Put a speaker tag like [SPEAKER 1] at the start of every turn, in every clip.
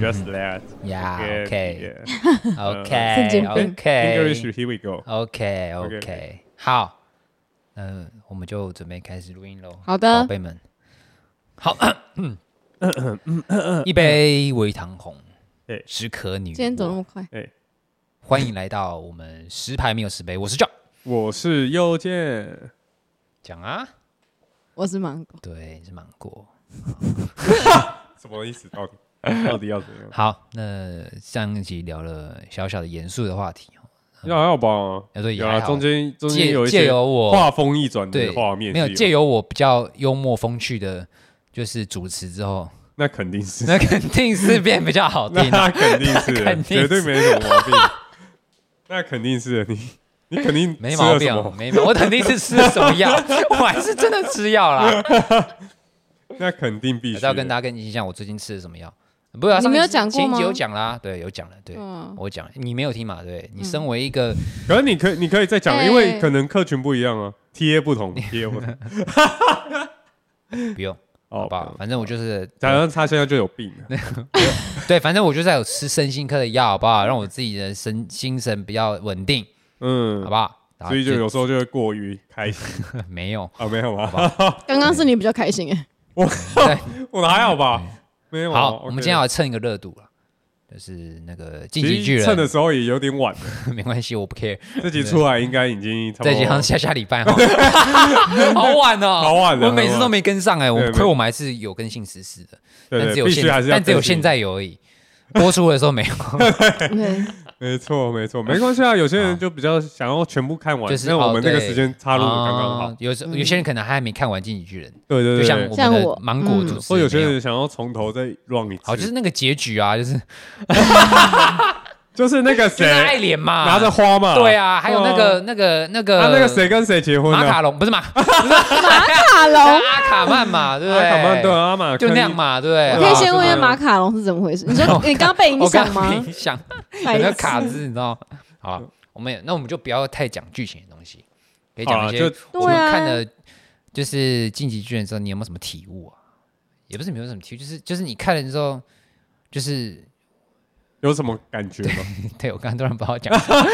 [SPEAKER 1] just that.
[SPEAKER 2] Yeah,
[SPEAKER 1] Again,
[SPEAKER 2] okay.
[SPEAKER 1] yeah.
[SPEAKER 2] OK
[SPEAKER 3] 神经病
[SPEAKER 1] English,
[SPEAKER 2] OK
[SPEAKER 1] here we go.
[SPEAKER 2] OK
[SPEAKER 1] OK
[SPEAKER 2] OK，好，嗯，我们就准备开始录音喽。
[SPEAKER 3] 好的
[SPEAKER 2] 宝贝们，好，一杯微糖红
[SPEAKER 1] 对，
[SPEAKER 2] 只可女。
[SPEAKER 3] 今天走那么
[SPEAKER 2] 啊
[SPEAKER 3] 快，
[SPEAKER 1] 哎，
[SPEAKER 2] 欢迎来到我们十排没有十杯，我是 John。
[SPEAKER 1] 我是右健。
[SPEAKER 2] 讲啊，
[SPEAKER 3] 我是芒果。
[SPEAKER 2] 对，是芒果。
[SPEAKER 1] 什么意思？到底到底要怎样？
[SPEAKER 2] 好，那上一集聊了小小的严肃的话题哦，
[SPEAKER 4] 要要吧，
[SPEAKER 2] 要说哎也
[SPEAKER 4] 有
[SPEAKER 2] 还
[SPEAKER 4] 啊，
[SPEAKER 2] 好
[SPEAKER 4] 中间中
[SPEAKER 2] 借
[SPEAKER 4] 间有一
[SPEAKER 2] 借
[SPEAKER 4] 些
[SPEAKER 2] 由我
[SPEAKER 4] 画风一转
[SPEAKER 2] 对
[SPEAKER 4] 的画面，
[SPEAKER 2] 没有借，由我比较幽默风趣的，就是主持之后，
[SPEAKER 4] 那肯定是，
[SPEAKER 2] 那肯定是变比较好 听
[SPEAKER 4] 那
[SPEAKER 2] 的。
[SPEAKER 4] 肯定是，
[SPEAKER 2] 肯定
[SPEAKER 4] 绝
[SPEAKER 2] 是
[SPEAKER 4] 对没什么毛病，那肯定是你，你肯定
[SPEAKER 2] 没
[SPEAKER 4] 吃了
[SPEAKER 2] 毛
[SPEAKER 4] 什
[SPEAKER 2] 病啊
[SPEAKER 4] 么，，
[SPEAKER 2] 没毛病，我肯定是吃了什么 药，我还是真的吃药啦。
[SPEAKER 4] 那肯定 必
[SPEAKER 2] 还
[SPEAKER 4] 须
[SPEAKER 2] 是
[SPEAKER 4] 的。
[SPEAKER 2] 要跟大家跟你讲，我最近吃了什么药？不是、啊，
[SPEAKER 3] 你
[SPEAKER 2] 上
[SPEAKER 3] 没有
[SPEAKER 2] 一集
[SPEAKER 3] 讲过
[SPEAKER 2] 前一集
[SPEAKER 3] 吗
[SPEAKER 2] 有讲啦，对，有讲了，对，
[SPEAKER 3] 嗯
[SPEAKER 2] 我讲了，你没有听嘛？对，你身为一个，
[SPEAKER 4] 可是你可以你可以再讲，
[SPEAKER 3] 哎
[SPEAKER 4] 因为可能客群不一样啊，贴不同，贴不同。
[SPEAKER 2] 不用， 好
[SPEAKER 4] 哦
[SPEAKER 2] 吧，，反正 我就是
[SPEAKER 4] 假如他现在就有病了，
[SPEAKER 2] 对，反正我就在有吃身心科的药，好不好？让我自己的身心神比较稳定，
[SPEAKER 4] 嗯，
[SPEAKER 2] 好不，好？然后
[SPEAKER 4] 所以就有时候就会过于开心
[SPEAKER 2] 没有，
[SPEAKER 4] 啊，没有吧？
[SPEAKER 3] 刚刚是你比较开 心哎，
[SPEAKER 4] 我的还好吧，没有啊。
[SPEAKER 2] 好，
[SPEAKER 4] OK
[SPEAKER 2] 我们今天要蹭一个热度了，就是那个进
[SPEAKER 4] 其
[SPEAKER 2] 击
[SPEAKER 4] 实
[SPEAKER 2] 巨
[SPEAKER 4] 趁的
[SPEAKER 2] 人，
[SPEAKER 4] 时候也有点晚了，
[SPEAKER 2] 没关系，我不 care。
[SPEAKER 4] 这集出来应该已经 差不
[SPEAKER 2] 再加
[SPEAKER 4] 多
[SPEAKER 2] 上。下下 礼拜哦，好晚哦，
[SPEAKER 4] 好晚了
[SPEAKER 2] 我每次都没跟上哎，我
[SPEAKER 4] 对
[SPEAKER 2] 亏我们还是有更新实时的，
[SPEAKER 4] 对
[SPEAKER 2] 但
[SPEAKER 4] 对
[SPEAKER 2] 只有
[SPEAKER 4] 必须还
[SPEAKER 2] 现
[SPEAKER 4] 是要
[SPEAKER 2] 但只有
[SPEAKER 4] 更新
[SPEAKER 2] 现在有而已，播出的时候没有，
[SPEAKER 3] 对，
[SPEAKER 2] 啊
[SPEAKER 4] 没错，没错，没关系啊。有些人就比较想要全部看完，
[SPEAKER 2] 就是
[SPEAKER 4] 那我
[SPEAKER 2] 哦
[SPEAKER 4] 们那个
[SPEAKER 2] 对
[SPEAKER 4] 时间插入的刚刚好
[SPEAKER 2] 啊。有时有些人可能还没看完《进击巨人》，
[SPEAKER 4] 对对
[SPEAKER 2] 就像
[SPEAKER 4] 对，
[SPEAKER 2] 我
[SPEAKER 3] 嗯像
[SPEAKER 2] 们的
[SPEAKER 3] 我嗯
[SPEAKER 2] 芒果主持
[SPEAKER 4] 或
[SPEAKER 2] 人
[SPEAKER 4] 有些
[SPEAKER 2] 那样
[SPEAKER 4] 人想要从头再 run 一次，
[SPEAKER 2] 好，就是那个结局 啊，就是
[SPEAKER 4] 就是那个
[SPEAKER 2] 就是爱
[SPEAKER 4] 谁
[SPEAKER 2] 莲嘛，
[SPEAKER 4] 拿着花嘛，
[SPEAKER 2] 对啊，还有那
[SPEAKER 4] 对
[SPEAKER 2] 个那个那个
[SPEAKER 4] 啊，啊那个谁跟谁结婚
[SPEAKER 2] 马卡
[SPEAKER 4] 啊？
[SPEAKER 2] 龙不是 马不是 马
[SPEAKER 3] 卡龙，
[SPEAKER 2] 阿卡曼嘛，对不
[SPEAKER 4] 阿
[SPEAKER 2] 对？
[SPEAKER 4] 卡曼对啊，阿玛
[SPEAKER 2] 就
[SPEAKER 4] 克
[SPEAKER 2] 那
[SPEAKER 4] 利
[SPEAKER 2] 样，嘛，对
[SPEAKER 3] 我
[SPEAKER 2] 不对
[SPEAKER 3] 可
[SPEAKER 4] 啊
[SPEAKER 3] 以先问一下
[SPEAKER 4] 对啊
[SPEAKER 3] 马卡龙是怎么回事？ 你说你刚被影
[SPEAKER 2] 我
[SPEAKER 3] 响
[SPEAKER 2] 刚
[SPEAKER 3] 吗？
[SPEAKER 2] 影响
[SPEAKER 3] 白
[SPEAKER 2] 有个
[SPEAKER 3] 痴
[SPEAKER 2] 卡字，你知道吗？好啊，我们也那我们就不要太讲剧情的东西，可以讲
[SPEAKER 4] 好啊
[SPEAKER 2] 一些
[SPEAKER 4] 就
[SPEAKER 2] 我们
[SPEAKER 3] 对啊
[SPEAKER 2] 看的，就是《晋级巨人》之后，你有没有什么体悟啊？也不是没有什么体悟，就是就是你看了之后，就是
[SPEAKER 4] 有什么感觉吗？
[SPEAKER 2] 对我刚刚突然不好讲，
[SPEAKER 4] 有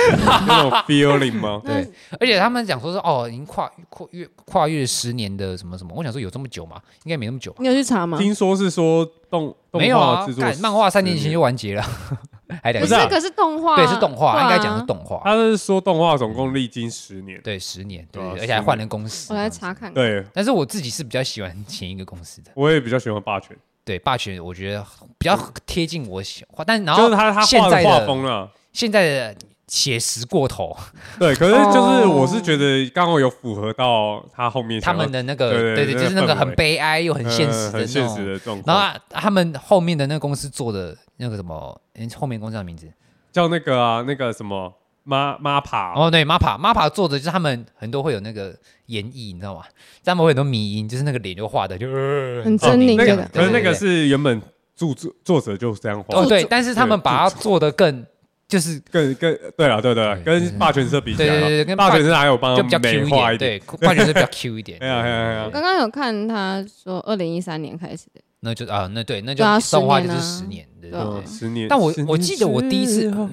[SPEAKER 4] 那种 feeling 吗？
[SPEAKER 2] 对，而且他们讲说是哦，已经跨跨越跨越十年的什么什么，我想说有这么久吗？应该 没那么久吧，
[SPEAKER 3] 你有去查吗？
[SPEAKER 4] 听说是说动动
[SPEAKER 2] 没有
[SPEAKER 4] 画
[SPEAKER 2] 啊
[SPEAKER 4] 制，作
[SPEAKER 2] 干漫画三年前
[SPEAKER 4] 10
[SPEAKER 2] 就完结了， 还两
[SPEAKER 4] 不
[SPEAKER 3] 不是
[SPEAKER 4] 是啊
[SPEAKER 3] 这个是动画，
[SPEAKER 2] 对是动画，
[SPEAKER 3] 对啊
[SPEAKER 2] 应该讲是。动画，
[SPEAKER 4] 他是说动画总共历经十年，
[SPEAKER 2] 对十年，对，
[SPEAKER 4] 对啊
[SPEAKER 2] 而且还换了公司。
[SPEAKER 3] 我来查看，
[SPEAKER 4] 对
[SPEAKER 2] 但是我自己是比较喜欢前一个公司的，
[SPEAKER 4] 我也比较喜欢霸权，
[SPEAKER 2] 对霸权，我觉得比较贴近我喜欢，但然后
[SPEAKER 4] 就是他他
[SPEAKER 2] 现
[SPEAKER 4] 画
[SPEAKER 2] 在
[SPEAKER 4] 的
[SPEAKER 2] 的
[SPEAKER 4] 画风啦。
[SPEAKER 2] 现在的写实过头，
[SPEAKER 4] 对，可是就是
[SPEAKER 3] 哦
[SPEAKER 4] 我是觉得刚好有符合到他后面
[SPEAKER 2] 他
[SPEAKER 4] 想要
[SPEAKER 2] 们的那个
[SPEAKER 4] 对对
[SPEAKER 2] 对对，
[SPEAKER 4] 那
[SPEAKER 2] 就
[SPEAKER 4] 个
[SPEAKER 2] 是那个
[SPEAKER 4] 氛围
[SPEAKER 2] 很悲哀又很现
[SPEAKER 4] 呃
[SPEAKER 2] 实的
[SPEAKER 4] 很
[SPEAKER 2] 那
[SPEAKER 4] 现实
[SPEAKER 2] 种。
[SPEAKER 4] 的状
[SPEAKER 2] 然
[SPEAKER 4] 况，
[SPEAKER 2] 后啊他们后面的那个公司做的那个什么，诶后面公司叫名字
[SPEAKER 4] 叫那个啊那个什么妈妈爬，
[SPEAKER 2] 哦，对，MAPA MAPA 做的就是他们很多会有那个演绎，你知道吗？他们会有很多迷音，就是那个脸就画的就呃
[SPEAKER 3] 很狰狞
[SPEAKER 4] 哦那个
[SPEAKER 3] 这个
[SPEAKER 4] 可是那
[SPEAKER 2] 对对
[SPEAKER 4] 个是原本著作作者就是这样画
[SPEAKER 2] 哦
[SPEAKER 4] 的，
[SPEAKER 2] 对，但是他们把它做的更就是
[SPEAKER 4] 更更对了对了
[SPEAKER 2] 对，
[SPEAKER 4] 跟霸权社比起
[SPEAKER 2] 对
[SPEAKER 4] 来
[SPEAKER 2] 对
[SPEAKER 4] 啊，
[SPEAKER 2] 对，跟
[SPEAKER 4] 霸
[SPEAKER 2] 霸
[SPEAKER 4] 权社还有帮
[SPEAKER 2] 就比较
[SPEAKER 4] 美
[SPEAKER 2] Q 一
[SPEAKER 4] 化
[SPEAKER 2] 点，
[SPEAKER 4] 一点，
[SPEAKER 2] 对，霸权是比较 Q 一点。
[SPEAKER 4] 哎呀哎呀哎呀
[SPEAKER 3] 刚刚有看他说二零一三年开始的，
[SPEAKER 2] 那就啊，那对，那就
[SPEAKER 3] 对啊
[SPEAKER 2] 动画就
[SPEAKER 3] 10
[SPEAKER 2] 是
[SPEAKER 3] 年啊
[SPEAKER 2] 十年，对对
[SPEAKER 3] 对
[SPEAKER 2] 对
[SPEAKER 3] 啊。
[SPEAKER 4] 嗯十年。
[SPEAKER 2] 但我
[SPEAKER 4] 十年
[SPEAKER 2] 我记得我第一次
[SPEAKER 4] 之后，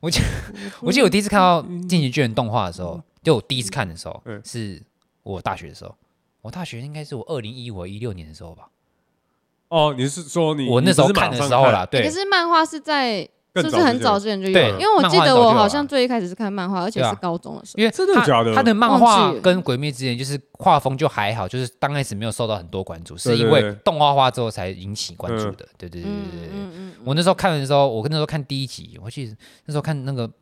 [SPEAKER 2] 我记我记得我第一次看到《进击巨人》动画的时候，就我第一次看的时候
[SPEAKER 4] 嗯，
[SPEAKER 2] 是我大学的时候。我大学应该是我二零一五、一六年的时候吧，
[SPEAKER 4] 哦，你是说你
[SPEAKER 2] 我那时候看的时候，啦，
[SPEAKER 3] 欸
[SPEAKER 2] 对
[SPEAKER 3] 可，是漫画是在是
[SPEAKER 4] 更
[SPEAKER 3] 不
[SPEAKER 4] 早
[SPEAKER 3] 是很
[SPEAKER 4] 之前
[SPEAKER 3] 早之前就有？
[SPEAKER 2] 对
[SPEAKER 3] 因为我记
[SPEAKER 2] 漫画很
[SPEAKER 3] 得
[SPEAKER 2] 早就有
[SPEAKER 3] 我
[SPEAKER 2] 了
[SPEAKER 3] 好像最一开始是看漫画，而且
[SPEAKER 2] 对啊
[SPEAKER 3] 是高中的时候。
[SPEAKER 2] 因为
[SPEAKER 4] 真的
[SPEAKER 2] 他
[SPEAKER 4] 假的
[SPEAKER 2] 他的漫画
[SPEAKER 3] 忘记了
[SPEAKER 2] 跟《鬼灭》之前就是画风就还好，就是刚开始没有受到很多关注，是
[SPEAKER 4] 对
[SPEAKER 2] 因
[SPEAKER 4] 对
[SPEAKER 2] 为
[SPEAKER 4] 对
[SPEAKER 2] 动画化之后才引起关注的。对对对
[SPEAKER 3] 嗯
[SPEAKER 2] 对对对。
[SPEAKER 3] 嗯嗯嗯，
[SPEAKER 2] 我那时候看的时候，我那时候看第一集，我记得那时候看那个《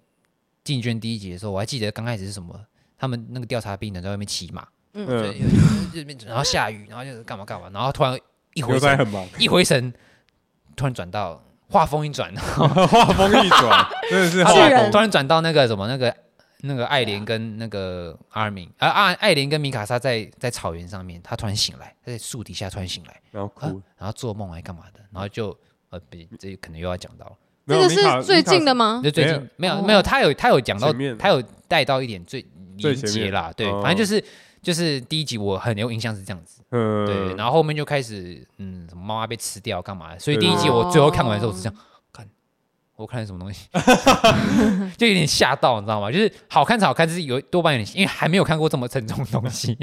[SPEAKER 2] 进圈》第一集的时候，我还记得刚开始是什么，他们那个调查兵团在外面骑马，
[SPEAKER 4] 嗯，
[SPEAKER 2] 就然后下雨，然后就是干嘛干嘛，然后突然一回
[SPEAKER 4] 牛仔
[SPEAKER 2] 神，
[SPEAKER 4] 很忙，
[SPEAKER 2] 一回神，突然转到画风一转，
[SPEAKER 4] 画风一转， 真的是
[SPEAKER 2] 他
[SPEAKER 4] 画
[SPEAKER 3] 巨
[SPEAKER 2] 突
[SPEAKER 3] 人
[SPEAKER 2] 然突然转到那个什么那个那个爱莲跟那个阿明，啊啊爱莲跟米卡莎在在草原上面，他突然醒来，他在树底下突然醒来，
[SPEAKER 4] 然后
[SPEAKER 2] 啊
[SPEAKER 4] 哭。
[SPEAKER 2] 然后做梦还干嘛的，然后就呃，不这可能又要讲到了，
[SPEAKER 3] 这
[SPEAKER 4] 没有
[SPEAKER 3] 个
[SPEAKER 4] 米卡
[SPEAKER 3] 是最近的吗？
[SPEAKER 2] 就最近没有没有，他有他有讲到
[SPEAKER 4] 前面，
[SPEAKER 2] 他有带到一点最
[SPEAKER 4] 最
[SPEAKER 2] 连
[SPEAKER 4] 前
[SPEAKER 2] 接
[SPEAKER 4] 面
[SPEAKER 2] 啦，对，
[SPEAKER 4] 哦
[SPEAKER 2] 反正就是。就是第一集我很有印象是这样子，
[SPEAKER 4] 嗯，
[SPEAKER 2] 对，然后后面就开始嗯，什么妈妈被吃掉干嘛的，所以第一集
[SPEAKER 3] 对对对
[SPEAKER 2] 我最后看完的时候，我是这样，看我看了什么东西， 就有点吓到，你知道吗？就是好看是好看，就是有多半有点，因为还没有看过这么沉重的 东西，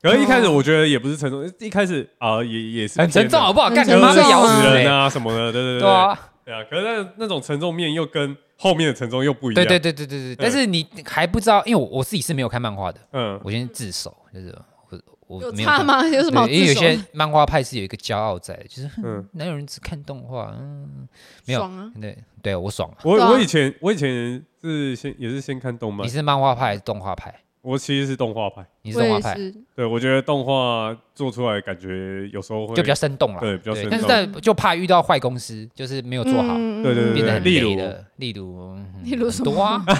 [SPEAKER 4] 然后一开始我觉得也不是沉重，一开始啊也也是
[SPEAKER 2] 很沉重好不好？
[SPEAKER 3] 很
[SPEAKER 2] 干你
[SPEAKER 3] 沉
[SPEAKER 2] 妈被
[SPEAKER 3] 重
[SPEAKER 2] 咬
[SPEAKER 3] 啊
[SPEAKER 2] 死
[SPEAKER 4] 死人
[SPEAKER 2] 了欸，
[SPEAKER 4] 啊什么的，对对
[SPEAKER 2] 对啊，
[SPEAKER 4] 对啊，可是那那种沉重面又跟后面的沉重又不一
[SPEAKER 2] 对
[SPEAKER 4] 样，
[SPEAKER 2] 对对对对对。但是你还不知道，因为我我自己是没有看漫画的，
[SPEAKER 4] 嗯，
[SPEAKER 2] 我先自首，就是我我
[SPEAKER 3] 有
[SPEAKER 2] 没有
[SPEAKER 3] 差
[SPEAKER 2] 看。
[SPEAKER 3] 吗？ 有什么好
[SPEAKER 2] 对，因为有
[SPEAKER 3] 自首的？
[SPEAKER 2] 些漫画派是有一个骄傲在，就是
[SPEAKER 4] 嗯
[SPEAKER 2] 嗯，哪有人只看动画？嗯，没有
[SPEAKER 3] 爽啊！
[SPEAKER 2] 对对，我爽啊。
[SPEAKER 4] 我
[SPEAKER 3] 对啊
[SPEAKER 4] 我以前我以前是先也是先看动漫
[SPEAKER 2] 你，是漫画派还是动画派？
[SPEAKER 4] 我其实是动画派，
[SPEAKER 2] 你是
[SPEAKER 3] 我
[SPEAKER 2] 动画
[SPEAKER 3] 也
[SPEAKER 2] 派，
[SPEAKER 3] 是，
[SPEAKER 4] 对我觉得动画做出来感觉有时候会
[SPEAKER 2] 就比较生动了。
[SPEAKER 4] 对比较生
[SPEAKER 2] 但是
[SPEAKER 4] 动，
[SPEAKER 2] 但就怕遇到坏公司，就是没有做好，
[SPEAKER 3] 嗯
[SPEAKER 4] 对对对
[SPEAKER 2] 变得
[SPEAKER 4] 对
[SPEAKER 2] 很
[SPEAKER 4] 例
[SPEAKER 2] 累
[SPEAKER 4] 如
[SPEAKER 2] 的。例如，嗯
[SPEAKER 3] 例如
[SPEAKER 2] 很
[SPEAKER 3] 什
[SPEAKER 2] 多 啊，很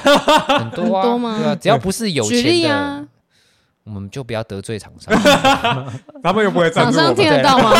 [SPEAKER 2] 多啊，
[SPEAKER 3] 很多吗
[SPEAKER 2] 对啊，只要不是有
[SPEAKER 3] 举例
[SPEAKER 2] 钱的
[SPEAKER 3] 啊，
[SPEAKER 2] 我们就不要得罪厂商。
[SPEAKER 4] 他们又不会赞
[SPEAKER 3] 厂
[SPEAKER 4] 助我
[SPEAKER 3] 商听
[SPEAKER 4] 们，
[SPEAKER 3] 得到吗？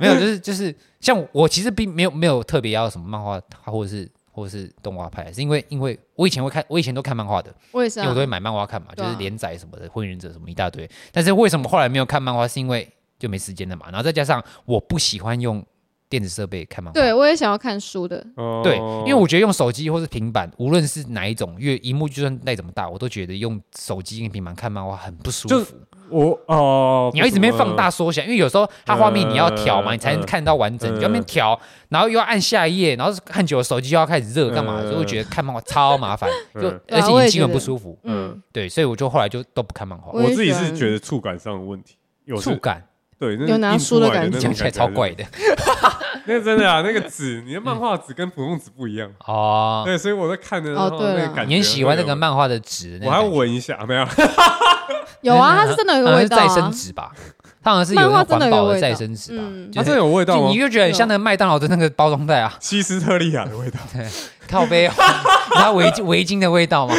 [SPEAKER 2] 没有，就是就是像我其实并没有没有特别要什么漫画或者是或者是动画派，是因为因为我以前会看，我以前都看漫画的，
[SPEAKER 3] 我也是
[SPEAKER 2] 因
[SPEAKER 3] 啊
[SPEAKER 2] 为我都，会买漫画看嘛，就
[SPEAKER 3] 对啊
[SPEAKER 2] 是连载什么的，《火影忍者》什么一大堆。但是为什么后来没有看漫画，是因为就没时间了嘛。然后再加上我不喜欢用电子设备看漫画，
[SPEAKER 3] 对我也想要看书的，
[SPEAKER 4] 哦
[SPEAKER 2] 对，因为我觉得用手机或是平板，无论是哪一种，因为荧幕就算再怎么大，我都觉得用手机跟平板看漫画很不舒
[SPEAKER 4] 就
[SPEAKER 2] 服。
[SPEAKER 4] 我哦，
[SPEAKER 2] 你要一直没放大缩小，因为有时候它画面你要调嘛，
[SPEAKER 4] 呃
[SPEAKER 2] 你才能看到完整。
[SPEAKER 4] 呃
[SPEAKER 2] 你要那边调，然后又要按下一页，然后看久了手机又要开始热，干嘛？
[SPEAKER 4] 呃
[SPEAKER 2] 所以我觉得看漫画超麻烦，就
[SPEAKER 4] 嗯
[SPEAKER 2] 而
[SPEAKER 3] 对啊我
[SPEAKER 2] 且
[SPEAKER 3] 也
[SPEAKER 2] 眼睛
[SPEAKER 3] 觉
[SPEAKER 2] 很不
[SPEAKER 3] 得
[SPEAKER 2] 舒服。
[SPEAKER 3] 嗯，
[SPEAKER 2] 对，所以我就后来就都不看漫画。
[SPEAKER 4] 我自己
[SPEAKER 3] 我也喜
[SPEAKER 4] 是
[SPEAKER 3] 欢
[SPEAKER 4] 觉得触感上的问题，有时
[SPEAKER 2] 触感
[SPEAKER 4] 对，那
[SPEAKER 3] 有拿
[SPEAKER 4] 印
[SPEAKER 3] 书的
[SPEAKER 4] 出来
[SPEAKER 3] 感
[SPEAKER 4] 那种
[SPEAKER 3] 觉
[SPEAKER 2] 讲起来超怪的
[SPEAKER 4] 那真的啊， 那个纸，你的漫画纸跟普通纸不一样。
[SPEAKER 2] 哦。
[SPEAKER 4] 对，所以我在看的时候
[SPEAKER 3] 哦对啊
[SPEAKER 4] 那个感觉，
[SPEAKER 2] 你很喜欢那个，漫画的纸，那
[SPEAKER 4] 我
[SPEAKER 2] 个
[SPEAKER 4] 还
[SPEAKER 2] 感觉
[SPEAKER 4] 闻一下，没有？
[SPEAKER 3] 有啊，它是真的有一
[SPEAKER 2] 好
[SPEAKER 3] 个
[SPEAKER 2] 像嗯是
[SPEAKER 3] 味道
[SPEAKER 2] 再生
[SPEAKER 3] 啊，
[SPEAKER 2] 纸吧？它好像是有那
[SPEAKER 3] 漫画
[SPEAKER 2] 种
[SPEAKER 3] 真的
[SPEAKER 2] 环
[SPEAKER 3] 有个
[SPEAKER 2] 保的
[SPEAKER 3] 味道
[SPEAKER 2] 再生纸吧？
[SPEAKER 3] 嗯
[SPEAKER 4] 它
[SPEAKER 2] 就是
[SPEAKER 4] 啊真的有味道
[SPEAKER 2] 就
[SPEAKER 4] 吗
[SPEAKER 2] 你？就觉得很像那个麦当劳的那个包装袋啊，
[SPEAKER 4] 西斯特利亚的味道，
[SPEAKER 2] 靠背啊，然后围巾围巾的味 道嘛，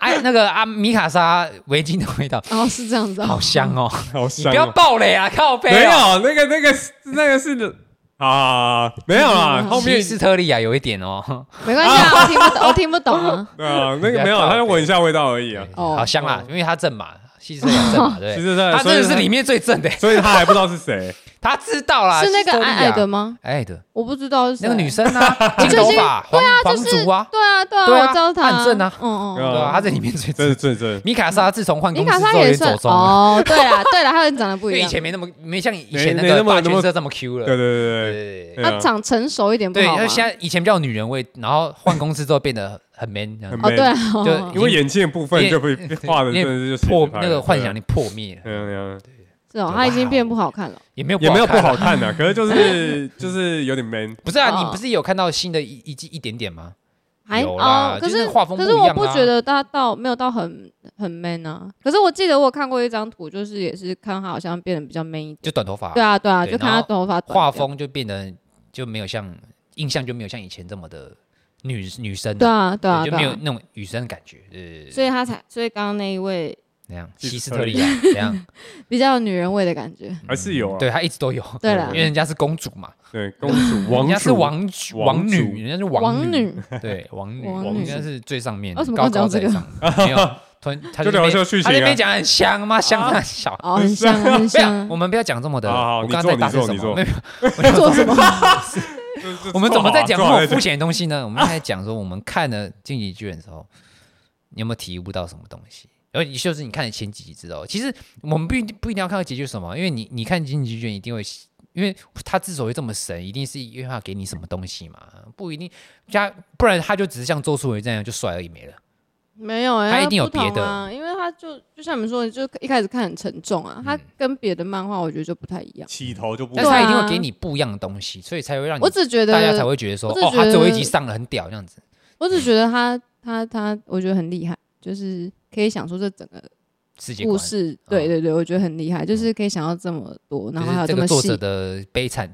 [SPEAKER 2] 哎，那个啊米卡莎围巾的味道，
[SPEAKER 3] 哦，是这样子啊
[SPEAKER 2] 好，香哦！
[SPEAKER 4] 好
[SPEAKER 2] 你
[SPEAKER 4] 香
[SPEAKER 2] 不要
[SPEAKER 4] 哦！
[SPEAKER 2] 爆雷啊，靠背
[SPEAKER 4] 没有
[SPEAKER 2] 啊！
[SPEAKER 4] 那个那个那个是啊，没有啦，
[SPEAKER 3] 嗯
[SPEAKER 4] 后面
[SPEAKER 2] 西斯特利亚有一点哦，
[SPEAKER 3] 没关系 啊，我听不懂，我听不懂啊，
[SPEAKER 4] 对啊，那个没有，他就闻一下味道而已啊。
[SPEAKER 3] 哦
[SPEAKER 2] 好香啦，因为它正嘛，西斯特利亚正 嘛，对
[SPEAKER 4] 西
[SPEAKER 2] 不
[SPEAKER 4] 斯
[SPEAKER 2] 对，
[SPEAKER 4] 特，
[SPEAKER 2] 他
[SPEAKER 4] 所以
[SPEAKER 2] 真的是里面最正的，
[SPEAKER 4] 所以他还不知道是谁。
[SPEAKER 2] 他知道啦，
[SPEAKER 3] 是那
[SPEAKER 2] 西斯
[SPEAKER 3] 个
[SPEAKER 2] 特利
[SPEAKER 3] 矮
[SPEAKER 2] 亚
[SPEAKER 3] 矮的吗？
[SPEAKER 2] 矮矮的，
[SPEAKER 3] 我不知道是谁
[SPEAKER 2] 那个女，生 啊，金头发，黄黄
[SPEAKER 3] 就是
[SPEAKER 2] 族啊，
[SPEAKER 3] 对啊对啊，
[SPEAKER 2] 对啊
[SPEAKER 3] 我知道她，
[SPEAKER 2] 她很正啊
[SPEAKER 3] 嗯嗯
[SPEAKER 4] 啊
[SPEAKER 2] 对啊，她在里面最
[SPEAKER 4] 这
[SPEAKER 2] 正
[SPEAKER 4] 是。最正，
[SPEAKER 2] 米卡莎自从换
[SPEAKER 3] 嗯，米
[SPEAKER 2] 公
[SPEAKER 3] 卡
[SPEAKER 2] 司之
[SPEAKER 3] 莎
[SPEAKER 2] 后
[SPEAKER 3] 也
[SPEAKER 2] 也
[SPEAKER 3] 算
[SPEAKER 2] 走中了，
[SPEAKER 3] 哦，对啦对啦，她人长得不
[SPEAKER 2] 因
[SPEAKER 3] 一
[SPEAKER 2] 为以
[SPEAKER 3] 样
[SPEAKER 2] 前，没那么没像以
[SPEAKER 4] 没
[SPEAKER 2] 前那
[SPEAKER 4] 没
[SPEAKER 2] 个
[SPEAKER 4] 那么
[SPEAKER 2] 发
[SPEAKER 4] 那
[SPEAKER 2] 圈
[SPEAKER 4] 么
[SPEAKER 2] 色这么 Q 了，
[SPEAKER 4] 对对
[SPEAKER 2] 对
[SPEAKER 4] 对
[SPEAKER 2] 对
[SPEAKER 4] 对
[SPEAKER 2] 对。
[SPEAKER 4] 对
[SPEAKER 3] 她
[SPEAKER 4] 啊，
[SPEAKER 3] 长成熟一点不
[SPEAKER 2] 对，
[SPEAKER 3] 好吗
[SPEAKER 2] 那？现在以前比较有女人味，然后换公司之后变得很 man，这样
[SPEAKER 4] 很
[SPEAKER 3] 哦
[SPEAKER 4] man
[SPEAKER 3] 对啊，
[SPEAKER 2] 就
[SPEAKER 3] 哦
[SPEAKER 2] 已经
[SPEAKER 4] 因为眼睛的部分就被画的真的是就是
[SPEAKER 2] 嗯破那个幻想
[SPEAKER 4] 力。
[SPEAKER 2] 力破灭了，
[SPEAKER 4] 嗯嗯，
[SPEAKER 3] 是哦，她已经变不好看了，
[SPEAKER 2] 也没有
[SPEAKER 4] 也没有不
[SPEAKER 2] 看啊
[SPEAKER 4] 好，看的，可是就是就是有点 man。
[SPEAKER 2] 不是啊，
[SPEAKER 3] 哦
[SPEAKER 2] 你不是有看到新的一一季一点点吗？
[SPEAKER 3] 还
[SPEAKER 2] 有啦
[SPEAKER 3] 哦，可
[SPEAKER 2] 就是是画风
[SPEAKER 3] 可
[SPEAKER 2] 不
[SPEAKER 3] 是
[SPEAKER 2] 一
[SPEAKER 3] 我
[SPEAKER 2] 样啊
[SPEAKER 3] 不
[SPEAKER 2] 啦
[SPEAKER 3] 觉得她到没有到很很 man 啊，可是我记得我有看过一张图，就是也是看她好像变得比较 man 一点。
[SPEAKER 2] 就短头发，
[SPEAKER 3] 对啊，对啊，
[SPEAKER 2] 对
[SPEAKER 3] 就看
[SPEAKER 2] 然
[SPEAKER 3] 他
[SPEAKER 2] 后
[SPEAKER 3] 头发短
[SPEAKER 2] 画
[SPEAKER 3] 这样，
[SPEAKER 2] 风就变得就没有像印象就没有像以前这么的女女生啊，
[SPEAKER 3] 对啊，对啊，
[SPEAKER 2] 就
[SPEAKER 3] 对
[SPEAKER 2] 没有
[SPEAKER 3] 啊，
[SPEAKER 2] 那种女生的感觉，对
[SPEAKER 3] 所以他才，所以刚刚那一位
[SPEAKER 2] 那样
[SPEAKER 4] 西
[SPEAKER 2] 西
[SPEAKER 4] 斯
[SPEAKER 2] 斯
[SPEAKER 4] 特
[SPEAKER 2] 特
[SPEAKER 4] 利
[SPEAKER 2] 利 亚这样，嗯
[SPEAKER 3] 比较有女人味的感觉，
[SPEAKER 4] 还是有啊
[SPEAKER 2] 对她一直都有，
[SPEAKER 3] 对啊
[SPEAKER 2] 因
[SPEAKER 3] 了
[SPEAKER 2] 为，人家是公主嘛，
[SPEAKER 4] 对，公主王
[SPEAKER 2] 人家是
[SPEAKER 4] 主
[SPEAKER 2] 王
[SPEAKER 4] 王
[SPEAKER 2] 王
[SPEAKER 4] 主
[SPEAKER 2] 女，人家是
[SPEAKER 3] 王
[SPEAKER 2] 女，
[SPEAKER 3] 女，
[SPEAKER 2] 对王女，
[SPEAKER 3] 王
[SPEAKER 2] 我们
[SPEAKER 3] 女
[SPEAKER 2] 应该是最上面，
[SPEAKER 3] 为什么
[SPEAKER 2] 高
[SPEAKER 3] 刚
[SPEAKER 2] 高
[SPEAKER 3] 讲
[SPEAKER 2] 在
[SPEAKER 3] 这个
[SPEAKER 2] 上，没 有，突然他
[SPEAKER 4] 就
[SPEAKER 2] 那
[SPEAKER 4] 聊
[SPEAKER 2] 边
[SPEAKER 4] 这个剧
[SPEAKER 2] 他
[SPEAKER 4] 情
[SPEAKER 2] 那
[SPEAKER 4] 啊
[SPEAKER 2] 边讲很香吗？香很小。
[SPEAKER 3] 哦，很 像啊，很
[SPEAKER 2] 不要
[SPEAKER 3] 像，
[SPEAKER 2] 我
[SPEAKER 3] 啊，
[SPEAKER 2] 们不要讲这么的。
[SPEAKER 4] 好好
[SPEAKER 2] 我
[SPEAKER 4] 你
[SPEAKER 2] 刚刚
[SPEAKER 4] 做
[SPEAKER 2] 在大
[SPEAKER 4] 你做你
[SPEAKER 2] 声什么？
[SPEAKER 4] 做
[SPEAKER 2] 没有，
[SPEAKER 3] 做什么？
[SPEAKER 2] 我们怎么在讲这
[SPEAKER 4] 做好
[SPEAKER 2] 么
[SPEAKER 4] 了
[SPEAKER 2] 肤浅的东西呢？我们刚才讲说，我们看了《进击巨人》的时候，你有没有体悟到什么东西？然后就是你看了前几集之后，其实我们不一定不一定要看到结局是什么，因为你你看《进击巨人》一定会因为他之所以这么神，一定是因为他给你什么东西嘛，不一定加，不然他就只是像周树人这样就甩而已没了。
[SPEAKER 3] 没有、欸，
[SPEAKER 2] 他一
[SPEAKER 3] 它
[SPEAKER 2] 定有
[SPEAKER 3] 不同
[SPEAKER 2] 别的
[SPEAKER 3] 啊，因为他就就像你们说的，就一开始看很沉重啊，它
[SPEAKER 2] 嗯
[SPEAKER 3] 跟别的漫画我觉得就不太一样。
[SPEAKER 4] 起头就不
[SPEAKER 2] 但是他一定会
[SPEAKER 3] 对啊
[SPEAKER 2] 给你不一样的东西，所以才会让你
[SPEAKER 3] 我只觉得
[SPEAKER 2] 大家才会觉得说，
[SPEAKER 3] 我只觉
[SPEAKER 2] 哦，
[SPEAKER 3] 得
[SPEAKER 2] 他最后一集上了很屌这样子。
[SPEAKER 3] 我只觉得他他他，我觉得很厉害，就是可以想出这整个
[SPEAKER 2] 世界观
[SPEAKER 3] 故，事。
[SPEAKER 2] 啊嗯
[SPEAKER 3] 对对对，我觉得很厉害，就是可以想到这么多，然后还
[SPEAKER 2] 就是这
[SPEAKER 3] 有这
[SPEAKER 2] 个
[SPEAKER 3] 么
[SPEAKER 2] 作
[SPEAKER 3] 细
[SPEAKER 2] 者的悲惨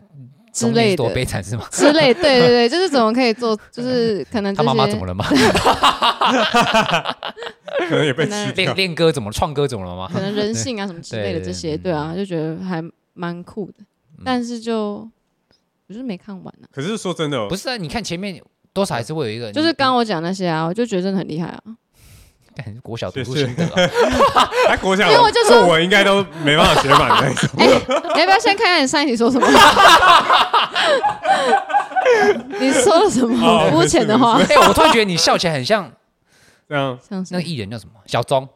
[SPEAKER 3] 之类
[SPEAKER 2] 多
[SPEAKER 3] 的
[SPEAKER 2] 悲惨是吗？
[SPEAKER 3] 之类。对对对，就是怎么可以做， 就是可能
[SPEAKER 2] 他
[SPEAKER 3] 这
[SPEAKER 2] 妈妈怎么
[SPEAKER 3] 些
[SPEAKER 2] 了吗？
[SPEAKER 4] 可能也被
[SPEAKER 3] 可能
[SPEAKER 4] 吃
[SPEAKER 2] 练
[SPEAKER 4] 掉。
[SPEAKER 2] 练歌怎么创歌怎么了吗？
[SPEAKER 3] 可能人性啊什么之 类
[SPEAKER 2] 对对
[SPEAKER 3] 的
[SPEAKER 2] 对
[SPEAKER 3] 这些，
[SPEAKER 2] 嗯
[SPEAKER 3] 对啊，就觉得还蛮酷的。但是就我就是没看完啊，
[SPEAKER 4] 可是说真的哦，
[SPEAKER 2] 不是啊，你看前面多少还是会有一个，
[SPEAKER 3] 就是刚刚我讲那些啊，我就觉得真的很厉 害啊。
[SPEAKER 2] 干国小读
[SPEAKER 4] 是
[SPEAKER 2] 书
[SPEAKER 4] 是
[SPEAKER 2] 心得啊，
[SPEAKER 4] 哎，国小
[SPEAKER 3] 因为我就说
[SPEAKER 4] 作文应该都没办法写满的那种。
[SPEAKER 3] 哎、你要不要先看看你上一题说什么？ 你说了什么
[SPEAKER 4] 哦
[SPEAKER 3] 很肤浅的话？
[SPEAKER 2] 哎，我突然觉得你笑起来很像
[SPEAKER 4] 这样
[SPEAKER 3] 像是
[SPEAKER 2] 那个艺人叫什么小钟，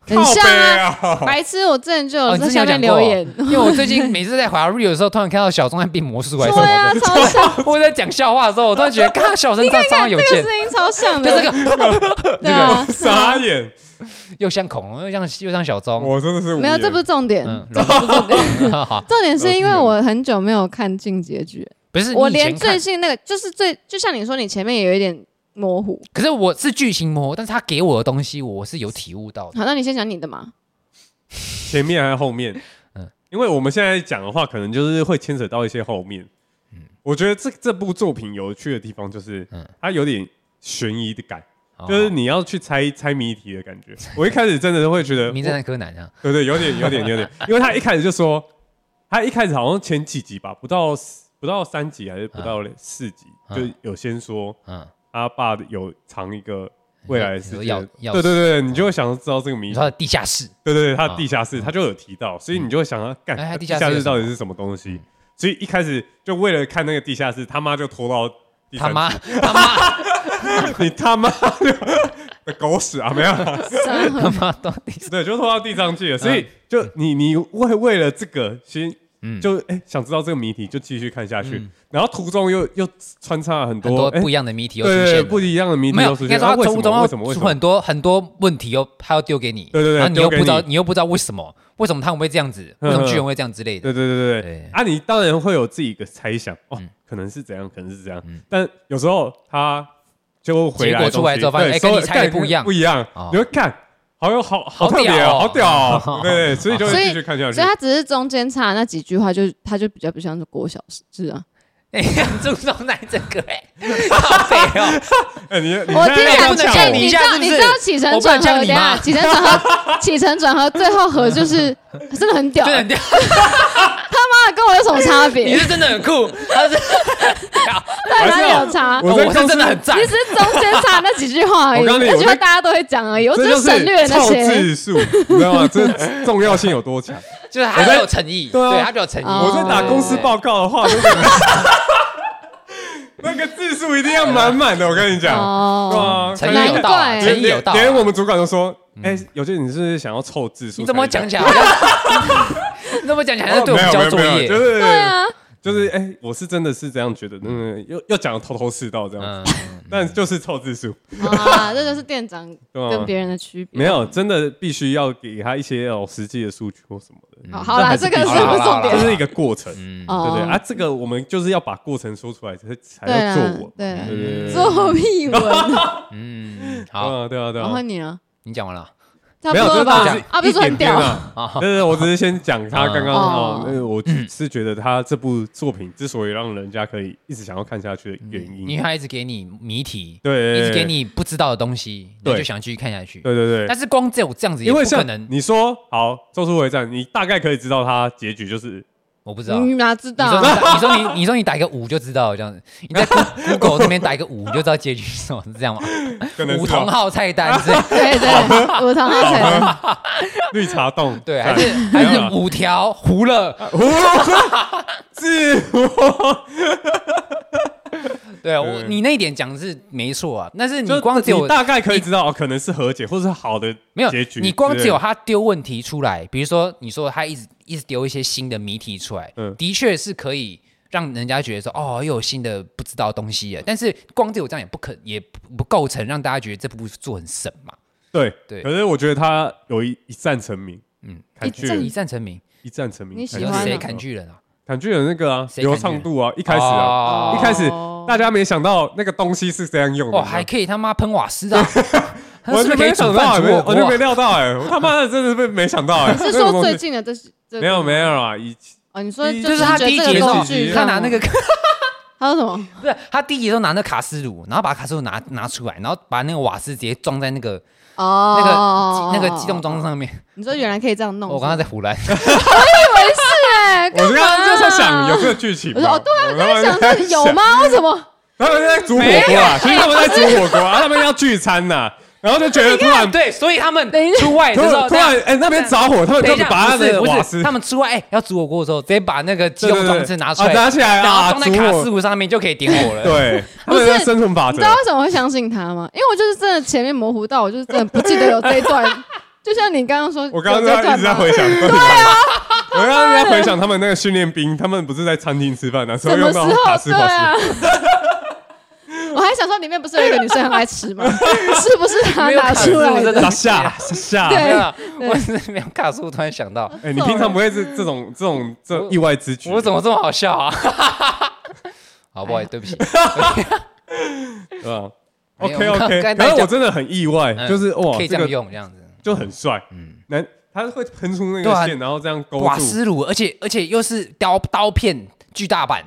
[SPEAKER 3] 很
[SPEAKER 4] 靠
[SPEAKER 3] 像
[SPEAKER 4] 背
[SPEAKER 3] 啊，
[SPEAKER 4] 啊，
[SPEAKER 3] 白痴！我之前就
[SPEAKER 2] 哦
[SPEAKER 3] 有
[SPEAKER 2] 你
[SPEAKER 3] 在
[SPEAKER 2] 之前
[SPEAKER 3] 下
[SPEAKER 2] 有讲
[SPEAKER 3] 面留
[SPEAKER 2] 过
[SPEAKER 3] 言，
[SPEAKER 2] 因为我最近每次在滑 r e 的时候，突然看到小钟在变魔 术还是什
[SPEAKER 3] 对啊，
[SPEAKER 2] 么的，
[SPEAKER 3] 超像，
[SPEAKER 2] 我在讲笑话的时候，我突然觉得，看小声唱超有
[SPEAKER 3] 这
[SPEAKER 2] 劲
[SPEAKER 3] 个，声音超像
[SPEAKER 2] 就
[SPEAKER 3] 的，
[SPEAKER 2] 这个
[SPEAKER 3] 对啊，
[SPEAKER 4] 傻眼！
[SPEAKER 2] 又像恐龙，又像又像小钟，
[SPEAKER 4] 我真的是无
[SPEAKER 3] 没有，
[SPEAKER 4] 言
[SPEAKER 3] 这不是重点，
[SPEAKER 2] 嗯
[SPEAKER 3] 这不是重点，
[SPEAKER 2] 好，
[SPEAKER 3] 重点是因为我很久没有看进结局，
[SPEAKER 2] 不是
[SPEAKER 3] 我
[SPEAKER 2] 你以前
[SPEAKER 3] 连
[SPEAKER 2] 看
[SPEAKER 3] 最近那个就是最，就像你说，你前面也有一点模糊。
[SPEAKER 2] 可是我是剧情魔，但是他给我的东西我是有体悟到的。
[SPEAKER 3] 好，那你先讲你 的嘛。
[SPEAKER 4] 前面还是后面？
[SPEAKER 2] 嗯
[SPEAKER 4] 嗯，因为我们现在讲的话，可能就是会牵扯到一些后面。我觉得这这部作品有趣的地方就是，
[SPEAKER 2] 嗯哦
[SPEAKER 4] 它有点悬疑的感， 就是你要去猜猜谜题的感觉。我一开始真的会觉 得，哦
[SPEAKER 2] 名侦探柯南啊，
[SPEAKER 4] 对对，有点有点有 点，因为他一开始就说，他一开始好像前几集吧，不到不到三集还是不到四集，
[SPEAKER 2] 嗯
[SPEAKER 4] 就有先说
[SPEAKER 2] 嗯，
[SPEAKER 4] 他爸有藏一个未来的世
[SPEAKER 2] 你说
[SPEAKER 4] 界
[SPEAKER 2] 要，要嗯
[SPEAKER 4] 对对对，你就会想要知道这个谜
[SPEAKER 2] 你
[SPEAKER 4] 题
[SPEAKER 2] 说。他的地下室，
[SPEAKER 4] 对对对，
[SPEAKER 2] 啊
[SPEAKER 4] 他地下室他就有提到，所以你就会想要干
[SPEAKER 2] 哎他地
[SPEAKER 4] 地
[SPEAKER 2] 下室
[SPEAKER 4] 下室
[SPEAKER 2] 有
[SPEAKER 4] 到
[SPEAKER 2] 什么
[SPEAKER 4] 底是什么东西？所以一开始就为了看那个地下室，他妈就拖到第
[SPEAKER 2] 他
[SPEAKER 4] 三
[SPEAKER 2] 妈
[SPEAKER 4] 集，
[SPEAKER 2] 他妈
[SPEAKER 4] 你他妈的 狗屎啊！没有啊，
[SPEAKER 2] 他妈到底是
[SPEAKER 4] 对，就拖到第三季了。所以就你你为为了这个先
[SPEAKER 2] 嗯
[SPEAKER 4] 就哎、想知道这个谜题，就继续看下去。然后途中又又穿插了很
[SPEAKER 2] 很
[SPEAKER 4] 多
[SPEAKER 2] 多
[SPEAKER 4] 哎
[SPEAKER 2] 不一样的谜题又出
[SPEAKER 4] 对对对
[SPEAKER 2] 现
[SPEAKER 4] 不
[SPEAKER 2] 了。
[SPEAKER 4] 一样的谜题
[SPEAKER 2] 没有
[SPEAKER 4] 又，出
[SPEAKER 2] 应该
[SPEAKER 4] 现，
[SPEAKER 2] 说
[SPEAKER 4] 啊
[SPEAKER 2] 他
[SPEAKER 4] 为什
[SPEAKER 2] 从
[SPEAKER 4] 么
[SPEAKER 2] 中
[SPEAKER 4] 为什么为什
[SPEAKER 2] 出
[SPEAKER 4] 么
[SPEAKER 2] 很？多很多问题，又他要丢给你，
[SPEAKER 4] 对对对
[SPEAKER 2] 然后你又
[SPEAKER 4] 丢给
[SPEAKER 2] 不知道，
[SPEAKER 4] 你嗯
[SPEAKER 2] 你又不知道为什么，为什么他们会这样子，为什么巨人会这样之类的，
[SPEAKER 4] 对对对对
[SPEAKER 2] 对嗯
[SPEAKER 4] 对，啊，你当然会有自己的猜想哦，可能是怎样，可能是怎样，但有时候他就回来的
[SPEAKER 2] 结果出来之后
[SPEAKER 4] 东
[SPEAKER 2] 发
[SPEAKER 4] 西
[SPEAKER 2] 现哎
[SPEAKER 4] 对
[SPEAKER 2] 跟
[SPEAKER 4] 说
[SPEAKER 2] 你猜的不一样
[SPEAKER 4] 干跟不一样
[SPEAKER 2] 哦，
[SPEAKER 4] 你会看，好有好好
[SPEAKER 2] 好
[SPEAKER 4] 特别
[SPEAKER 2] 屌哦
[SPEAKER 4] 哦，好屌 哦，对对，所以就会
[SPEAKER 3] 所以
[SPEAKER 4] 继续看下去
[SPEAKER 3] 所以。他只是中间差那几句话就，他就比较不像是国小是啊。
[SPEAKER 2] 哎，注重在这个， 哎，好 肥哦，
[SPEAKER 4] 哎，你你
[SPEAKER 3] 我
[SPEAKER 4] 现
[SPEAKER 3] 听
[SPEAKER 4] 在
[SPEAKER 2] 来
[SPEAKER 4] 要
[SPEAKER 3] 两
[SPEAKER 2] 不
[SPEAKER 3] 句，
[SPEAKER 2] 能
[SPEAKER 4] 呛
[SPEAKER 2] 呛
[SPEAKER 3] 哎
[SPEAKER 2] 你
[SPEAKER 4] 我
[SPEAKER 3] 你
[SPEAKER 2] 一下是不
[SPEAKER 3] 知道你
[SPEAKER 2] 是
[SPEAKER 3] 知道起承
[SPEAKER 2] 我不能
[SPEAKER 3] 转
[SPEAKER 2] 呛
[SPEAKER 3] 合
[SPEAKER 2] 你
[SPEAKER 3] 等一下
[SPEAKER 2] 吗
[SPEAKER 3] 起承转合起承转合最后合 就是真的很屌，
[SPEAKER 2] 真的
[SPEAKER 3] 他
[SPEAKER 2] 很屌，
[SPEAKER 3] 妈的跟我有什么差
[SPEAKER 2] 你
[SPEAKER 3] 别？
[SPEAKER 2] 是真的很酷，他是，
[SPEAKER 3] 到底哪里有 差？
[SPEAKER 4] 我在
[SPEAKER 2] 哦我是真的很赞
[SPEAKER 3] 其，实中间差那几句话而已，
[SPEAKER 4] 我告诉你
[SPEAKER 3] 那
[SPEAKER 4] 我
[SPEAKER 3] 句
[SPEAKER 4] 在
[SPEAKER 3] 话大家都会讲而已，我只
[SPEAKER 4] 这就是
[SPEAKER 3] 省略了那
[SPEAKER 4] 凑
[SPEAKER 3] 些。
[SPEAKER 4] 字数，你知道吗？这重要性有多强？
[SPEAKER 2] 就是他比较有诚意，
[SPEAKER 4] 对啊
[SPEAKER 2] 对他比较有诚意。
[SPEAKER 3] 哦
[SPEAKER 4] 我在打公司报告的话，就是 那个字数一定要满满的，我跟你讲。
[SPEAKER 3] 哦，
[SPEAKER 4] 哇，
[SPEAKER 2] 诚
[SPEAKER 3] 难
[SPEAKER 2] 意有到啊，
[SPEAKER 3] 怪
[SPEAKER 2] 诚意有到啊。嗯
[SPEAKER 4] 连连我们主管都说，哎，有些你是不是想要凑字数？
[SPEAKER 2] 你怎么讲起来好像？你怎么讲 起来好像对我们
[SPEAKER 4] 哦没有
[SPEAKER 2] 交作
[SPEAKER 4] 没有没有就
[SPEAKER 2] 业？
[SPEAKER 4] 是
[SPEAKER 3] 对啊，
[SPEAKER 4] 就是哎，我是真的是这样觉得，嗯，又又讲得头头是道这样，
[SPEAKER 2] 嗯，
[SPEAKER 4] 但就是凑字数，
[SPEAKER 3] 好 啊，这就是店长
[SPEAKER 4] 对
[SPEAKER 3] 跟
[SPEAKER 4] 吗？
[SPEAKER 3] 别人的区别。
[SPEAKER 4] 没有，真的必须要给他一些哦实际的数据或什么
[SPEAKER 2] 嗯
[SPEAKER 4] 的，
[SPEAKER 3] 好，好啦，
[SPEAKER 4] 这
[SPEAKER 3] 这
[SPEAKER 4] 还是
[SPEAKER 3] 个
[SPEAKER 4] 必
[SPEAKER 3] 是
[SPEAKER 4] 须
[SPEAKER 3] 不
[SPEAKER 2] 好啦
[SPEAKER 3] 是
[SPEAKER 2] 好啦
[SPEAKER 3] 重
[SPEAKER 4] 这
[SPEAKER 3] 点？
[SPEAKER 4] 是一个过程，
[SPEAKER 2] 嗯
[SPEAKER 4] 对
[SPEAKER 3] 哦
[SPEAKER 4] 不对啊？这个我们就是要把过程说出来，才才
[SPEAKER 3] 对
[SPEAKER 4] 要
[SPEAKER 3] 啊
[SPEAKER 4] 做我，
[SPEAKER 3] 对
[SPEAKER 4] 对对对，
[SPEAKER 3] 做屁文，
[SPEAKER 2] 嗯，好，
[SPEAKER 4] 啊对啊对
[SPEAKER 3] 然后
[SPEAKER 4] 啊，
[SPEAKER 3] 你呢？
[SPEAKER 2] 你讲完了
[SPEAKER 3] 差不
[SPEAKER 4] 没有，
[SPEAKER 3] 多
[SPEAKER 4] 这
[SPEAKER 3] 了
[SPEAKER 4] 当然
[SPEAKER 3] 吧
[SPEAKER 4] 是？
[SPEAKER 3] 啊，不是说
[SPEAKER 4] 一
[SPEAKER 3] 很
[SPEAKER 4] 点点
[SPEAKER 3] 屌，
[SPEAKER 4] 啊
[SPEAKER 2] 啊。嗯
[SPEAKER 4] 对对，我只是先讲他刚刚
[SPEAKER 3] 哦
[SPEAKER 4] 哦，那个我是觉得他这部作品之所以让人家可以一直想要看下去的原因，
[SPEAKER 2] 因为他一直给你谜题，
[SPEAKER 4] 对，
[SPEAKER 2] 一直给，你不知道的东西，你
[SPEAKER 4] 对
[SPEAKER 2] 就想继续看下去。
[SPEAKER 4] 对对对
[SPEAKER 2] 但，是光只有这样子也
[SPEAKER 4] 因
[SPEAKER 2] 不
[SPEAKER 4] 为
[SPEAKER 2] 可
[SPEAKER 4] 像
[SPEAKER 2] 能，
[SPEAKER 4] 你说好《咒术回战》，你大概可以知道它结局 就是
[SPEAKER 2] 我不知道。
[SPEAKER 3] 你
[SPEAKER 2] 你
[SPEAKER 3] 哪知道
[SPEAKER 2] 说
[SPEAKER 3] 啊？
[SPEAKER 2] 你说你你 说你打一个五就知道了这样子，你在 Google 那边打一个五你就知道结局是什么，是这样吗？
[SPEAKER 4] 可能
[SPEAKER 2] 五
[SPEAKER 4] 是
[SPEAKER 2] 同
[SPEAKER 4] 哦
[SPEAKER 2] 号菜单是，
[SPEAKER 3] 对对，我堂他才
[SPEAKER 4] 绿茶洞，
[SPEAKER 2] 对，还是还
[SPEAKER 4] 没有
[SPEAKER 2] 是
[SPEAKER 4] 啊
[SPEAKER 2] 五条糊 了，
[SPEAKER 4] 自我，
[SPEAKER 2] 对啊，我
[SPEAKER 4] 哦对
[SPEAKER 2] 你那一点讲的是没错啊，但是你
[SPEAKER 4] 就
[SPEAKER 2] 光只有
[SPEAKER 4] 你大概可以知道，哦可能是和解或是好的
[SPEAKER 2] 没有
[SPEAKER 4] 结局之类的，
[SPEAKER 2] 你光只有他丢问题出来，比如说你说他一直一直丢一些新的谜题出来，
[SPEAKER 4] 嗯
[SPEAKER 2] 的确是可以让人家觉得说，哦，又有新的不知道的东西了。啊但是光只有这样也不可也不不构成让大家觉得这部作很神嘛。
[SPEAKER 4] 对
[SPEAKER 2] 对
[SPEAKER 4] 可是我觉得他有一一战成名，
[SPEAKER 2] 嗯，
[SPEAKER 4] 砍巨人
[SPEAKER 2] 一战成名，
[SPEAKER 4] 一战成名，
[SPEAKER 3] 你喜
[SPEAKER 4] 砍巨
[SPEAKER 3] 欢
[SPEAKER 4] 人
[SPEAKER 2] 谁
[SPEAKER 3] 啊
[SPEAKER 2] 砍巨人啊？
[SPEAKER 4] 砍巨人那个啊，
[SPEAKER 2] 谁砍
[SPEAKER 4] 流
[SPEAKER 2] 巨人
[SPEAKER 4] 畅度啊，一开始啊，
[SPEAKER 2] 哦
[SPEAKER 4] 一开始
[SPEAKER 3] 哦
[SPEAKER 4] 大家没想到那个东西是这样用的
[SPEAKER 2] 哦，
[SPEAKER 4] 你知道
[SPEAKER 2] 还
[SPEAKER 4] 吗，
[SPEAKER 2] 可以他妈喷瓦 斯啊！他
[SPEAKER 4] 我就
[SPEAKER 2] 是不
[SPEAKER 4] 是
[SPEAKER 2] 可以
[SPEAKER 4] 没
[SPEAKER 2] 煮
[SPEAKER 4] 想到，
[SPEAKER 2] 饭
[SPEAKER 4] 我
[SPEAKER 2] 煮火
[SPEAKER 4] 就我就
[SPEAKER 2] 锅
[SPEAKER 4] 没
[SPEAKER 2] 啊？
[SPEAKER 4] 料到哎，我他妈的真的是没想到哎， 这
[SPEAKER 3] 是
[SPEAKER 4] 个
[SPEAKER 3] 说
[SPEAKER 4] 东西
[SPEAKER 3] 最近的这是这
[SPEAKER 4] 没有没有啊，以
[SPEAKER 3] 哦，你说
[SPEAKER 2] 就是
[SPEAKER 3] 是
[SPEAKER 2] 他
[SPEAKER 3] 觉
[SPEAKER 2] 第
[SPEAKER 3] 得
[SPEAKER 2] 一
[SPEAKER 3] 这
[SPEAKER 2] 集的时
[SPEAKER 3] 工
[SPEAKER 2] 候
[SPEAKER 3] 具
[SPEAKER 4] 集，
[SPEAKER 3] 让
[SPEAKER 2] 他拿
[SPEAKER 3] 我
[SPEAKER 2] 那个，
[SPEAKER 3] 他说什么？
[SPEAKER 2] 不是他第一集的时候拿那卡式炉，然后把卡式炉拿拿出来，然后把那个瓦斯直接装在那个
[SPEAKER 3] 哦，
[SPEAKER 2] 那个机那个机动装上面。
[SPEAKER 3] 你说原来可以这样弄？
[SPEAKER 2] 我刚刚在胡乱，
[SPEAKER 3] 以为是哎，
[SPEAKER 4] 我
[SPEAKER 3] 干
[SPEAKER 4] 刚刚就在想
[SPEAKER 3] 嘛
[SPEAKER 4] 有这个剧情
[SPEAKER 3] 我
[SPEAKER 4] 吗，
[SPEAKER 3] 说哦，对啊，我刚刚
[SPEAKER 4] 他
[SPEAKER 3] 想
[SPEAKER 4] 们
[SPEAKER 3] 是有吗？为什么？
[SPEAKER 4] 他们在煮火锅啊，所以他们在煮火锅 啊，他们要聚餐呐，然后就 觉得突然
[SPEAKER 2] 对，所以他们
[SPEAKER 3] 等一下
[SPEAKER 2] 出外
[SPEAKER 4] 突
[SPEAKER 2] 的时候
[SPEAKER 4] 然突
[SPEAKER 2] 这样
[SPEAKER 4] 然哎那边着火，他们
[SPEAKER 2] 等
[SPEAKER 4] 就
[SPEAKER 2] 一下，
[SPEAKER 4] 把他
[SPEAKER 2] 不是
[SPEAKER 4] 的
[SPEAKER 2] 不
[SPEAKER 4] 瓦
[SPEAKER 2] 是，
[SPEAKER 4] 斯
[SPEAKER 2] 他们出外哎要煮火锅的时候，直接把那个机
[SPEAKER 4] 对对
[SPEAKER 2] 动
[SPEAKER 4] 对
[SPEAKER 2] 装置拿出来，
[SPEAKER 4] 啊拿起来啊
[SPEAKER 2] 然后装在
[SPEAKER 4] 煮
[SPEAKER 2] 卡
[SPEAKER 4] 火
[SPEAKER 2] 式炉上面就可以点火了。
[SPEAKER 4] 对，他
[SPEAKER 3] 不
[SPEAKER 4] 们
[SPEAKER 3] 是
[SPEAKER 4] 在生存法
[SPEAKER 3] 你
[SPEAKER 4] 则
[SPEAKER 3] 知。道为什么会相信他吗？因为我就是真的前面模糊到，我就是真的不记得有这一段。就像你刚刚说，
[SPEAKER 4] 我刚刚
[SPEAKER 3] 有这
[SPEAKER 4] 在一
[SPEAKER 3] 段
[SPEAKER 4] 直在
[SPEAKER 3] 吗
[SPEAKER 4] 回想，对啊， 我刚刚在回想他们那个训练兵，他们不是在餐厅吃饭啊的时候
[SPEAKER 3] 什么
[SPEAKER 4] 用
[SPEAKER 3] 时
[SPEAKER 4] 到
[SPEAKER 3] 候？
[SPEAKER 4] 法式
[SPEAKER 3] 对啊
[SPEAKER 4] 法式，。
[SPEAKER 3] 我还想说，里面不是有一个女生很爱吃吗？是不是她
[SPEAKER 2] 没有
[SPEAKER 3] 拿
[SPEAKER 2] 卡
[SPEAKER 3] 出
[SPEAKER 2] 式炉
[SPEAKER 3] 来
[SPEAKER 2] 真
[SPEAKER 3] 的？
[SPEAKER 2] 的
[SPEAKER 4] 撒下撒下。
[SPEAKER 3] 对
[SPEAKER 2] 没有啊
[SPEAKER 3] 对
[SPEAKER 2] 我是没有卡式炉，突然想到，
[SPEAKER 4] 哎，你平常不会是这种这种这种意外之举？
[SPEAKER 2] 我怎么这么好笑啊？哎好，不好意思，对不 起。
[SPEAKER 4] 对啊
[SPEAKER 2] 没有
[SPEAKER 4] ？OK
[SPEAKER 2] 我刚
[SPEAKER 4] OK，可
[SPEAKER 2] 刚才
[SPEAKER 4] 是我
[SPEAKER 2] 讲
[SPEAKER 4] 真的很意外，
[SPEAKER 2] 嗯
[SPEAKER 4] 就是哇，
[SPEAKER 2] 可以这
[SPEAKER 4] 个
[SPEAKER 2] 样用这样子。
[SPEAKER 4] 就很帅。
[SPEAKER 2] 嗯
[SPEAKER 4] 嗯，那他会喷出那
[SPEAKER 2] 对啊
[SPEAKER 4] 个线，然后这样勾
[SPEAKER 2] 瓦
[SPEAKER 4] 住。
[SPEAKER 2] 斯炉，而且而且又是刀刀片巨大版，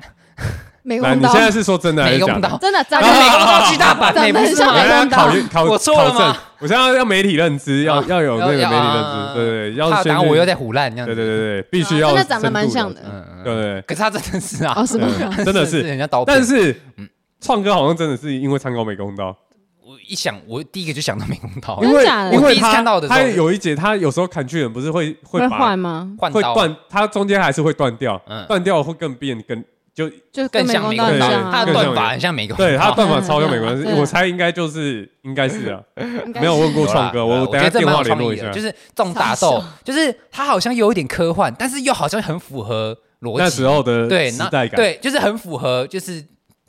[SPEAKER 3] 美
[SPEAKER 4] 那
[SPEAKER 3] 工
[SPEAKER 4] 你
[SPEAKER 3] 刀
[SPEAKER 4] 现，在是说真的还
[SPEAKER 2] 美
[SPEAKER 4] 是假
[SPEAKER 2] 工
[SPEAKER 4] 的？
[SPEAKER 2] 刀，
[SPEAKER 3] 真的
[SPEAKER 2] 它
[SPEAKER 3] 长
[SPEAKER 2] 跟
[SPEAKER 3] 得
[SPEAKER 2] 美工刀巨大版，
[SPEAKER 3] 长得
[SPEAKER 2] 哎不是
[SPEAKER 3] 很像
[SPEAKER 2] 吗
[SPEAKER 3] 美？
[SPEAKER 4] 要
[SPEAKER 3] 工
[SPEAKER 4] 考
[SPEAKER 3] 刀。
[SPEAKER 4] 验考
[SPEAKER 2] 我错了
[SPEAKER 4] 考证
[SPEAKER 2] 吗，
[SPEAKER 4] 我现在要媒体认知，要
[SPEAKER 2] 啊
[SPEAKER 4] 要有那个媒体认
[SPEAKER 2] 啊
[SPEAKER 4] 知，对对，对要
[SPEAKER 2] 怕
[SPEAKER 4] 先
[SPEAKER 2] 打
[SPEAKER 4] 去
[SPEAKER 2] 我又在胡乱这样
[SPEAKER 4] 对
[SPEAKER 2] 子。
[SPEAKER 4] 对对对，必须
[SPEAKER 3] 啊真
[SPEAKER 4] 要
[SPEAKER 3] 的长得蛮
[SPEAKER 4] 深度
[SPEAKER 3] 像
[SPEAKER 4] 了
[SPEAKER 3] 的
[SPEAKER 2] 嗯，嗯，
[SPEAKER 4] 对
[SPEAKER 2] 嗯
[SPEAKER 4] 对对，
[SPEAKER 2] 可是它真的是啊
[SPEAKER 3] 哦，，是吗？
[SPEAKER 4] 对真的是
[SPEAKER 2] 人家刀片。
[SPEAKER 4] 但是
[SPEAKER 2] 嗯
[SPEAKER 4] 创哥好像真的是因为参考美工刀，
[SPEAKER 2] 我一想，我第一个就想到美工刀，
[SPEAKER 4] 因
[SPEAKER 3] 真
[SPEAKER 4] 为
[SPEAKER 3] 的假的
[SPEAKER 4] 因
[SPEAKER 2] 哦
[SPEAKER 4] 为
[SPEAKER 2] 我第一次
[SPEAKER 4] 他
[SPEAKER 2] 看到的时候
[SPEAKER 4] 他有一节他有时候砍巨人不是会
[SPEAKER 3] 会
[SPEAKER 4] 会把
[SPEAKER 3] 换吗？
[SPEAKER 2] 换
[SPEAKER 4] 会
[SPEAKER 2] 刀，
[SPEAKER 4] 断，他中间还是会断掉
[SPEAKER 2] 嗯，
[SPEAKER 4] 断掉会更变更就
[SPEAKER 3] 就跟
[SPEAKER 2] 更
[SPEAKER 3] 美
[SPEAKER 2] 像
[SPEAKER 3] 工
[SPEAKER 2] 美
[SPEAKER 3] 刀
[SPEAKER 2] 工
[SPEAKER 3] 很
[SPEAKER 4] 很
[SPEAKER 2] 刀
[SPEAKER 4] 像，
[SPEAKER 3] 像
[SPEAKER 2] 它
[SPEAKER 3] 啊
[SPEAKER 2] 的
[SPEAKER 4] 更，
[SPEAKER 2] 断法很像美工刀。
[SPEAKER 4] 对他的断法
[SPEAKER 3] 嗯
[SPEAKER 4] 超像美工
[SPEAKER 3] 嗯
[SPEAKER 4] 刀，
[SPEAKER 3] 嗯
[SPEAKER 4] 我猜应该就是应该是啊，
[SPEAKER 3] 应该
[SPEAKER 4] 没有
[SPEAKER 3] 是
[SPEAKER 4] 问过创哥，
[SPEAKER 2] 有啦有啦
[SPEAKER 4] 我
[SPEAKER 2] 我
[SPEAKER 4] 等
[SPEAKER 2] 觉
[SPEAKER 4] 下
[SPEAKER 2] 得这
[SPEAKER 4] 电
[SPEAKER 2] 蛮有
[SPEAKER 4] 话联
[SPEAKER 2] 创
[SPEAKER 4] 络
[SPEAKER 2] 意
[SPEAKER 4] 一
[SPEAKER 2] 的
[SPEAKER 4] 下，
[SPEAKER 2] 就是这种打斗，就是它好像有一点科幻，但是又好像很符合逻辑。
[SPEAKER 4] 那时候的
[SPEAKER 2] 对
[SPEAKER 4] 时
[SPEAKER 2] 那
[SPEAKER 4] 代感，
[SPEAKER 2] 对，就是很符合，就是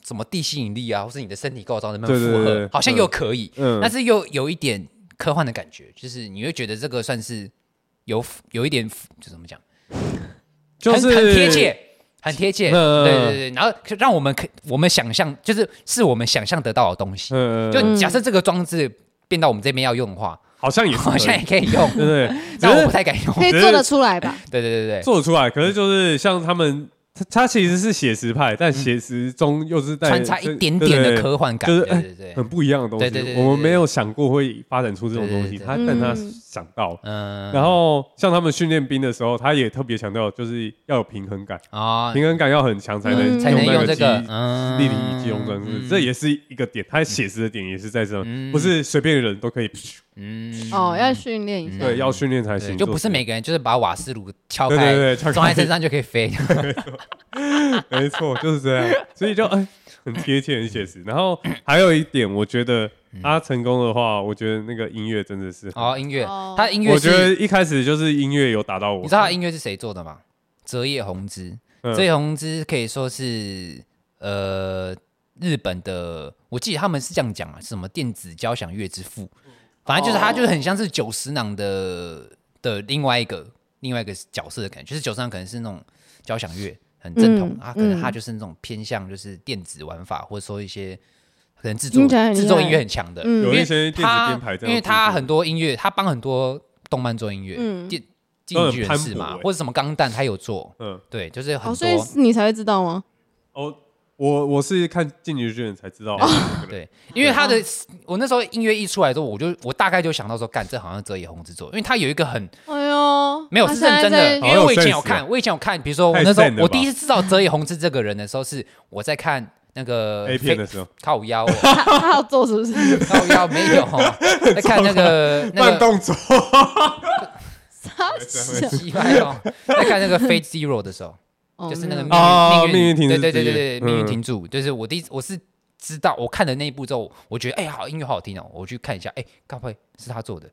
[SPEAKER 2] 什么地心引力啊，或是你的身体构造能不能
[SPEAKER 4] 对
[SPEAKER 2] 符
[SPEAKER 4] 对
[SPEAKER 2] 合，
[SPEAKER 4] 对对
[SPEAKER 2] 好像又可以，
[SPEAKER 4] 嗯
[SPEAKER 2] 但是又有一点科幻的感觉，就是你会觉得这个算是有有一点就怎么讲，
[SPEAKER 4] 就
[SPEAKER 2] 很
[SPEAKER 4] 是
[SPEAKER 2] 很贴切。很贴切，
[SPEAKER 4] 嗯
[SPEAKER 2] 对对对，然后让我们可我们想象，就是是我们想象得到的东西。
[SPEAKER 4] 嗯，嗯，
[SPEAKER 2] 就假设这个装置变到我们这边要用的话，
[SPEAKER 4] 好像也是
[SPEAKER 2] 好像
[SPEAKER 4] 可以
[SPEAKER 2] 也可以 用，
[SPEAKER 4] 对对对， 只
[SPEAKER 2] 但我
[SPEAKER 4] 是
[SPEAKER 2] 不太敢用。
[SPEAKER 3] 可以做得出来吧？
[SPEAKER 2] 对对对对，
[SPEAKER 4] 做得出来，可是就是像他们，他他其实是写实派，但写实中又是带
[SPEAKER 2] 嗯穿插一点点的科幻感，
[SPEAKER 4] 就
[SPEAKER 2] 对
[SPEAKER 4] 是哎
[SPEAKER 2] 对对
[SPEAKER 4] 很，不一样的东西。
[SPEAKER 2] 对对对对对
[SPEAKER 4] 我们没有想过会发展出这种东
[SPEAKER 2] 对对
[SPEAKER 4] 西，
[SPEAKER 2] 对
[SPEAKER 4] 他
[SPEAKER 3] 对
[SPEAKER 4] 但他
[SPEAKER 3] 嗯
[SPEAKER 4] 想到了。
[SPEAKER 2] 嗯
[SPEAKER 4] 然后像他们训练兵的时候，他也特别强调，就是要有平衡感，
[SPEAKER 2] 啊，
[SPEAKER 4] 平衡感要很强才能
[SPEAKER 3] 嗯
[SPEAKER 2] 才能
[SPEAKER 4] 那
[SPEAKER 2] 用这
[SPEAKER 4] 机
[SPEAKER 2] 个嗯
[SPEAKER 4] 立体机动装置，这也是一个点。他写实的点也是在这
[SPEAKER 2] 嗯，
[SPEAKER 4] 不是随便人都可以，
[SPEAKER 2] 嗯
[SPEAKER 3] 哦，要训练一下。
[SPEAKER 4] 对，要训练才行，
[SPEAKER 2] 就不是每个人就是把瓦斯炉敲
[SPEAKER 4] 对对
[SPEAKER 2] 开，
[SPEAKER 4] 对敲开
[SPEAKER 2] 装在身上就可以飞。
[SPEAKER 4] 没错，就是这样，所以就哎、很贴切，很写实。然后还有一点，我觉得他成功的话，我觉得那个音乐真的是，
[SPEAKER 2] 哦，音乐
[SPEAKER 3] 哦，
[SPEAKER 2] 他音乐
[SPEAKER 4] 我觉得
[SPEAKER 2] 是，
[SPEAKER 4] 一开始就是音乐有打到我，
[SPEAKER 2] 你知道他音乐是谁做的吗？折叶红之，
[SPEAKER 4] 嗯
[SPEAKER 2] 折叶红之可以说是呃日本的，我记得他们是这样讲啊，是什么电子交响乐之父，反正就是
[SPEAKER 4] 哦
[SPEAKER 2] 他就是很像是九十郎的的另外一个另外一个角色的感觉，就是九十郎可能是那种交响乐很正统
[SPEAKER 3] 嗯
[SPEAKER 2] 啊，可能他
[SPEAKER 3] 嗯
[SPEAKER 2] 就是那种偏向就是电子玩法，或者说一些可能制作
[SPEAKER 3] 听起来很厉
[SPEAKER 2] 制作音乐
[SPEAKER 3] 害
[SPEAKER 2] 很强的，
[SPEAKER 3] 嗯
[SPEAKER 4] 有
[SPEAKER 2] 因为
[SPEAKER 4] 一些电子
[SPEAKER 2] 他
[SPEAKER 4] 编排这样
[SPEAKER 2] 因为他
[SPEAKER 4] 制作
[SPEAKER 2] 很多音乐，他帮很多动漫做音乐，
[SPEAKER 3] 嗯
[SPEAKER 2] 电
[SPEAKER 4] 都
[SPEAKER 2] 进
[SPEAKER 4] 很
[SPEAKER 2] 巨人
[SPEAKER 4] 磅
[SPEAKER 2] 是嘛
[SPEAKER 4] 礴，欸
[SPEAKER 2] 或者什么钢弹他有做，
[SPEAKER 4] 嗯，
[SPEAKER 2] 对，就是很多
[SPEAKER 3] 哦，所以你才会知道吗？
[SPEAKER 4] 哦，我我是看《进击巨人》才知道，
[SPEAKER 2] 哦对，因为他
[SPEAKER 3] 啊
[SPEAKER 2] 的我那时候音乐一出来之后，我就我大概就想到说，干这好像泽野弘之做，因为他有一个很
[SPEAKER 3] 哎呦，
[SPEAKER 2] 没有
[SPEAKER 3] 他
[SPEAKER 2] 是
[SPEAKER 3] 现
[SPEAKER 2] 认
[SPEAKER 3] 在
[SPEAKER 2] 真
[SPEAKER 3] 在
[SPEAKER 2] 的，哦因为我以前有看，我以前有看，比如说我那时
[SPEAKER 4] 太
[SPEAKER 2] 候
[SPEAKER 4] 赞了吧
[SPEAKER 2] 我第一次知道泽野弘之这个人的时候，是我在看那个
[SPEAKER 4] A 片的时候，
[SPEAKER 2] 靠腰哦
[SPEAKER 3] 他他要做是不 是？
[SPEAKER 2] 靠腰没有哦， 在看那个那
[SPEAKER 4] 慢
[SPEAKER 2] 个
[SPEAKER 4] 动 作，
[SPEAKER 3] 他是
[SPEAKER 2] 奇怪哦，在看那个 Fate Zero 的时候。
[SPEAKER 3] 哦
[SPEAKER 2] 就是那个
[SPEAKER 3] 没有
[SPEAKER 2] 命
[SPEAKER 4] 哦
[SPEAKER 2] 运运
[SPEAKER 4] 命运停
[SPEAKER 2] 对
[SPEAKER 4] 止
[SPEAKER 2] 对对对
[SPEAKER 4] 之
[SPEAKER 2] 对，
[SPEAKER 4] 夜
[SPEAKER 2] 命运
[SPEAKER 4] 嗯
[SPEAKER 2] 停住，就是我第一我是知道我看的那一部之后，我觉得哎、好音乐好好听哦，我去看一下，哎、该不会是他做的？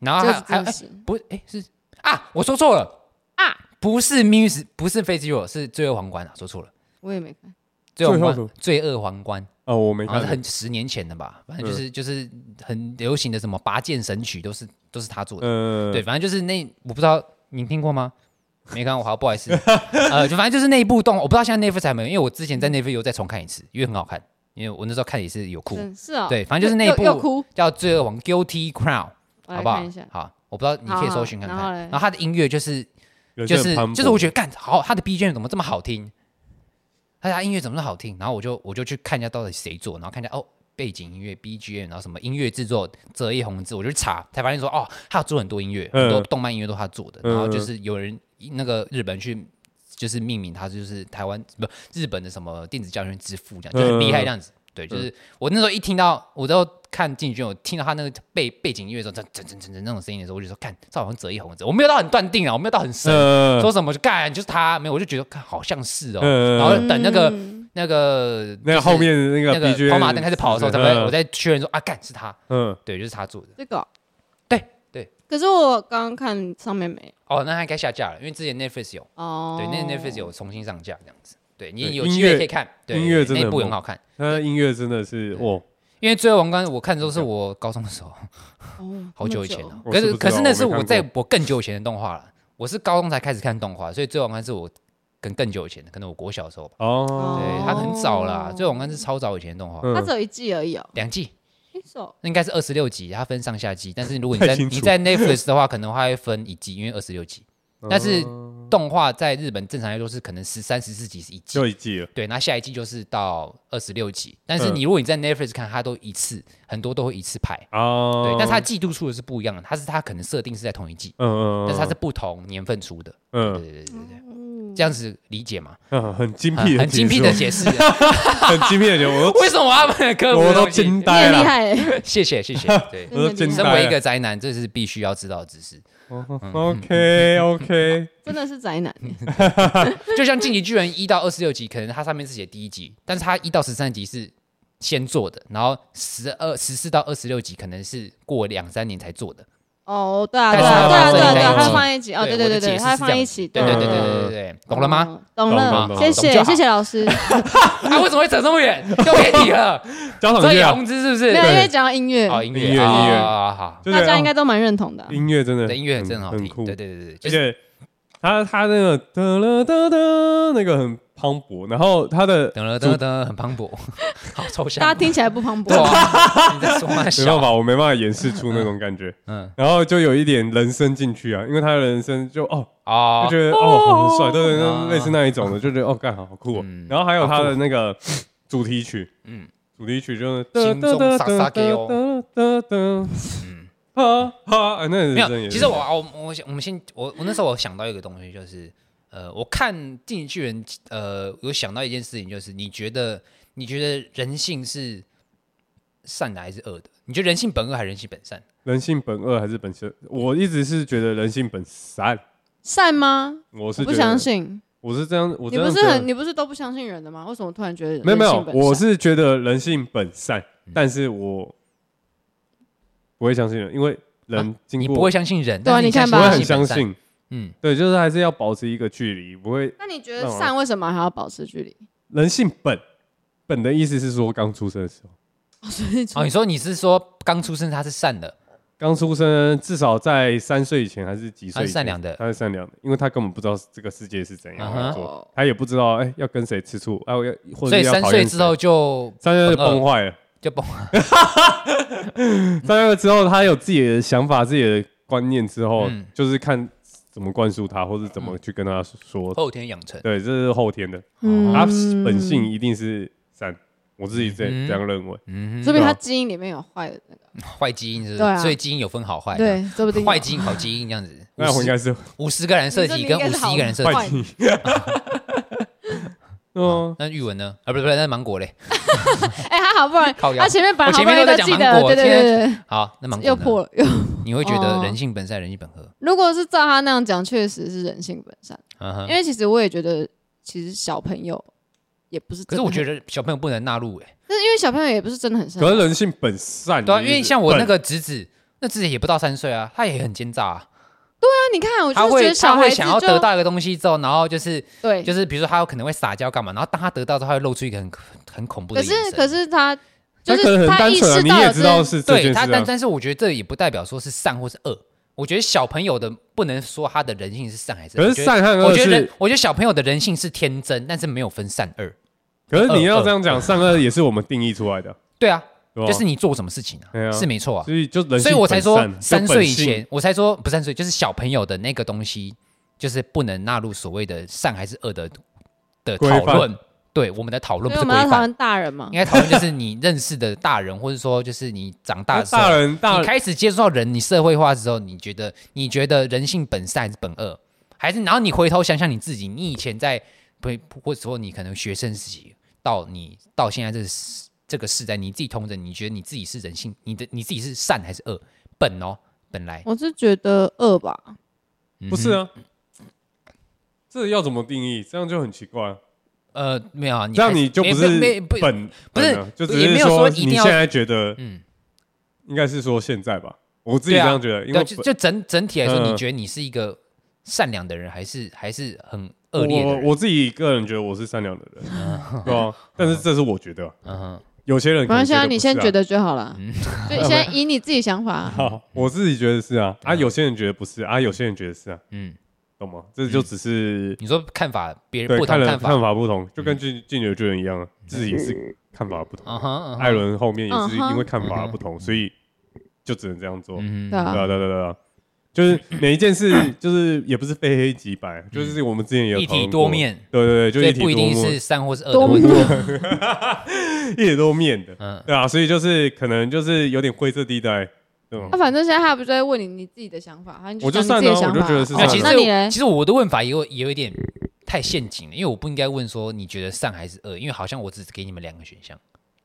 [SPEAKER 2] 然后
[SPEAKER 3] 这
[SPEAKER 2] 啊还
[SPEAKER 3] 是
[SPEAKER 2] 还有
[SPEAKER 3] 真
[SPEAKER 2] 哎、
[SPEAKER 3] 实
[SPEAKER 2] 不是哎、是啊，我说错了
[SPEAKER 3] 啊，
[SPEAKER 2] 不是命运石，不是飞机火，是罪恶皇冠啊，说错了，
[SPEAKER 3] 我也没看。
[SPEAKER 2] 罪恶皇
[SPEAKER 4] 最后
[SPEAKER 2] 冠，罪恶皇冠，
[SPEAKER 4] 哦，我没
[SPEAKER 2] 好像
[SPEAKER 4] 看
[SPEAKER 2] 是
[SPEAKER 4] 过，嗯
[SPEAKER 2] 很十年前的吧，反正就是、就是很流行的什么拔剑神曲，都是都是他做的。
[SPEAKER 4] 嗯，
[SPEAKER 2] 对，，反正就是那我不知道你听过吗？没看过，好不好意思。 呃，就反正就是那一部动，我不知道现在 Netflix 还有没有，因为我之前在
[SPEAKER 3] 嗯
[SPEAKER 2] Netflix 又再重看一次，因为很好看，因为我那时候看也是有哭，
[SPEAKER 3] 真是哦，
[SPEAKER 2] 对反正就是那一部
[SPEAKER 3] 又又哭，
[SPEAKER 2] 叫《罪恶王 Guilty Crown》，
[SPEAKER 3] 我
[SPEAKER 2] 好
[SPEAKER 3] 来
[SPEAKER 2] 不好
[SPEAKER 3] 看一下？。
[SPEAKER 2] 好，我不知道你可以搜寻看看。
[SPEAKER 3] 好好然后嘞
[SPEAKER 2] 然后他的音乐就是
[SPEAKER 4] 人
[SPEAKER 2] 就
[SPEAKER 4] 生
[SPEAKER 2] 是
[SPEAKER 4] 很磅
[SPEAKER 2] 就是我
[SPEAKER 4] 礴
[SPEAKER 2] 觉得干好，他的 BGM 怎么这么好听？他的音乐怎么那么好听？然后我就我就去看一下到底谁做，然后看一下哦，背景音乐 BGM，然后什么音乐制作折叶红字，我就去查，才发现说哦，他有做很多音乐，
[SPEAKER 4] 嗯
[SPEAKER 2] 很多动漫音乐都是他做的。
[SPEAKER 4] 嗯
[SPEAKER 2] 然后就是有人那个日本去就是命名他就是台湾不日本的什么电子教育之父这样，就很厉害这样
[SPEAKER 4] 嗯
[SPEAKER 2] 子。对，就是我那时候一听到，我都看进去，我听到他那个背背景音乐的时候，整整整整那种声音的时候，我就说，看，这好像折一红子，我没有到很断定啊，我没有到很深，
[SPEAKER 4] 呃，
[SPEAKER 2] 说什么就干就是他，没有，我就觉得看好像是哦，
[SPEAKER 4] 嗯
[SPEAKER 2] 然后等那个
[SPEAKER 3] 嗯
[SPEAKER 2] 那个
[SPEAKER 4] 那
[SPEAKER 2] 就是
[SPEAKER 4] 个后面的那
[SPEAKER 2] 那
[SPEAKER 4] 个嗯
[SPEAKER 2] 个
[SPEAKER 4] BGM
[SPEAKER 2] 跑马灯开始跑的时候，
[SPEAKER 4] 是
[SPEAKER 2] 咱
[SPEAKER 4] 不是
[SPEAKER 2] 们我再确认说啊，干是他，
[SPEAKER 4] 嗯，
[SPEAKER 2] 对，就是他做的，
[SPEAKER 3] 这个哦
[SPEAKER 2] 对对，
[SPEAKER 3] 可是我刚刚看上面没
[SPEAKER 2] 哦，那他应该下架了，因为之前 Netflix 有，
[SPEAKER 3] 哦。
[SPEAKER 2] 对，那 Netflix 有重新上架这样子，对你
[SPEAKER 4] 对
[SPEAKER 2] 有
[SPEAKER 4] 音
[SPEAKER 2] 机会
[SPEAKER 4] 乐
[SPEAKER 2] 可以看，对，
[SPEAKER 4] 音乐真的
[SPEAKER 2] 那一部
[SPEAKER 4] 很
[SPEAKER 2] 很
[SPEAKER 4] 猛
[SPEAKER 2] 好看，
[SPEAKER 4] 他的音乐真的是哇，
[SPEAKER 2] 因为《最后王冠》我看的都是我高中的时候，
[SPEAKER 3] 哦，
[SPEAKER 2] 好
[SPEAKER 3] 那么
[SPEAKER 2] 久以前了、
[SPEAKER 4] 嗯我
[SPEAKER 2] 可
[SPEAKER 4] 是
[SPEAKER 2] 是
[SPEAKER 4] 不知
[SPEAKER 2] 可是
[SPEAKER 4] 道
[SPEAKER 2] 那
[SPEAKER 4] 我
[SPEAKER 2] 是
[SPEAKER 4] 没
[SPEAKER 2] 我
[SPEAKER 4] 看
[SPEAKER 2] 在我更久以前的动画了，我是高中才开始看动画，所以《最后王冠》是我更更久以前的，可能我国小的时候吧。
[SPEAKER 4] 哦，
[SPEAKER 2] 对，它很早
[SPEAKER 3] 哦
[SPEAKER 2] 啦，《最后王冠》是超早以前的动画，
[SPEAKER 4] 嗯
[SPEAKER 3] 它只有一季而已哦。
[SPEAKER 2] 两季，
[SPEAKER 3] 一首
[SPEAKER 2] 那应该是二十六集，它分上下季。但是如果你在
[SPEAKER 4] 太清楚
[SPEAKER 2] 你在 Netflix 的话，可能它会分一季，因为二十六集。
[SPEAKER 4] 哦
[SPEAKER 2] 但是动画在日本正常来说是可能十三、十四集是一季
[SPEAKER 4] 就，一季了，
[SPEAKER 2] 对，那下一季就是到二十六集。但是
[SPEAKER 4] 嗯
[SPEAKER 2] 你如果你在 Netflix 看，它都一次，很多都会一次拍。
[SPEAKER 4] 哦，
[SPEAKER 2] 对，但是它季度出的是不一样的，它是它可能设定是在同一季，
[SPEAKER 4] 嗯嗯，
[SPEAKER 2] 但是它是不同年份出的。对
[SPEAKER 4] 嗯
[SPEAKER 2] 对对对对，这样子理 解嘛？
[SPEAKER 4] 嗯很精
[SPEAKER 2] 很
[SPEAKER 4] 辟，
[SPEAKER 2] 很精辟的，解释。
[SPEAKER 4] 很精辟的解释， 我
[SPEAKER 2] 为什么他们的科
[SPEAKER 4] 都
[SPEAKER 2] 普
[SPEAKER 4] 哦我
[SPEAKER 2] 东
[SPEAKER 4] 都
[SPEAKER 2] 西
[SPEAKER 4] 惊
[SPEAKER 3] 你
[SPEAKER 4] 呆
[SPEAKER 3] 很厉
[SPEAKER 4] 了，
[SPEAKER 3] 害欸，
[SPEAKER 2] 谢谢谢谢，对。
[SPEAKER 4] 我都惊
[SPEAKER 2] 身为
[SPEAKER 4] 呆
[SPEAKER 2] 一个
[SPEAKER 4] 了。嗯
[SPEAKER 2] 宅男，这是必须要知道的知识。
[SPEAKER 4] OK OK，
[SPEAKER 3] 真的是宅男欸。
[SPEAKER 2] 就像《进击巨人》一到二十六集，可能它上面是写第一集，但是它一到十三集是先做的，然后十二、十四到二十六集可能是过两三年才做的。
[SPEAKER 3] 哦，对啊，
[SPEAKER 2] 但
[SPEAKER 3] 对
[SPEAKER 2] 是
[SPEAKER 3] 啊，对啊，
[SPEAKER 4] 它
[SPEAKER 3] 对啊，对啊，
[SPEAKER 4] 放在一起
[SPEAKER 3] 它会放一起。哦，对
[SPEAKER 2] 对我的
[SPEAKER 3] 对对
[SPEAKER 2] 解
[SPEAKER 3] 对，
[SPEAKER 2] 释
[SPEAKER 3] 它
[SPEAKER 2] 是这
[SPEAKER 3] 会放
[SPEAKER 2] 样
[SPEAKER 3] 一
[SPEAKER 2] 子
[SPEAKER 3] 起。
[SPEAKER 2] 对
[SPEAKER 3] 对
[SPEAKER 2] 对对
[SPEAKER 4] 嗯
[SPEAKER 2] 对对对，懂了吗？
[SPEAKER 3] 哦？懂
[SPEAKER 4] 懂
[SPEAKER 3] 了，
[SPEAKER 4] 懂
[SPEAKER 3] 谢
[SPEAKER 2] 懂就
[SPEAKER 3] 谢，
[SPEAKER 2] 好
[SPEAKER 3] 谢谢 老师。哦
[SPEAKER 2] 啊，为什么会扯这 么远？又偏题了，
[SPEAKER 4] 交响
[SPEAKER 2] 所以
[SPEAKER 4] 乐啊
[SPEAKER 2] 红之是不是
[SPEAKER 3] 没？有，因为讲到音乐，
[SPEAKER 2] 哦，音乐，
[SPEAKER 4] 音乐音乐
[SPEAKER 2] 啊，好，
[SPEAKER 4] 就
[SPEAKER 3] 大
[SPEAKER 4] 是
[SPEAKER 3] 家应该都蛮认同的啊。
[SPEAKER 4] 音乐真的
[SPEAKER 2] 对，音乐真的好
[SPEAKER 4] 很
[SPEAKER 2] 听，
[SPEAKER 4] 酷，
[SPEAKER 2] 对对对对，
[SPEAKER 4] 而
[SPEAKER 2] 就是
[SPEAKER 4] 且他他那个哒啦哒哒那个很磅礴，然后他的
[SPEAKER 2] 噔了噔了噔了，很磅礴， 好抽象，
[SPEAKER 3] 大家听起来不磅
[SPEAKER 2] 对
[SPEAKER 3] 礴。
[SPEAKER 2] 啊，你在说话
[SPEAKER 4] 没办
[SPEAKER 2] 小，
[SPEAKER 4] 法，我没办法演示出那种感觉，
[SPEAKER 2] 嗯，
[SPEAKER 4] 然后就有一点人声进去啊，因为他的人声就哦
[SPEAKER 2] 哦
[SPEAKER 4] 就，觉得哦很帅，对对，
[SPEAKER 2] 啊
[SPEAKER 4] 那类似那一种的，就觉得哦干好酷哦
[SPEAKER 2] 嗯。
[SPEAKER 4] 然后还有他的那个主题曲，
[SPEAKER 2] 嗯
[SPEAKER 4] 嗯，主题曲就是
[SPEAKER 2] 心中
[SPEAKER 4] 哒
[SPEAKER 2] 撒撒给哦
[SPEAKER 4] 哒哒哒
[SPEAKER 2] 嗯
[SPEAKER 4] 哈哈，哎那
[SPEAKER 2] 没
[SPEAKER 4] 人声也是
[SPEAKER 2] 有，其实我啊我我我们先我我那时候我想到一个东西，就是呃，我看《进击巨人》呃，有想到一件事情，就是你觉得你觉得人性是善的还是恶的？你觉得人性本恶还是人性本善？
[SPEAKER 4] 人性本恶还是本善？我一直是觉得人性本善，
[SPEAKER 3] 善吗？
[SPEAKER 4] 我是
[SPEAKER 3] 我不
[SPEAKER 4] 觉得
[SPEAKER 3] 相，信，
[SPEAKER 4] 我是这样，我
[SPEAKER 3] 你
[SPEAKER 4] 这
[SPEAKER 3] 不
[SPEAKER 4] 样
[SPEAKER 3] 是
[SPEAKER 4] 觉得
[SPEAKER 3] 很，你不是都不相信人的吗？为什么突然觉得人
[SPEAKER 4] 没有没
[SPEAKER 3] 性
[SPEAKER 4] 有，
[SPEAKER 3] 本
[SPEAKER 4] 我
[SPEAKER 3] 善
[SPEAKER 4] 是觉得人性本善，
[SPEAKER 2] 嗯
[SPEAKER 4] 但是我不会相信人，因为人经
[SPEAKER 2] 啊你
[SPEAKER 4] 过
[SPEAKER 2] 不会相信人，
[SPEAKER 3] 对啊
[SPEAKER 2] 但是
[SPEAKER 3] 你看
[SPEAKER 4] 不
[SPEAKER 3] 吧
[SPEAKER 4] 会
[SPEAKER 2] 相
[SPEAKER 4] 很
[SPEAKER 2] 信人
[SPEAKER 4] 相
[SPEAKER 2] 本善，
[SPEAKER 4] 信，
[SPEAKER 2] 嗯，
[SPEAKER 4] 对，就是还是要保持一个距离，不会
[SPEAKER 3] 那你
[SPEAKER 4] 啊
[SPEAKER 3] 觉得善为什么还要保持距离？
[SPEAKER 4] 人性本本的意思是说刚出生的时候，
[SPEAKER 2] 哦，你说你是说刚出生他是善的，
[SPEAKER 4] 刚出生至少在三岁以前还是几岁以前，
[SPEAKER 2] 他是善良的
[SPEAKER 4] 他是善良的，因为他根本不知道这个世界是怎样
[SPEAKER 2] 嗯哼
[SPEAKER 4] 运作，他也不知道哎要跟谁吃醋，哎我要或者
[SPEAKER 2] 所以
[SPEAKER 4] 是要
[SPEAKER 2] 三
[SPEAKER 4] 讨
[SPEAKER 2] 岁
[SPEAKER 4] 厌
[SPEAKER 2] 之后
[SPEAKER 4] 谁。
[SPEAKER 2] 就
[SPEAKER 4] 三岁就
[SPEAKER 2] 本恶
[SPEAKER 4] 崩坏了，
[SPEAKER 2] 就崩，嗯
[SPEAKER 4] 三岁之后他有自己的想法、自己的观念之后，
[SPEAKER 2] 嗯
[SPEAKER 4] 就是看怎么灌输他，或是怎么去跟他说。
[SPEAKER 2] 后天养成。
[SPEAKER 4] 对，这是后天的，
[SPEAKER 3] 嗯
[SPEAKER 4] 他本性一定是善，我自己这
[SPEAKER 2] 嗯
[SPEAKER 4] 这样认为。
[SPEAKER 2] 嗯
[SPEAKER 3] 说不定他
[SPEAKER 4] 对啊
[SPEAKER 3] 基因里面有坏的那个，
[SPEAKER 2] 哼，坏基因是不是？
[SPEAKER 3] 对啊
[SPEAKER 2] 所以基因有分好坏，，
[SPEAKER 3] 对，说不定有
[SPEAKER 2] 坏基因、好基因这样子。
[SPEAKER 4] 那我应该 是，
[SPEAKER 2] 五十个染色体跟五十一个染色体，
[SPEAKER 3] 坏基
[SPEAKER 4] 嗯，
[SPEAKER 2] 那玉文呢？啊，不是不是，那芒果嘞。
[SPEAKER 3] 哎，他好不容易，
[SPEAKER 2] 靠腰
[SPEAKER 3] 他前面本来
[SPEAKER 2] 我
[SPEAKER 3] 好
[SPEAKER 2] 前
[SPEAKER 3] 不
[SPEAKER 2] 面
[SPEAKER 3] 容易
[SPEAKER 2] 都在
[SPEAKER 3] 记
[SPEAKER 2] 讲
[SPEAKER 3] 得
[SPEAKER 2] 芒
[SPEAKER 3] 了，
[SPEAKER 2] 果
[SPEAKER 3] 对对
[SPEAKER 2] 今
[SPEAKER 3] 对对，
[SPEAKER 2] 好，那芒果
[SPEAKER 3] 又
[SPEAKER 2] 呢
[SPEAKER 3] 破了。又
[SPEAKER 2] 你会觉得
[SPEAKER 3] 哦
[SPEAKER 2] 人性本善，人性本恶。
[SPEAKER 3] 如果是照他那样讲，确实是人性本善，
[SPEAKER 2] 嗯哼
[SPEAKER 3] 因。为其实我也觉得，其实小朋友也不是真的很，
[SPEAKER 2] 可是我觉得小朋友不能纳入哎，
[SPEAKER 3] 但是因为小朋友也不是真的很善
[SPEAKER 4] 可
[SPEAKER 3] 良，
[SPEAKER 4] 是人性本善的意思，
[SPEAKER 2] 啊对啊，因为像我那
[SPEAKER 4] 本
[SPEAKER 2] 个侄子，那侄子也不到三岁啊，他也很奸诈啊。
[SPEAKER 3] 那你看，我
[SPEAKER 2] 他
[SPEAKER 3] 就觉
[SPEAKER 2] 会
[SPEAKER 3] 得小
[SPEAKER 2] 他
[SPEAKER 3] 孩
[SPEAKER 2] 会
[SPEAKER 3] 子
[SPEAKER 2] 想要
[SPEAKER 3] 就
[SPEAKER 2] 得到一个东西之后，然后就是
[SPEAKER 3] 对，
[SPEAKER 2] 就是比如说他有可能会撒娇干嘛，然后当他得到之后，他会露出一个很很恐怖的
[SPEAKER 3] 可
[SPEAKER 2] 眼
[SPEAKER 3] 是
[SPEAKER 2] 神。
[SPEAKER 3] 可是他就
[SPEAKER 4] 他可能
[SPEAKER 3] 是
[SPEAKER 4] 很单
[SPEAKER 3] 意识
[SPEAKER 4] 纯、
[SPEAKER 3] 到
[SPEAKER 4] 啊，
[SPEAKER 3] 有
[SPEAKER 4] 你也知道
[SPEAKER 3] 这
[SPEAKER 4] 是这件事、
[SPEAKER 2] 对他，但
[SPEAKER 4] 啊。
[SPEAKER 2] 但是我觉得这也不代表说是善或是恶。我觉得小朋友的不能说他的人性是善还是恶，
[SPEAKER 4] 可
[SPEAKER 2] 我
[SPEAKER 4] 是
[SPEAKER 2] 觉得
[SPEAKER 4] 善和
[SPEAKER 2] 我
[SPEAKER 4] 恶
[SPEAKER 2] 觉得人
[SPEAKER 4] 是，
[SPEAKER 2] 我觉得小朋友的人性是天真，但是没有分善恶。
[SPEAKER 4] 可是你要
[SPEAKER 2] 恶
[SPEAKER 4] 这样讲，善恶也是我们定义出来的，
[SPEAKER 2] 对啊，
[SPEAKER 4] 对吧
[SPEAKER 2] 呃就是你做什么事情
[SPEAKER 4] 对啊
[SPEAKER 2] 啊，是没错啊。
[SPEAKER 4] 所以就人性本善，
[SPEAKER 2] 所以我才说三
[SPEAKER 4] 就
[SPEAKER 2] 岁
[SPEAKER 4] 本
[SPEAKER 2] 以
[SPEAKER 4] 性
[SPEAKER 2] 前，我才说不三岁，就是小朋友的那个东西，就是不能纳入所谓的善还是恶的的
[SPEAKER 4] 规
[SPEAKER 2] 讨
[SPEAKER 4] 范
[SPEAKER 2] 论。对我们的讨
[SPEAKER 3] 所
[SPEAKER 2] 论不
[SPEAKER 3] 以我
[SPEAKER 2] 是
[SPEAKER 3] 们
[SPEAKER 2] 规
[SPEAKER 3] 要讨
[SPEAKER 2] 范，
[SPEAKER 3] 论大人嘛
[SPEAKER 2] 应。该讨论就是你认识的大人，或者说就是你长大的时候，
[SPEAKER 4] 大人大
[SPEAKER 2] 你开始接触到人，你社会化之后，你觉得你觉得人性本善还是本恶，还是然后你回头想想你自己，你以前在不或者说你可能学生时期到你到现在这个时这个时代，你自己通着，你觉得你自己是人性，你的你自己是善还是恶？本哦，本来、嗯
[SPEAKER 3] 我是觉得恶吧，
[SPEAKER 4] 不是啊，这要怎么定义？这样就很奇怪啊。
[SPEAKER 2] 呃没有啊，
[SPEAKER 4] 这样
[SPEAKER 2] 还
[SPEAKER 4] 你就不
[SPEAKER 2] 没
[SPEAKER 4] 是
[SPEAKER 2] 没不
[SPEAKER 4] 本
[SPEAKER 2] 不是
[SPEAKER 4] 本啊就
[SPEAKER 2] 不
[SPEAKER 4] 只
[SPEAKER 2] 也没
[SPEAKER 4] 是
[SPEAKER 2] 有说一定
[SPEAKER 4] 你
[SPEAKER 2] 要
[SPEAKER 4] 现在觉得
[SPEAKER 2] 嗯，
[SPEAKER 4] 应该是说现在吧，我自己
[SPEAKER 2] 对
[SPEAKER 4] 这
[SPEAKER 2] 啊
[SPEAKER 4] 样觉得，因
[SPEAKER 2] 对啊，
[SPEAKER 4] 为
[SPEAKER 2] 就就整整体来说，
[SPEAKER 4] 嗯
[SPEAKER 2] 你觉得你是一个善良的人，还是还是很恶
[SPEAKER 4] 本
[SPEAKER 2] 劣的
[SPEAKER 4] 我
[SPEAKER 2] 人？
[SPEAKER 4] 我自己个人觉得我是善良的 人，对吧？但是这是我觉得啊，
[SPEAKER 2] 嗯哼，
[SPEAKER 4] 有些人
[SPEAKER 3] 没
[SPEAKER 4] 可能
[SPEAKER 3] 关系啊，
[SPEAKER 4] 不
[SPEAKER 3] 你先
[SPEAKER 4] 是啊
[SPEAKER 3] 觉得就好了。
[SPEAKER 2] 嗯
[SPEAKER 3] 就现在以你自己想 法， 啊
[SPEAKER 4] 好，我自己觉得是啊，啊，有些人觉得不是啊，有些人觉得是啊，
[SPEAKER 2] 嗯，
[SPEAKER 4] 懂吗？这就只是
[SPEAKER 2] 你说看法别人
[SPEAKER 4] 对
[SPEAKER 2] 不
[SPEAKER 4] 看
[SPEAKER 2] 同
[SPEAKER 4] 人
[SPEAKER 2] 看
[SPEAKER 4] 看
[SPEAKER 2] 法，
[SPEAKER 4] 法不同，就跟进进牛巨人一样啊，自己也是看法不
[SPEAKER 2] 嗯
[SPEAKER 4] 同。
[SPEAKER 2] 哼嗯哼，
[SPEAKER 4] 艾伦后面也是
[SPEAKER 3] 嗯哼
[SPEAKER 4] 因为看法不同，所以就只能这样做。
[SPEAKER 2] 嗯
[SPEAKER 3] 对啊
[SPEAKER 4] 对啊，对啊对啊对啊，就是每一件事，就是也不是非黑即白，就是我们之前也有
[SPEAKER 2] 一
[SPEAKER 4] 讨论
[SPEAKER 2] 体
[SPEAKER 4] 过
[SPEAKER 2] 多，面，
[SPEAKER 4] 对对对，就
[SPEAKER 2] 所以
[SPEAKER 4] 一体
[SPEAKER 2] 不一
[SPEAKER 4] 多
[SPEAKER 2] 定
[SPEAKER 4] 面
[SPEAKER 2] 是善或是恶的
[SPEAKER 3] 多
[SPEAKER 2] 问
[SPEAKER 3] 面
[SPEAKER 2] 题。
[SPEAKER 4] 一体多面的，
[SPEAKER 2] 嗯，
[SPEAKER 4] 对啊，所以就是可能就是有点灰色地带，对吗
[SPEAKER 3] 那、？反正现在他不就会问你你自己的想法，他
[SPEAKER 4] 我就
[SPEAKER 3] 讲你自己的想
[SPEAKER 4] 算了啊
[SPEAKER 3] 法。
[SPEAKER 4] 我就觉得是
[SPEAKER 3] 哦
[SPEAKER 4] 善
[SPEAKER 2] 那啊其实
[SPEAKER 3] 那你嘞
[SPEAKER 2] 其？实我的问法也有也有一点太陷阱了，因为我不应该问说你觉得善还是恶，因为好像我只给你们两个选项，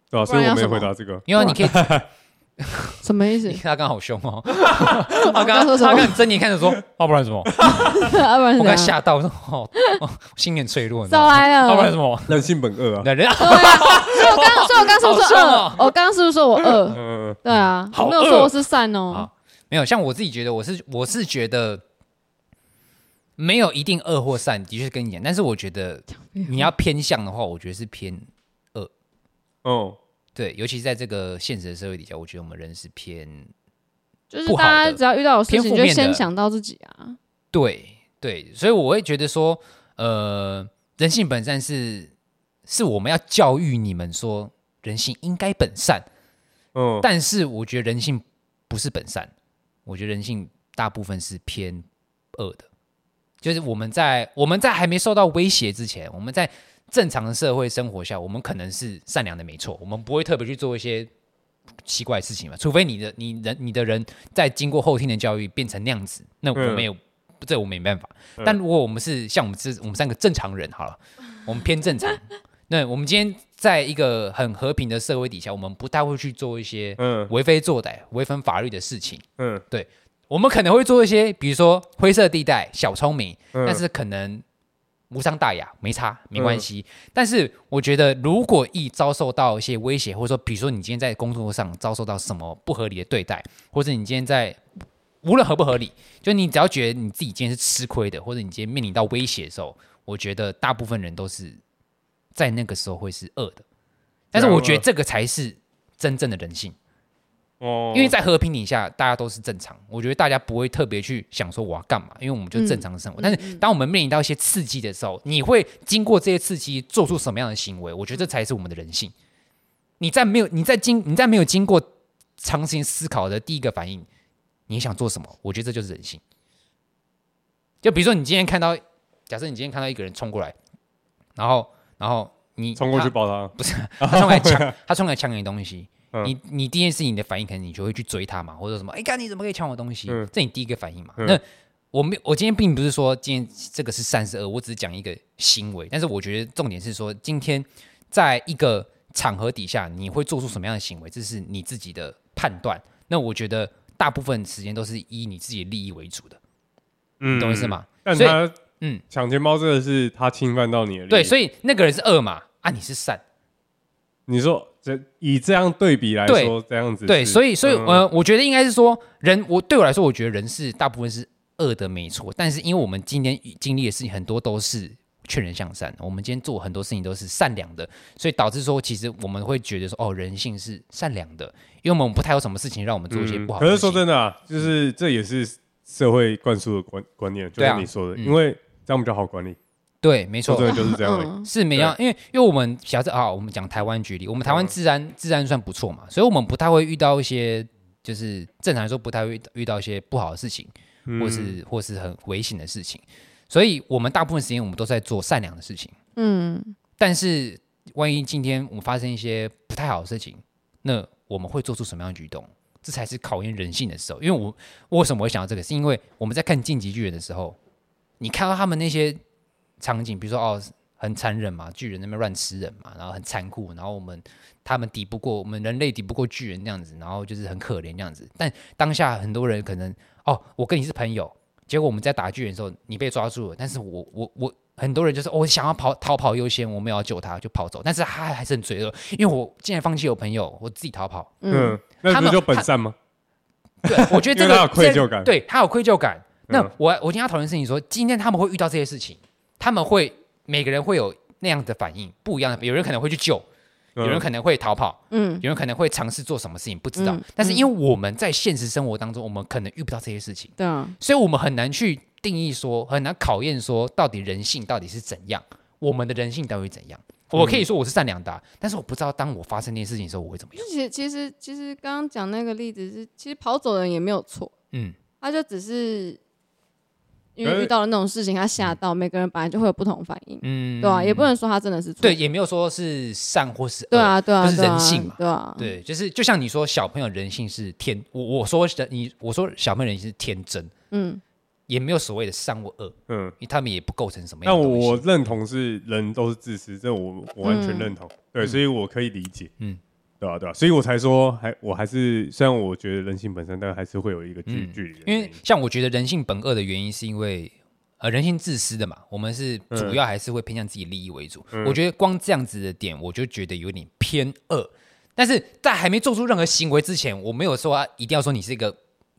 [SPEAKER 4] 对啊，所以
[SPEAKER 3] 不然
[SPEAKER 4] 我
[SPEAKER 3] 要
[SPEAKER 4] 没
[SPEAKER 3] 什
[SPEAKER 4] 有
[SPEAKER 3] 么
[SPEAKER 4] 回答这个。
[SPEAKER 2] 因为你可 以，？
[SPEAKER 3] 什么意思
[SPEAKER 2] 他刚好凶 哦，他刚
[SPEAKER 3] 说什
[SPEAKER 2] 他
[SPEAKER 3] 么
[SPEAKER 2] 刚狰狞看着说，啊要不然什么？
[SPEAKER 3] 要不
[SPEAKER 2] 我刚
[SPEAKER 3] 然是怎样
[SPEAKER 2] 吓到，我说哦，哦心很脆弱，你知道
[SPEAKER 3] 招
[SPEAKER 2] 吗
[SPEAKER 3] 来
[SPEAKER 2] 啊要不然
[SPEAKER 3] 了。
[SPEAKER 2] 什 么？
[SPEAKER 4] 人性本恶啊，
[SPEAKER 2] 那人家
[SPEAKER 3] 对啊，所以我刚，所以我刚是不
[SPEAKER 2] 好
[SPEAKER 3] 是恶
[SPEAKER 2] 凶哦？
[SPEAKER 3] 我刚刚是不是说我恶？
[SPEAKER 4] 嗯，
[SPEAKER 3] 对啊，
[SPEAKER 2] 好
[SPEAKER 3] 我没有
[SPEAKER 2] 恶
[SPEAKER 3] 说我是善哦
[SPEAKER 2] 好。没有，像我自己觉得，我是我是觉得没有一定恶或善，的确跟你讲，但是我觉得你要偏向的话，我觉得是偏
[SPEAKER 4] 哦，
[SPEAKER 2] 对，尤其在这个现实的社会底下，我觉得我们人是偏
[SPEAKER 3] 就是
[SPEAKER 2] 不好
[SPEAKER 3] 大家
[SPEAKER 2] 的
[SPEAKER 3] 只要遇到有事
[SPEAKER 2] 偏
[SPEAKER 3] 情，
[SPEAKER 2] 负
[SPEAKER 3] 就
[SPEAKER 2] 面
[SPEAKER 3] 先
[SPEAKER 2] 的
[SPEAKER 3] 想到自己啊。
[SPEAKER 2] 对对，所以我会觉得说，呃，人性本善是是我们要教育你们说人性应该本善，
[SPEAKER 4] 嗯，
[SPEAKER 2] 但是我觉得人性不是本善，我觉得人性大部分是偏恶的，就是我们在我们在还没受到威胁之前，我们在正常的社会生活下，我们可能是善良的，没错，我们不会特别去做一些奇怪的事情嘛，除非你的你人你的人在经过后天的教育变成那样子，那我
[SPEAKER 4] 嗯
[SPEAKER 2] 没有、这我没办法。但如果我们是像我们是我们三个正常人好了，我们偏正常， 那我们今天在一个很和平的社会底下，我们不太会去做一些
[SPEAKER 4] 嗯
[SPEAKER 2] 为非作歹、违反法律的事情。
[SPEAKER 4] 嗯
[SPEAKER 2] 我们可能会做一些，比如说灰色地带、小聪明，
[SPEAKER 4] 嗯
[SPEAKER 2] 但是可能无伤大雅，没差，没关系。但是我觉得，如果一遭受到一些威胁，或者说，比如说你今天在工作上遭受到什么不合理的对待，或者你今天在无论合不合理，就你只要觉得你自己今天是吃亏的，或者你今天面临到威胁的时候，我觉得大部分人都是在那个时候会是恶的。但是我觉得这个才是真正的人性。
[SPEAKER 4] 哦，
[SPEAKER 2] 因为在和平底下，大家都是正常，我觉得大家不会特别去想说我要干嘛，因为我们就正常的生
[SPEAKER 4] 嗯
[SPEAKER 2] 活。但是当我们面临到一些刺激的时候，你会经过这些刺激做出什么样的行为？我觉得这才是我们的人性。你在没有你在经你在没有经过长时间思考的第一个反应，你想做什么？我觉得这就是人性。就比如说你今天看到，假设你今天看到一个人冲过来，然后然后你
[SPEAKER 4] 冲过
[SPEAKER 2] 他
[SPEAKER 4] 去抱他，
[SPEAKER 2] 不是他冲来抢，他冲来抢你的东西，
[SPEAKER 4] 哦啊嗯
[SPEAKER 2] 你你第一件事情你的反应可能你就会去追他嘛，或者什么，哎、干你怎么可以抢我东西？
[SPEAKER 4] 嗯
[SPEAKER 2] 这你第一个反应嘛。
[SPEAKER 4] 嗯
[SPEAKER 2] 那我没我今天并不是说今天这个是善是恶，我只是讲一个行为，但是我觉得重点是说今天在一个场合底下你会做出什么样的行为，这是你自己的判断。那我觉得大部分时间都是以你自己的利益为主的，
[SPEAKER 4] 嗯
[SPEAKER 2] 你懂我意思？吗？
[SPEAKER 4] 但
[SPEAKER 2] 所以
[SPEAKER 4] 他
[SPEAKER 2] 嗯，
[SPEAKER 4] 抢钱包真的是他侵犯到你的利益，
[SPEAKER 2] 对，所以那个人是恶嘛，啊，你是善。
[SPEAKER 4] 你说这以这样对比来说，这样子
[SPEAKER 2] 对，所以所以
[SPEAKER 4] 嗯
[SPEAKER 2] 呃，我觉得应该是说人，我对我来说，我觉得人是大部分是恶的没错，但是因为我们今天经历的事情很多都是劝人向善，我们今天做很多事情都是善良的，所以导致说其实我们会觉得说哦，人性是善良的，因为我们不太有什么事情让我们做一些不好
[SPEAKER 4] 嗯
[SPEAKER 2] 的
[SPEAKER 4] 可
[SPEAKER 2] 事
[SPEAKER 4] 是
[SPEAKER 2] 情。嗯
[SPEAKER 4] 说真的、啊，就是这也是社会灌输的观观念，就
[SPEAKER 2] 对啊
[SPEAKER 4] 像你说的，
[SPEAKER 2] 嗯
[SPEAKER 4] 因为这样比较好管理。
[SPEAKER 2] 对，没错
[SPEAKER 4] 说，真的就是这样而已。
[SPEAKER 3] 嗯
[SPEAKER 2] 是没样，因为因为我们假设啊，我们讲台湾举例，我们台湾治安治安算不错嘛，所以我们不太会遇到一些就是正常来说不太会遇遇到一些不好的事情，或是或是很危险的事情，所以我们大部分时间我们都在做善良的事情。
[SPEAKER 3] 嗯，
[SPEAKER 2] 但是万一今天我们发生一些不太好的事情，那我们会做出什么样的举动？这才是考验人性的时候。因为我我为什么会想到这个，是因为我们在看《进击巨人》的时候，你看到他们那些场景，比如说哦，很残忍嘛，巨人那边乱吃人嘛，然后很残酷，然后我们他们抵不过我们人类抵不过巨人那样子，然后就是很可怜那样子。但当下很多人可能哦，我跟你是朋友，结果我们在打巨人的时候，你被抓住了，但是我我我很多人就是、哦我想要跑逃跑优先，我没有要救他就跑走，但是他还是很罪恶，因为我竟然放弃我朋友，我自己 逃跑。
[SPEAKER 4] 嗯，那
[SPEAKER 2] 他
[SPEAKER 4] 不
[SPEAKER 2] 们
[SPEAKER 4] 是就本善吗？
[SPEAKER 2] 对，我觉得这
[SPEAKER 4] 因为
[SPEAKER 2] 个
[SPEAKER 4] 他有愧疚
[SPEAKER 2] 这个
[SPEAKER 4] 感
[SPEAKER 2] 对他有愧疚感。那
[SPEAKER 4] 嗯
[SPEAKER 2] 我我今天要讨论的事情说，今天他们会遇到这些事情，他们会每个人会有那样的反应，不一样的，有人可能会去救，
[SPEAKER 4] 嗯
[SPEAKER 2] 有人可能会逃跑，
[SPEAKER 3] 嗯，
[SPEAKER 2] 有人可能会尝试做什么事情不知道
[SPEAKER 3] 嗯。
[SPEAKER 2] 但是因为我们在现实生活当中，我们可能遇不到这些事情。
[SPEAKER 3] 对啊，
[SPEAKER 2] 所以我们很难去定义说，很难考验说到底人性到底是怎样，我们的人性到底怎样。我可以说我是善良的啊、但是我不知道当我发生那些事情的时候，我会怎么样。
[SPEAKER 3] 其实其实其实刚刚讲那个例子是，其实跑走的人也没有错，
[SPEAKER 2] 嗯，呃
[SPEAKER 3] 他就只是因
[SPEAKER 4] 可
[SPEAKER 3] 为
[SPEAKER 4] 是
[SPEAKER 3] 遇到了那种事情，他吓到，每个人本来就会有不同反应，
[SPEAKER 2] 嗯，
[SPEAKER 3] 对啊，也不能说他真的是错，
[SPEAKER 2] 对，也没有说是善或是恶。
[SPEAKER 3] 对啊，对啊，
[SPEAKER 2] 就是
[SPEAKER 3] 对啊
[SPEAKER 2] 人性嘛
[SPEAKER 3] 对啊，
[SPEAKER 2] 对，就是就像你说，小朋友人性是天，我我说人你我说小朋友人性是天真，
[SPEAKER 3] 嗯，
[SPEAKER 2] 也没有所谓的善或恶，
[SPEAKER 4] 嗯，
[SPEAKER 2] 因为他们也不构成什么样
[SPEAKER 4] 但
[SPEAKER 2] 的东西。
[SPEAKER 4] 我认同是人都是自私，这我我完全认同。对，所以我可以理解。
[SPEAKER 2] 嗯
[SPEAKER 4] 嗯，对啊，对啊，所以我才说还我还是虽然我觉得人性本身，但还是会有一个距
[SPEAKER 2] 嗯
[SPEAKER 4] 距离的
[SPEAKER 2] 因
[SPEAKER 4] 原
[SPEAKER 2] 为
[SPEAKER 4] 因。
[SPEAKER 2] 像我觉得人性本恶的原因，是因为呃人性自私的嘛，我们是主要还是会偏向自己利益为主。我觉得光这样子的点，我就觉得有点偏恶。但是在还没做出任何行为之前，我没有说、啊、一定要说你是一个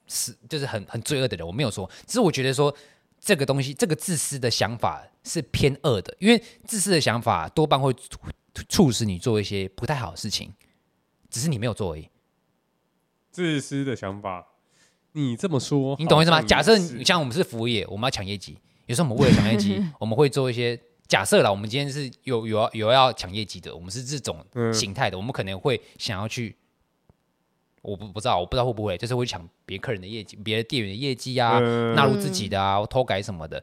[SPEAKER 2] 是就是很很罪恶的人，我没有说，只是我觉得说这个东西，这个自私的想法是偏恶的，因为自私的想法多半会促促使你做一些不太好的事情，只是你没有做而已。
[SPEAKER 4] 自私的想法，你这么 说，
[SPEAKER 2] 你懂我意思吗？
[SPEAKER 4] 好像
[SPEAKER 2] 假设
[SPEAKER 4] 也
[SPEAKER 2] 你
[SPEAKER 4] 是
[SPEAKER 2] 像我们是服务业，我们要抢业 绩，有时候我们为了抢业绩，我们会做一些假设啦。我们今天是有有要有要抢业绩的，我们是这种嗯形态的，我们可能会想要去，我不不知道，我不知道会不会，就是会抢别客人的业绩、别的店员的业绩啊，
[SPEAKER 4] 嗯
[SPEAKER 2] 纳入自己的啊，偷改什么的。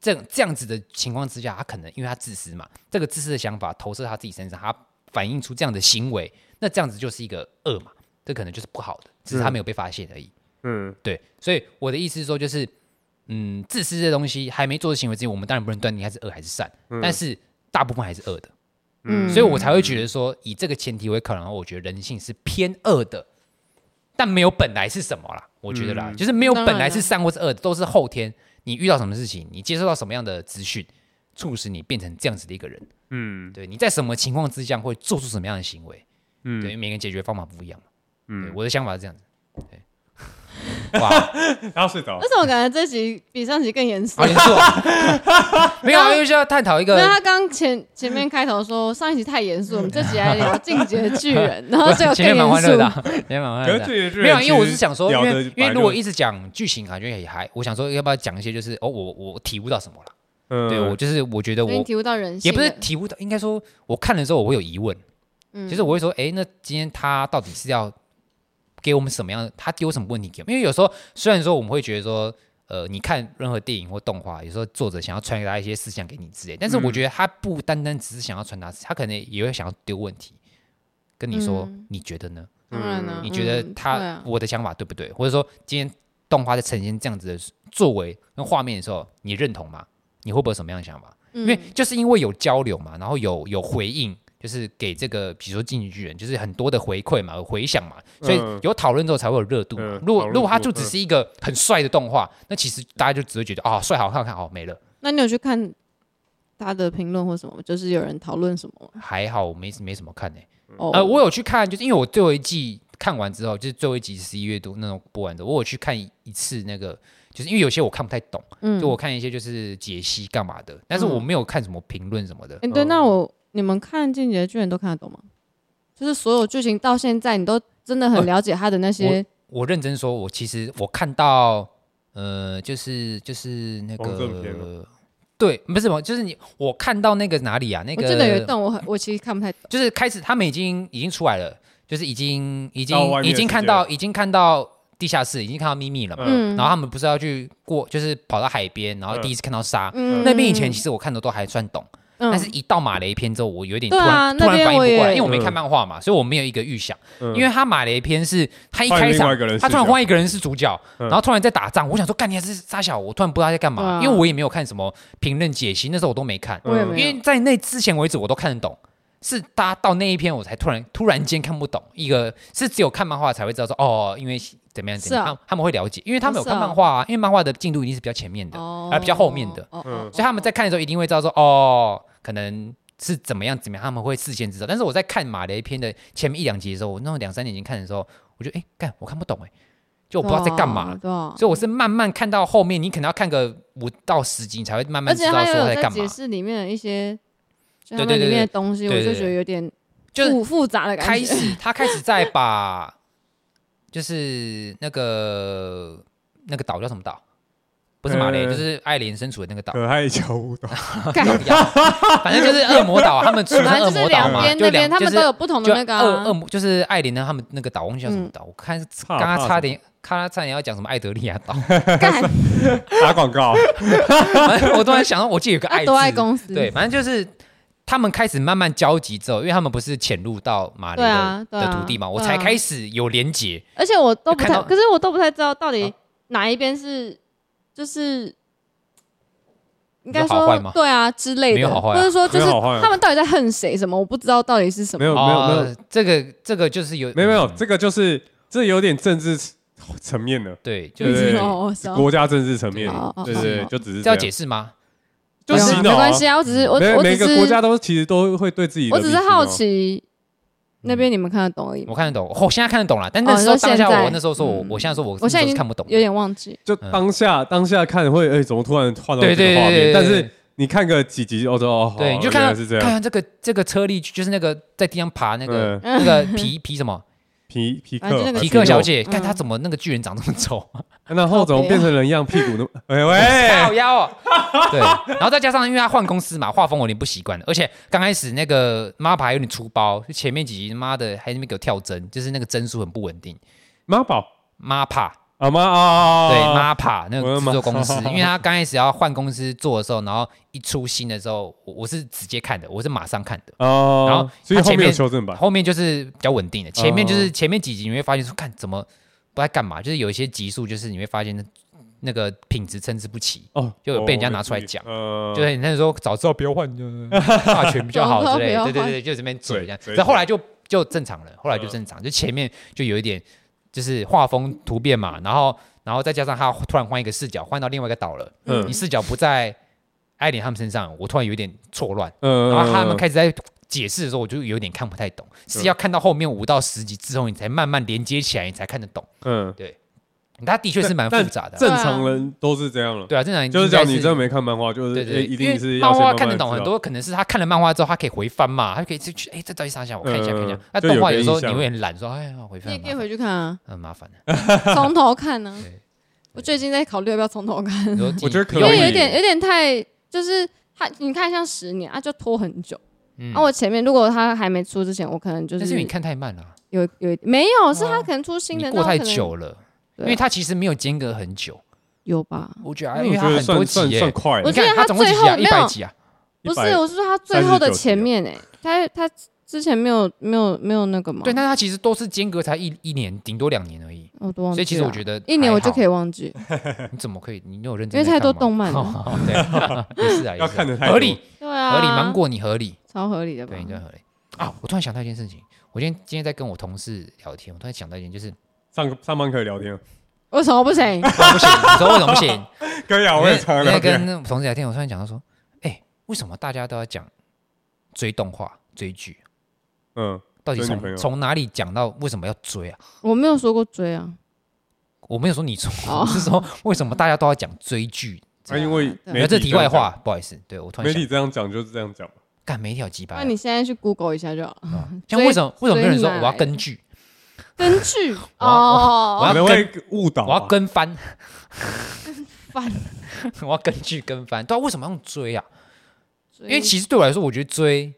[SPEAKER 2] 这这样子的情况之下，他可能因为他自私嘛，这个自私的想法投射他自己身上，他反映出这样的行为，那这样子就是一个恶嘛，这可能就是不好的，只是他没有被发现而已。
[SPEAKER 4] 嗯，
[SPEAKER 2] 对，所以我的意思是说，就是嗯，自私这东西还没做的行为之前，我们当然不能断定它是恶还是善，但是大部分还是恶的，
[SPEAKER 3] 嗯，
[SPEAKER 2] 所以我才会觉得说，以这个前提为考量，我觉得人性是偏恶的，但没有本来是什么啦，我觉得啦，就是没有
[SPEAKER 3] 当
[SPEAKER 2] 本
[SPEAKER 3] 然
[SPEAKER 2] 来是
[SPEAKER 3] 啦
[SPEAKER 2] 善或是恶的，都是后天你遇到什么事情，你接受到什么样的资讯，促使你变成这样子的一个人。
[SPEAKER 4] 嗯，
[SPEAKER 2] 对，你在什么情况之下会做出什么样的行为？嗯，对，因为每个人解决方法不一样嘛。嗯，我的想法是这样子。对，哇。
[SPEAKER 4] 他睡着了
[SPEAKER 3] 为。什么感觉这集比上集更严 肃
[SPEAKER 2] 好？严肃哦， 没有啊，因为是要探讨一
[SPEAKER 3] 因为
[SPEAKER 2] 啊个
[SPEAKER 3] 他刚前前面开头说上一集太严肃，我们这集来聊《进阶巨 人》，然后最后更
[SPEAKER 2] 前面蛮
[SPEAKER 3] 严
[SPEAKER 2] 欢乐
[SPEAKER 3] 肃
[SPEAKER 2] 的。啊， 前面蛮欢乐的
[SPEAKER 4] 可
[SPEAKER 2] 啊。
[SPEAKER 4] 是这
[SPEAKER 2] 没有啊，因为我是想说，因
[SPEAKER 4] 聊
[SPEAKER 2] 为
[SPEAKER 4] 的
[SPEAKER 2] 因为如果一直讲剧情，感觉也还，我想说要不要讲一些就是哦，我我体悟到什么了？对
[SPEAKER 4] 嗯
[SPEAKER 2] 我就是我觉得
[SPEAKER 3] 所以你
[SPEAKER 2] 我
[SPEAKER 3] 体悟到人性
[SPEAKER 2] 也不
[SPEAKER 3] 了，
[SPEAKER 2] 是体悟到，应该说我看的时候我会有疑问，
[SPEAKER 3] 嗯，
[SPEAKER 2] 就是我会说，哎，那今天他到底是要给我们什么样的？他丢什么问题给我们？因为有时候虽然说我们会觉得说，呃，你看任何电影或动画，有时候作者想要传达一些思想给你之类，但是
[SPEAKER 3] 嗯
[SPEAKER 2] 我觉得他不单单只是想要传达，他可能也会想要丢问题，跟你说，
[SPEAKER 3] 嗯
[SPEAKER 2] 你觉得呢？
[SPEAKER 3] 当然了，
[SPEAKER 2] 你觉得
[SPEAKER 3] 嗯
[SPEAKER 2] 他、
[SPEAKER 3] 对啊
[SPEAKER 2] 我的想法对不对？或者说今天动画在呈现这样子的作为跟画面的时候，你认同吗？你会不会有什么样的想法？因为
[SPEAKER 3] 嗯
[SPEAKER 2] 就是因为有交流嘛，然后有有回应，就是给这个比如说进击巨人，就是很多的回馈嘛、有回响嘛，所以
[SPEAKER 4] 嗯
[SPEAKER 2] 有讨论之后才会有热度嘛。
[SPEAKER 4] 嗯讨
[SPEAKER 2] 如果
[SPEAKER 4] 论
[SPEAKER 2] 如果它
[SPEAKER 4] 度
[SPEAKER 2] 就只
[SPEAKER 4] 嗯
[SPEAKER 2] 是一个很帅的动画，那其实大家就只会觉得啊、帅好看好看好没了，
[SPEAKER 3] 那你有去看他的评论或什么吗？就是有人讨论什么吗？
[SPEAKER 2] 还好我没没什么看呢、
[SPEAKER 3] 哦，
[SPEAKER 2] 呃，我有去看，就是因为我最后一季看完之后，就是最后一集十一月多那种播完的，我有去看一一次那个就是因为有些我看不太懂，
[SPEAKER 3] 嗯
[SPEAKER 2] 就我看一些就是解析干嘛的，但是我
[SPEAKER 3] 嗯
[SPEAKER 2] 没有看什么评论什么的。
[SPEAKER 3] 哎、对，那我你们看《进击的巨人》都看得懂吗？就是所有剧情到现在，你都真的很了解他的那些，
[SPEAKER 2] 我认真说，我其实我看到呃，就是就是那
[SPEAKER 4] 王正篇
[SPEAKER 2] 个。对，不是我，就是你，我看到那个哪里啊？那
[SPEAKER 3] 我
[SPEAKER 2] 个
[SPEAKER 3] 真的有一段我很我其实看不太懂。
[SPEAKER 2] 就是开始他们已经已经出来了，就是已经已经
[SPEAKER 4] 到外面的
[SPEAKER 2] 已经看
[SPEAKER 4] 世界
[SPEAKER 2] 到已经看到地下室，已经看到秘密了嘛。
[SPEAKER 3] 嗯
[SPEAKER 2] 然后他们不是要去过，就是跑到海边，然后
[SPEAKER 4] 嗯
[SPEAKER 2] 第一次看到沙。
[SPEAKER 3] 嗯
[SPEAKER 2] 那边以前其实我看的都还算懂，
[SPEAKER 3] 嗯
[SPEAKER 2] 但是一到马雷篇之后，我有点突
[SPEAKER 3] 对
[SPEAKER 2] 然、
[SPEAKER 3] 啊
[SPEAKER 2] 突然
[SPEAKER 3] 那边
[SPEAKER 2] 反应
[SPEAKER 3] 我
[SPEAKER 2] 不
[SPEAKER 3] 也
[SPEAKER 2] 过来，因为我没
[SPEAKER 4] 嗯
[SPEAKER 2] 看漫画嘛，所以我没有一个预想。
[SPEAKER 4] 嗯
[SPEAKER 2] 因为他马雷篇是他一
[SPEAKER 4] 换
[SPEAKER 2] 开
[SPEAKER 4] 另
[SPEAKER 2] 场
[SPEAKER 4] 外一个人，
[SPEAKER 2] 他
[SPEAKER 4] 视
[SPEAKER 2] 突然
[SPEAKER 4] 角
[SPEAKER 2] 换一个人是主角，
[SPEAKER 4] 嗯
[SPEAKER 2] 然后突然在打仗，我想说干你还是沙小，我突然不知道他在干
[SPEAKER 3] 对
[SPEAKER 2] 嘛，
[SPEAKER 3] 啊
[SPEAKER 2] 因为我也没有看什么评论解析，那时候我都没看。
[SPEAKER 3] 我也没
[SPEAKER 2] 因
[SPEAKER 3] 有
[SPEAKER 2] 为在那之前为止我都看得懂，是大家到那一篇我才突然突然间看不懂，一个是只有看漫画才会知道说哦，因为怎么样怎么样，
[SPEAKER 3] 是
[SPEAKER 2] 他
[SPEAKER 3] 啊
[SPEAKER 2] 们他们会了解，因为他们有
[SPEAKER 3] 是
[SPEAKER 2] 看
[SPEAKER 3] 啊
[SPEAKER 2] 漫画啊，因为漫画的进度一定是比较前面的，
[SPEAKER 3] 哦
[SPEAKER 2] 啊比较后面的，
[SPEAKER 3] 哦
[SPEAKER 4] 嗯
[SPEAKER 2] 所以他们在看的时候一定会知道说哦，可能。是怎么样怎么样，他们会事先知道。但是我在看马雷篇的前面一两集的时候，我那种两三年前看的时候，我就哎干、我看不懂哎、就
[SPEAKER 3] 我
[SPEAKER 2] 我不知道在干嘛。
[SPEAKER 3] 对啊，
[SPEAKER 2] 所以我是慢慢看到后面，你可能要看个五到十集，你才会慢慢
[SPEAKER 3] 而
[SPEAKER 2] 知
[SPEAKER 3] 且
[SPEAKER 2] 道
[SPEAKER 3] 他
[SPEAKER 2] 说
[SPEAKER 3] 有
[SPEAKER 2] 在
[SPEAKER 3] 在
[SPEAKER 2] 干嘛
[SPEAKER 3] 解。释里面的一些，
[SPEAKER 2] 对对
[SPEAKER 3] 就他们
[SPEAKER 2] 对
[SPEAKER 3] 里面的
[SPEAKER 2] 对
[SPEAKER 3] 东西，我
[SPEAKER 2] 对对
[SPEAKER 3] 就
[SPEAKER 2] 对
[SPEAKER 3] 觉得有点
[SPEAKER 2] 就是
[SPEAKER 3] 复复杂的
[SPEAKER 2] 开
[SPEAKER 3] 感 觉。
[SPEAKER 2] 始，他开始在把，就是那个那个岛叫什么岛？不是马雷，
[SPEAKER 4] 呃
[SPEAKER 2] 就是爱莲身处的那个岛，
[SPEAKER 4] 可爱小舞 蹈，
[SPEAKER 3] 干
[SPEAKER 2] 反正就是恶魔岛啊，他们处
[SPEAKER 3] 反
[SPEAKER 2] 在恶
[SPEAKER 3] 正就是
[SPEAKER 2] 魔岛
[SPEAKER 3] 两
[SPEAKER 2] 嘛，
[SPEAKER 3] 边
[SPEAKER 2] 就
[SPEAKER 3] 那
[SPEAKER 2] 两
[SPEAKER 3] 边他
[SPEAKER 2] 就
[SPEAKER 3] 们
[SPEAKER 2] 是
[SPEAKER 3] 都有不同
[SPEAKER 2] 就
[SPEAKER 3] 的那个
[SPEAKER 2] 恶
[SPEAKER 3] 啊嗯
[SPEAKER 2] 恶 魔就是爱莲呢，他们那个岛，忘记叫什么岛。我看
[SPEAKER 4] 怕
[SPEAKER 2] 刚刚
[SPEAKER 4] 怕
[SPEAKER 2] 差
[SPEAKER 4] 什
[SPEAKER 2] 点，刚刚差点要讲什么爱德利亚岛，
[SPEAKER 3] 干，
[SPEAKER 4] 打广告，
[SPEAKER 2] 反正我突然想到，我记得有个爱
[SPEAKER 3] 他多 爱
[SPEAKER 2] 字
[SPEAKER 3] 公司。
[SPEAKER 2] 对，反正就是他们开始慢慢交集之后，因为他们不是潜入到马雷
[SPEAKER 3] 对啊
[SPEAKER 2] 的
[SPEAKER 3] 对啊
[SPEAKER 2] 的土地嘛，我
[SPEAKER 3] 对
[SPEAKER 2] 才
[SPEAKER 3] 啊
[SPEAKER 2] 开始有连结。
[SPEAKER 3] 而且我都不
[SPEAKER 2] 就看
[SPEAKER 3] 太，
[SPEAKER 2] 到
[SPEAKER 3] 可是我都不太知道到
[SPEAKER 2] 啊
[SPEAKER 3] 底哪一边是就是。应该
[SPEAKER 2] 你说好坏
[SPEAKER 3] 说
[SPEAKER 2] 吗
[SPEAKER 3] 对啊之类
[SPEAKER 2] 没有
[SPEAKER 3] 的，
[SPEAKER 2] 好坏啊
[SPEAKER 3] 或者说就
[SPEAKER 4] 没
[SPEAKER 3] 是
[SPEAKER 4] 有好坏啊
[SPEAKER 3] 他们到底在恨谁什么，我不知道到底是什
[SPEAKER 4] 没
[SPEAKER 3] 么。
[SPEAKER 4] 有没有没有
[SPEAKER 2] 哦，这个这个就是有
[SPEAKER 4] 没有没有，
[SPEAKER 2] 嗯
[SPEAKER 4] 这个就是这有点政治层面的，
[SPEAKER 2] 对，就
[SPEAKER 4] 对对
[SPEAKER 2] 是
[SPEAKER 4] 对
[SPEAKER 3] 哦，我知道
[SPEAKER 4] 国家政治层面
[SPEAKER 3] 哦哦，
[SPEAKER 4] 对
[SPEAKER 3] 哦
[SPEAKER 4] 对，对
[SPEAKER 3] 哦
[SPEAKER 4] 就只是
[SPEAKER 2] 这要
[SPEAKER 4] 这
[SPEAKER 2] 解
[SPEAKER 4] 样，
[SPEAKER 2] 释吗？
[SPEAKER 4] 就洗
[SPEAKER 3] 没
[SPEAKER 4] 脑啊
[SPEAKER 3] 关。系啊，我只是我
[SPEAKER 4] 每
[SPEAKER 3] 我只
[SPEAKER 4] 每个
[SPEAKER 3] 是
[SPEAKER 4] 国家都其实都会对自己的
[SPEAKER 3] 我
[SPEAKER 4] 迷
[SPEAKER 3] 只
[SPEAKER 4] 信
[SPEAKER 3] 是
[SPEAKER 4] 哦，
[SPEAKER 3] 好奇那
[SPEAKER 4] 嗯
[SPEAKER 3] 边你们看得懂而已
[SPEAKER 2] 我
[SPEAKER 3] 吗，
[SPEAKER 2] 看得懂，我现在看得懂了，但那
[SPEAKER 3] 哦
[SPEAKER 2] 时候
[SPEAKER 3] 你说
[SPEAKER 2] 当下
[SPEAKER 3] 现在
[SPEAKER 2] 我那时候说我
[SPEAKER 3] 嗯
[SPEAKER 2] 我现在说我
[SPEAKER 3] 我
[SPEAKER 2] 那时
[SPEAKER 3] 现在
[SPEAKER 2] 候
[SPEAKER 3] 已
[SPEAKER 2] 是
[SPEAKER 3] 经
[SPEAKER 2] 看不懂的，
[SPEAKER 3] 有点忘记。
[SPEAKER 4] 就
[SPEAKER 2] 嗯
[SPEAKER 4] 当下、当下看会，哎、怎么突然换到
[SPEAKER 2] 对
[SPEAKER 4] 这
[SPEAKER 2] 对
[SPEAKER 4] 个画
[SPEAKER 2] 对对
[SPEAKER 4] 面？
[SPEAKER 2] 对
[SPEAKER 4] 但是你看个几集，哦，知道哦，
[SPEAKER 2] 对，
[SPEAKER 4] 好
[SPEAKER 2] 你就看
[SPEAKER 4] 原
[SPEAKER 2] 到
[SPEAKER 4] 来是这
[SPEAKER 2] 看
[SPEAKER 4] 样，
[SPEAKER 2] 到这个这个车力，就是那个在地上爬那个
[SPEAKER 3] 嗯
[SPEAKER 2] 那个 皮皮什么
[SPEAKER 4] 皮皮克
[SPEAKER 3] 反正就那个
[SPEAKER 2] 皮
[SPEAKER 3] 皮
[SPEAKER 2] 克
[SPEAKER 3] 克
[SPEAKER 2] 小，姐，
[SPEAKER 3] 嗯
[SPEAKER 2] 看她怎么那个巨人长这么 丑，
[SPEAKER 4] 然后怎么
[SPEAKER 3] 啊
[SPEAKER 4] 变成人样，屁股那么，哎
[SPEAKER 2] 好
[SPEAKER 4] 喂，
[SPEAKER 2] 妖哦。 对，然后再加上因为她换公司嘛，画风我有点不习惯，而且刚开始那个妈牌有点粗包，就前面几集妈的还在那边给我跳帧，就是那个帧数很不稳定，
[SPEAKER 4] 妈宝
[SPEAKER 2] 妈怕。
[SPEAKER 4] 啊妈啊，
[SPEAKER 2] 对 MAPA 那
[SPEAKER 4] 我
[SPEAKER 2] 个
[SPEAKER 4] 的
[SPEAKER 2] 制
[SPEAKER 4] 妈
[SPEAKER 2] 作公司，因为他刚开始要换公司做的时候，然后一出新的时候，我我是直接看的，我是马上看的。
[SPEAKER 4] 哦，
[SPEAKER 2] 然后
[SPEAKER 4] 所以
[SPEAKER 2] 他
[SPEAKER 4] 后
[SPEAKER 2] 前
[SPEAKER 4] 面有
[SPEAKER 2] 面
[SPEAKER 4] 修正版，
[SPEAKER 2] 后面就是比较稳定的，前面就是
[SPEAKER 4] 哦
[SPEAKER 2] 前面几集你会发现说，看怎么不知道干嘛，就是有一些集数就是你会发现那那个品质参差不齐，
[SPEAKER 4] 哦，
[SPEAKER 2] 就有被人家
[SPEAKER 4] 我
[SPEAKER 2] 拿出来讲
[SPEAKER 4] 呃，
[SPEAKER 2] 就是你那时候早知道不要换，呃霸权比较好之类的，
[SPEAKER 3] 早
[SPEAKER 2] 对
[SPEAKER 3] 知道
[SPEAKER 2] 对
[SPEAKER 3] 哦不要换
[SPEAKER 2] 对，就这边嘴这样。
[SPEAKER 4] 嘴
[SPEAKER 2] 所以后来就就正常了，后来就正常，就前面就有一点就是画风突变嘛，然后然后再加上他突然换一个视角，换到另外一个岛了，
[SPEAKER 4] 嗯
[SPEAKER 2] 你视角不在艾莲他们身上，我突然有一点错乱，
[SPEAKER 4] 嗯，
[SPEAKER 2] 然后他们
[SPEAKER 4] 始
[SPEAKER 2] 开始在。解释的时候，我就有点看不太懂，是要看到后面五到十集之后，你才慢慢连接起来，你才看得懂。
[SPEAKER 4] 嗯，
[SPEAKER 2] 它的确是蛮复
[SPEAKER 4] 但
[SPEAKER 2] 杂的啊，
[SPEAKER 4] 正常人都是这样了，
[SPEAKER 2] 对啊，正常
[SPEAKER 4] 就是
[SPEAKER 2] 应该
[SPEAKER 4] 讲你真的没看漫画，就是
[SPEAKER 2] 对
[SPEAKER 4] 哎
[SPEAKER 2] 对，
[SPEAKER 4] 一
[SPEAKER 2] 因
[SPEAKER 4] 定
[SPEAKER 2] 为
[SPEAKER 4] 是要
[SPEAKER 2] 漫
[SPEAKER 4] 先
[SPEAKER 2] 画
[SPEAKER 4] 慢
[SPEAKER 2] 看得
[SPEAKER 4] 慢
[SPEAKER 2] 懂
[SPEAKER 4] 知
[SPEAKER 2] 很
[SPEAKER 4] 道
[SPEAKER 2] 多，可能是他看了漫画之后，他可以哎回翻嘛，他可以去去哎，这到底啥想？我看一下，
[SPEAKER 4] 嗯
[SPEAKER 2] 看一下
[SPEAKER 4] 嗯。
[SPEAKER 2] 那
[SPEAKER 4] 就有
[SPEAKER 2] 动画有
[SPEAKER 4] 个
[SPEAKER 2] 时候
[SPEAKER 4] 印
[SPEAKER 2] 你
[SPEAKER 4] 象
[SPEAKER 2] 会很懒，说哎呀，我回啊
[SPEAKER 3] 你
[SPEAKER 2] 翻
[SPEAKER 3] 也
[SPEAKER 2] 很
[SPEAKER 3] 可
[SPEAKER 2] 麻
[SPEAKER 3] 以回
[SPEAKER 2] 烦，
[SPEAKER 3] 去看啊，
[SPEAKER 2] 很麻烦的。
[SPEAKER 3] 从头看呢
[SPEAKER 2] 对。
[SPEAKER 3] 我最近在考虑要不要从头看，
[SPEAKER 2] 你说
[SPEAKER 4] 我觉得可
[SPEAKER 2] 记忆
[SPEAKER 3] 因为
[SPEAKER 4] 以
[SPEAKER 3] 有点有点太就是他，你看像十年啊，就拖很久。
[SPEAKER 2] 嗯
[SPEAKER 3] 啊，我前面如果他还没出之前，我可能就
[SPEAKER 2] 但是因为
[SPEAKER 3] 是
[SPEAKER 2] 你看哦太慢了，
[SPEAKER 3] 有有一没有，是他可能出新
[SPEAKER 2] 你
[SPEAKER 3] 的，
[SPEAKER 2] 过
[SPEAKER 3] 那我
[SPEAKER 2] 太
[SPEAKER 3] 可能
[SPEAKER 2] 久了，因
[SPEAKER 3] 对啊
[SPEAKER 2] 为它其实没有间隔很久。
[SPEAKER 3] 有吧？
[SPEAKER 2] 我觉得啊，
[SPEAKER 4] 嗯
[SPEAKER 2] 因为
[SPEAKER 4] 我
[SPEAKER 2] 它
[SPEAKER 4] 觉得
[SPEAKER 2] 很多
[SPEAKER 4] 算算
[SPEAKER 2] 集耶
[SPEAKER 4] 算，快
[SPEAKER 3] 我
[SPEAKER 2] 你
[SPEAKER 4] 了，
[SPEAKER 3] 觉得
[SPEAKER 2] 看
[SPEAKER 3] 它
[SPEAKER 2] 它总共几集啊？
[SPEAKER 3] 最后
[SPEAKER 2] 一
[SPEAKER 3] 没
[SPEAKER 2] 百
[SPEAKER 3] 有
[SPEAKER 2] 集啊？
[SPEAKER 3] 不是，
[SPEAKER 4] 100
[SPEAKER 3] 我是说他最后的前面哎，他他之前没有没有没有那个吗？
[SPEAKER 2] 对，但它其实都是间隔才一一年，顶多两年而已。
[SPEAKER 3] 我都忘记
[SPEAKER 2] 所以
[SPEAKER 3] 了。
[SPEAKER 2] 其实我觉得
[SPEAKER 3] 一年我就可
[SPEAKER 2] 以
[SPEAKER 3] 以，忘记，
[SPEAKER 2] 你怎么可以？你有认真
[SPEAKER 3] 因为
[SPEAKER 2] 在
[SPEAKER 3] 太
[SPEAKER 2] 看
[SPEAKER 3] 多
[SPEAKER 2] 吗
[SPEAKER 3] 动漫 了
[SPEAKER 2] 哦对， 也是啊，也
[SPEAKER 4] 要
[SPEAKER 2] 是
[SPEAKER 4] 看
[SPEAKER 2] 啊
[SPEAKER 4] 得太
[SPEAKER 2] 合
[SPEAKER 4] 多
[SPEAKER 2] 理，
[SPEAKER 3] 对啊，
[SPEAKER 2] 合理，芒果你合理。
[SPEAKER 3] 超合理的吧
[SPEAKER 2] 对，？应该合理啊！我突然想到一件事情，我今天今天在跟我同事聊天，我突然想到一件，就是
[SPEAKER 4] 上上班可以聊天，
[SPEAKER 3] 为什么不行？
[SPEAKER 2] 啊不行，你说为什么不行？
[SPEAKER 4] 可 以啊，我也常常
[SPEAKER 2] 因为
[SPEAKER 4] 聊
[SPEAKER 2] 因为
[SPEAKER 4] 天，
[SPEAKER 2] 跟同事聊天，我突然讲到说，哎、为什么大家都要讲追动画、追剧？
[SPEAKER 4] 嗯，
[SPEAKER 2] 到底
[SPEAKER 4] 追女朋
[SPEAKER 2] 从
[SPEAKER 4] 友
[SPEAKER 2] 从哪里讲到为什么要追啊？
[SPEAKER 3] 我没有说过追啊，
[SPEAKER 2] 我没有说你错，
[SPEAKER 3] 哦
[SPEAKER 2] 我是说为什么大家都要讲追剧？
[SPEAKER 4] 啊，因为
[SPEAKER 3] 对
[SPEAKER 4] 媒
[SPEAKER 2] 呃
[SPEAKER 4] 体
[SPEAKER 2] 这题外
[SPEAKER 4] 样
[SPEAKER 2] 话，不好意思，对我突
[SPEAKER 4] 讲，
[SPEAKER 2] 然
[SPEAKER 4] 媒
[SPEAKER 2] 想
[SPEAKER 4] 体，这样讲就是这样讲嘛。
[SPEAKER 2] 干媒体好鸡巴啊
[SPEAKER 3] 那。你现在去 Google 一下就好 了。
[SPEAKER 2] 像为什么为什么没有人说我要
[SPEAKER 3] 追
[SPEAKER 2] 跟剧，
[SPEAKER 3] 根据
[SPEAKER 2] 我要我
[SPEAKER 3] 哦，
[SPEAKER 2] 要
[SPEAKER 4] 可能会误导
[SPEAKER 2] 我
[SPEAKER 4] 吧。
[SPEAKER 2] 要跟 翻，
[SPEAKER 3] 翻，
[SPEAKER 2] 我要跟剧跟翻？对啊，为什么要用追啊？
[SPEAKER 3] 因
[SPEAKER 2] 因为其实对我来说，我觉得 追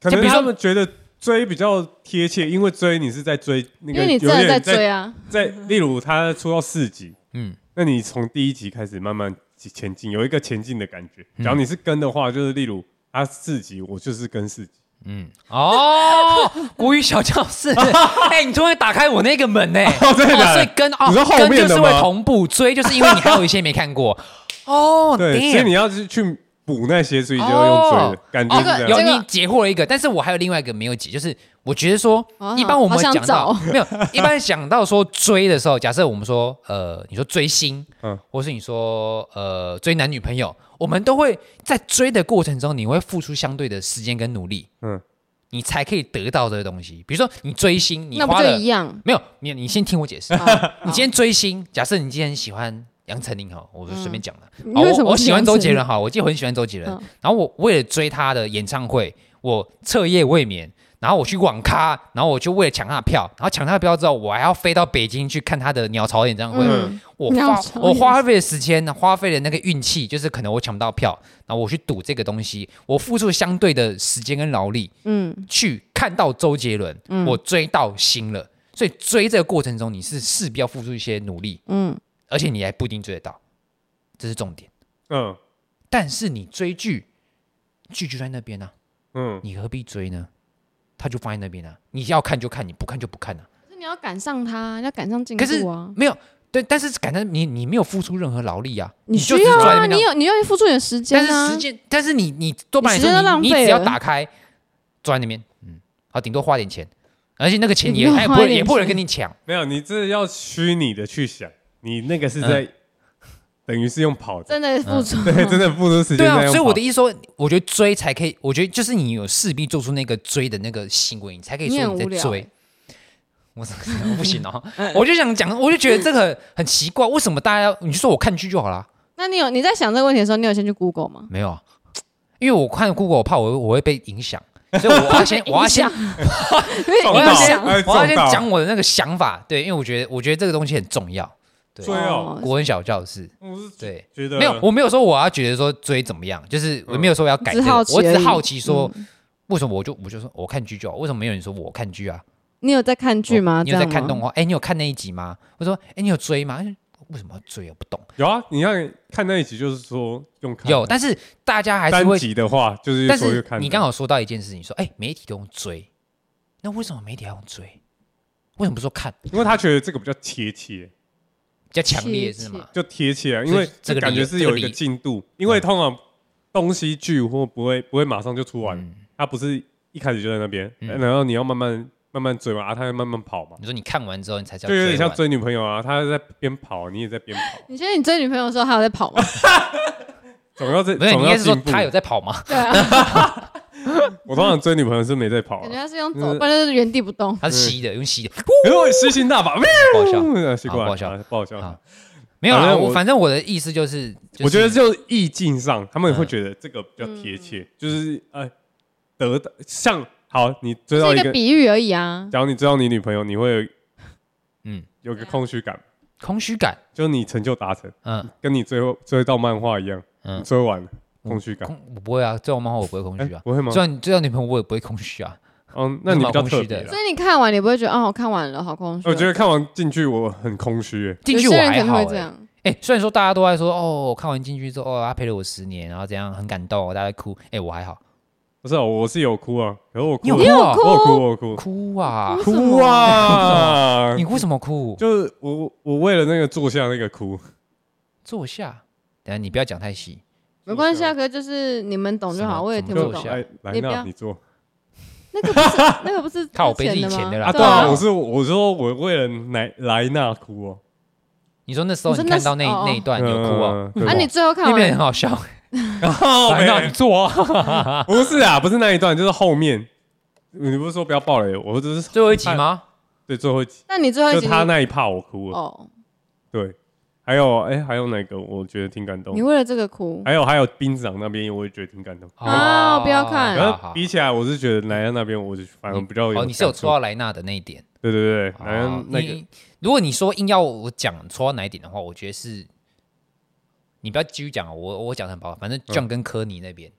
[SPEAKER 4] 可
[SPEAKER 2] 就
[SPEAKER 4] 能
[SPEAKER 2] 比如
[SPEAKER 4] 他
[SPEAKER 2] 说
[SPEAKER 4] 们觉得追比较贴切，因为追你是在追那
[SPEAKER 3] 因
[SPEAKER 4] 个，
[SPEAKER 3] 为你真
[SPEAKER 4] 有
[SPEAKER 3] 的
[SPEAKER 4] 点
[SPEAKER 3] 在追啊，
[SPEAKER 4] 在。例如他出到四集，
[SPEAKER 2] 嗯
[SPEAKER 4] 嗯，那你从第一集开始慢慢前进，有一个前进的感觉。
[SPEAKER 2] 嗯
[SPEAKER 4] 假如你是跟的话，就是例如他四集，我就是跟四集。
[SPEAKER 2] 嗯，哦， 国语小教 室，哎、你突然打开我那个门呢、
[SPEAKER 4] 哦真的假的
[SPEAKER 2] 所以跟哦，
[SPEAKER 4] 你说后
[SPEAKER 2] 跟
[SPEAKER 4] 面
[SPEAKER 2] 就
[SPEAKER 4] 的
[SPEAKER 2] 是
[SPEAKER 4] 吗
[SPEAKER 2] 会同步追，就是因为你还有一些没看过。哦，
[SPEAKER 4] 对，所以
[SPEAKER 2] damn
[SPEAKER 4] 你要是去补那些，所以就要用追
[SPEAKER 2] 哦
[SPEAKER 4] 的感觉是这
[SPEAKER 2] 有
[SPEAKER 4] 样。
[SPEAKER 3] 这个
[SPEAKER 2] 你解惑了一个，但是我还有另外一个没有解，就是我觉得说
[SPEAKER 3] 啊，
[SPEAKER 2] 一般我们
[SPEAKER 3] 好想
[SPEAKER 2] 讲到
[SPEAKER 3] 找
[SPEAKER 2] 没有，一般想到说追的时候， 假设我们说呃，你说追星，嗯
[SPEAKER 4] 嗯，
[SPEAKER 2] 或是你说呃追男女朋友，我们都会在追的过程中，你会付出相对的时间跟努力，嗯
[SPEAKER 4] 嗯，
[SPEAKER 2] 你才可以得到这个东西。比如说你追星，你
[SPEAKER 3] 那不
[SPEAKER 2] 花
[SPEAKER 3] 就
[SPEAKER 2] 了
[SPEAKER 3] 一样？
[SPEAKER 2] 没有？你你先听我解释，
[SPEAKER 3] 好
[SPEAKER 2] 你今天追星，假设你今天很喜欢杨丞琳哈，我就随便讲了。
[SPEAKER 3] 嗯你
[SPEAKER 2] 好，
[SPEAKER 3] 为什
[SPEAKER 2] 我
[SPEAKER 3] 么
[SPEAKER 2] 我喜欢
[SPEAKER 3] 这
[SPEAKER 2] 周
[SPEAKER 3] 样子
[SPEAKER 2] 杰伦哈，我记得我很喜欢周杰伦。
[SPEAKER 3] 嗯
[SPEAKER 2] 然后我为了追他的演唱会，我彻夜未眠，然后我去网咖，然后我就为了抢他的票，然后抢他的票之后，我还要飞到北京去看他的鸟巢演唱会。
[SPEAKER 3] 嗯
[SPEAKER 2] 我
[SPEAKER 3] 鸟
[SPEAKER 2] 花
[SPEAKER 3] 巢
[SPEAKER 2] 我
[SPEAKER 3] 演
[SPEAKER 2] 花费的时间，花费的那个运气，就是可能我抢不到票，然后我去赌这个东西，我付出相对的时间跟劳力
[SPEAKER 3] 嗯，
[SPEAKER 2] 去看到周杰伦，
[SPEAKER 3] 嗯
[SPEAKER 2] 我追到星了。所以追这个过程中，你是势必要付出一些努力，
[SPEAKER 3] 嗯，
[SPEAKER 2] 而且你还不一定追得到，这是重点。
[SPEAKER 4] 嗯
[SPEAKER 2] 但是你追剧，剧就在那边啊，
[SPEAKER 4] 嗯，
[SPEAKER 2] 你何必追呢？它就放在那边啊，你要看就看，你不看就不看啊。
[SPEAKER 3] 可是你要赶上他，你要赶上进
[SPEAKER 2] 可是
[SPEAKER 3] 度啊。
[SPEAKER 2] 没有对，但是感觉你你没有付出任何劳力啊，
[SPEAKER 3] 你
[SPEAKER 2] 就
[SPEAKER 3] 需
[SPEAKER 2] 只是
[SPEAKER 3] 要
[SPEAKER 2] 坐在那
[SPEAKER 3] 啊，
[SPEAKER 2] 边
[SPEAKER 3] 你
[SPEAKER 2] 看。
[SPEAKER 3] 有你要付出点时间
[SPEAKER 2] 但
[SPEAKER 3] 啊。
[SPEAKER 2] 是时间，但是你你多半来
[SPEAKER 3] 你时间都
[SPEAKER 2] 说，
[SPEAKER 3] 浪
[SPEAKER 2] 你
[SPEAKER 3] 费
[SPEAKER 2] 你只要
[SPEAKER 3] 了
[SPEAKER 2] 打开，坐在那边，嗯，好，顶多花点钱，而且那个钱
[SPEAKER 3] 你
[SPEAKER 2] 也
[SPEAKER 3] 不用
[SPEAKER 2] 还不
[SPEAKER 3] 花
[SPEAKER 2] 会
[SPEAKER 3] 点
[SPEAKER 2] 也不能
[SPEAKER 3] 钱
[SPEAKER 2] 跟你抢，
[SPEAKER 4] 没有，你这要虚拟的去想，你那个是
[SPEAKER 2] 嗯
[SPEAKER 4] 在等于是用跑的，
[SPEAKER 3] 真的 付出，啊
[SPEAKER 4] 对，真的付出时
[SPEAKER 2] 对
[SPEAKER 4] 间
[SPEAKER 2] 啊
[SPEAKER 4] 在。用
[SPEAKER 2] 所以我
[SPEAKER 4] 跑
[SPEAKER 2] 的。意思说，我觉得追才可以，我觉得就是你有势必做出那个追的那个行为，你才可以
[SPEAKER 3] 你
[SPEAKER 2] 说
[SPEAKER 3] 很无
[SPEAKER 2] 在
[SPEAKER 3] 聊
[SPEAKER 2] 追。我我不行哦， 我就想讲，我就觉得这个很奇怪，为什么大家要你就说我看剧就好啦？
[SPEAKER 3] 那你有你在想这个问题的时候，你有先去 Google 吗？
[SPEAKER 2] 没有啊，因为我看 Google，我怕我会我会被影响，所以我 要先我要先
[SPEAKER 4] 撞
[SPEAKER 2] 我要
[SPEAKER 4] 到
[SPEAKER 2] 先
[SPEAKER 4] 哎
[SPEAKER 2] 我要
[SPEAKER 4] 撞
[SPEAKER 2] 先
[SPEAKER 4] 到
[SPEAKER 2] 讲我的那个想法，对，因为我觉得我觉得这个东西很重要。 对，
[SPEAKER 4] 追哦，
[SPEAKER 2] 国文小教室，
[SPEAKER 4] 我是
[SPEAKER 2] 对，
[SPEAKER 4] 觉得
[SPEAKER 2] 没有，我没有说我要觉得说追怎么样，
[SPEAKER 4] 嗯
[SPEAKER 2] 就是我没有说要改、这
[SPEAKER 3] 只
[SPEAKER 2] 个
[SPEAKER 3] 好嗯奇
[SPEAKER 2] 我只
[SPEAKER 3] 而已
[SPEAKER 2] 好奇说，为什么我就我就说我看剧就好，为什么没有人说我看剧啊？
[SPEAKER 3] 你有在看剧吗？
[SPEAKER 2] 你有在看动
[SPEAKER 3] 画？
[SPEAKER 2] 画？哎，你有看那一集吗？我说，哎，你有追吗？哎为什么要追？我不懂。
[SPEAKER 4] 有啊，你看看那一集，就是说用看
[SPEAKER 2] 有，但是大家还是
[SPEAKER 4] 单
[SPEAKER 2] 会，
[SPEAKER 4] 集的话，就是
[SPEAKER 2] 但
[SPEAKER 4] 说越
[SPEAKER 2] 是
[SPEAKER 4] 看的。
[SPEAKER 2] 你刚好说到一件事情，说，哎，媒体都用追，那为什么媒体要用追？为什么不说看
[SPEAKER 4] 因为他觉得这个比较贴切，
[SPEAKER 2] 比较强烈
[SPEAKER 3] 切
[SPEAKER 2] 是吗？
[SPEAKER 4] 就贴切啊，因为
[SPEAKER 2] 这个
[SPEAKER 4] 感觉
[SPEAKER 2] 理
[SPEAKER 4] 是有
[SPEAKER 2] 这个嗯
[SPEAKER 4] 一
[SPEAKER 2] 理
[SPEAKER 4] 个进度，因为通常东西剧或不会不会马上就出完，
[SPEAKER 2] 嗯
[SPEAKER 4] 它不是一开始就在那边，
[SPEAKER 2] 嗯
[SPEAKER 4] 然后你要慢慢慢慢追嘛，啊，他要慢慢跑嘛，
[SPEAKER 2] 你说你看完之后，你才叫
[SPEAKER 4] 就有点像
[SPEAKER 2] 追
[SPEAKER 4] 追女朋友啊，他在边跑，你也在边跑，
[SPEAKER 3] 你觉得你追女朋友的时候，她有在跑吗？
[SPEAKER 4] 总要在
[SPEAKER 2] 完，不是你
[SPEAKER 4] 总
[SPEAKER 2] 应该
[SPEAKER 4] 要
[SPEAKER 2] 是说
[SPEAKER 4] 进步。
[SPEAKER 2] 他有在跑吗？
[SPEAKER 3] 对啊，
[SPEAKER 4] 我通常追女朋友是没在跑啊
[SPEAKER 3] 感觉，她是用走，
[SPEAKER 4] 嗯
[SPEAKER 3] 不然就是原地不 动。
[SPEAKER 2] 他是吸的，用吸的，
[SPEAKER 4] 因哎为我实行大法，
[SPEAKER 2] 不好笑。
[SPEAKER 4] 嗯习
[SPEAKER 2] 好
[SPEAKER 4] 惯
[SPEAKER 2] 不好笑
[SPEAKER 4] 啊不好笑
[SPEAKER 2] 好。没有
[SPEAKER 4] 反
[SPEAKER 2] 啊，
[SPEAKER 4] 正
[SPEAKER 2] 我
[SPEAKER 4] 我
[SPEAKER 2] 反正我的意思就是，就是
[SPEAKER 4] 我觉得就意境上，他们
[SPEAKER 2] 嗯
[SPEAKER 4] 会觉得这个比较贴切，就是呃，得到像好，你追到
[SPEAKER 3] 是
[SPEAKER 4] 一
[SPEAKER 3] 一个
[SPEAKER 4] 个，
[SPEAKER 3] 比喻而已啊。
[SPEAKER 4] 假如你追到你女朋友，你会有
[SPEAKER 2] 嗯
[SPEAKER 4] 有个空虚感，
[SPEAKER 2] 空虚感，
[SPEAKER 4] 就是你成就达成，
[SPEAKER 2] 嗯
[SPEAKER 4] 跟你追后追到漫画一样，
[SPEAKER 2] 嗯
[SPEAKER 4] 你追完了
[SPEAKER 2] 嗯
[SPEAKER 4] 空虚感，
[SPEAKER 2] 空我不会啊，追我漫画我不会空
[SPEAKER 4] 哎
[SPEAKER 2] 虚啊，
[SPEAKER 4] 不会吗
[SPEAKER 2] 追？到你追到女朋友我也不会空虚啊，
[SPEAKER 4] 嗯，那你比较
[SPEAKER 2] 蛮空
[SPEAKER 4] 特
[SPEAKER 2] 虚的
[SPEAKER 4] 别啦
[SPEAKER 3] 所。以你看完，你不会觉得哦，我看完了，好空虚哦。
[SPEAKER 4] 我觉得看完进去我很空虚欸，
[SPEAKER 2] 进去
[SPEAKER 3] 有
[SPEAKER 2] 我
[SPEAKER 3] 些人可
[SPEAKER 2] 还
[SPEAKER 3] 能
[SPEAKER 2] 好
[SPEAKER 3] 会这
[SPEAKER 2] 哎、
[SPEAKER 3] 样，
[SPEAKER 2] 哎，虽然说大家都在说哦，我看完进去之后，哦，他陪了我十年，然后怎样很感动，大家在哭，哎、我还好，
[SPEAKER 4] 不是哦我是有哭啊，可是我哭
[SPEAKER 2] 你有
[SPEAKER 4] 了，
[SPEAKER 2] 哭啊
[SPEAKER 4] 我有哭，我有哭，
[SPEAKER 2] 哭啊，
[SPEAKER 3] 哭什么
[SPEAKER 4] 哭啊！
[SPEAKER 2] 你哭什么哭？
[SPEAKER 4] 就是我我为了那个坐下那个哭，
[SPEAKER 2] 坐下，等下你不要讲太细，
[SPEAKER 3] 没关系啊。可是就是你们懂就
[SPEAKER 2] 什么
[SPEAKER 3] 好，我也听
[SPEAKER 2] 怎
[SPEAKER 3] 不
[SPEAKER 2] 么
[SPEAKER 4] 就
[SPEAKER 2] 坐
[SPEAKER 3] 懂啊
[SPEAKER 2] 下。
[SPEAKER 4] 哎来
[SPEAKER 3] 你不
[SPEAKER 4] 那
[SPEAKER 3] 要
[SPEAKER 4] 你坐。
[SPEAKER 3] 那个不是那个不是
[SPEAKER 2] 靠我背是以
[SPEAKER 3] 的吗
[SPEAKER 2] 前的啦
[SPEAKER 4] 啊，对
[SPEAKER 3] 对
[SPEAKER 4] 啊，
[SPEAKER 2] 啊
[SPEAKER 4] 我是我说我为了莱莱纳哭哦，
[SPEAKER 2] 你说那时候
[SPEAKER 3] 你说
[SPEAKER 2] 你
[SPEAKER 3] 那
[SPEAKER 2] 看到那
[SPEAKER 3] 时哦欸
[SPEAKER 2] 那一段你有哭啊，
[SPEAKER 4] 嗯对
[SPEAKER 3] 啊，你最后看
[SPEAKER 2] 那边很
[SPEAKER 3] 完，
[SPEAKER 2] 好笑，
[SPEAKER 4] 靠
[SPEAKER 2] 来
[SPEAKER 4] 北
[SPEAKER 2] 那你坐啊，
[SPEAKER 4] 不是啊，不是那一段，就是后面，你不是说不要爆雷，我只是
[SPEAKER 2] 最后一集吗？
[SPEAKER 4] 对最后一集，
[SPEAKER 3] 那你最后一
[SPEAKER 4] 就
[SPEAKER 3] 集
[SPEAKER 4] 他那一趴我哭了，
[SPEAKER 3] 哦，
[SPEAKER 4] 对，还有哎、还有哪个我觉得挺感动
[SPEAKER 3] 你？为了这个
[SPEAKER 2] 哎
[SPEAKER 3] 哭
[SPEAKER 4] 还有还有兵长那边我也觉得挺感动。
[SPEAKER 3] 啊！不要看
[SPEAKER 4] 然
[SPEAKER 2] 好
[SPEAKER 4] 后比起来，我是觉得莱恩那边我就反而比较有
[SPEAKER 2] 哦，你是有
[SPEAKER 4] 感触
[SPEAKER 2] 戳到莱纳的那一点。
[SPEAKER 4] 对对对，莱
[SPEAKER 2] 哦
[SPEAKER 4] 恩那个
[SPEAKER 2] 你如果你说硬要我讲戳到哪一点的话，我觉得是，你不要继续讲哦，我我讲得很饱，反正 John 跟科尼那边，
[SPEAKER 4] 嗯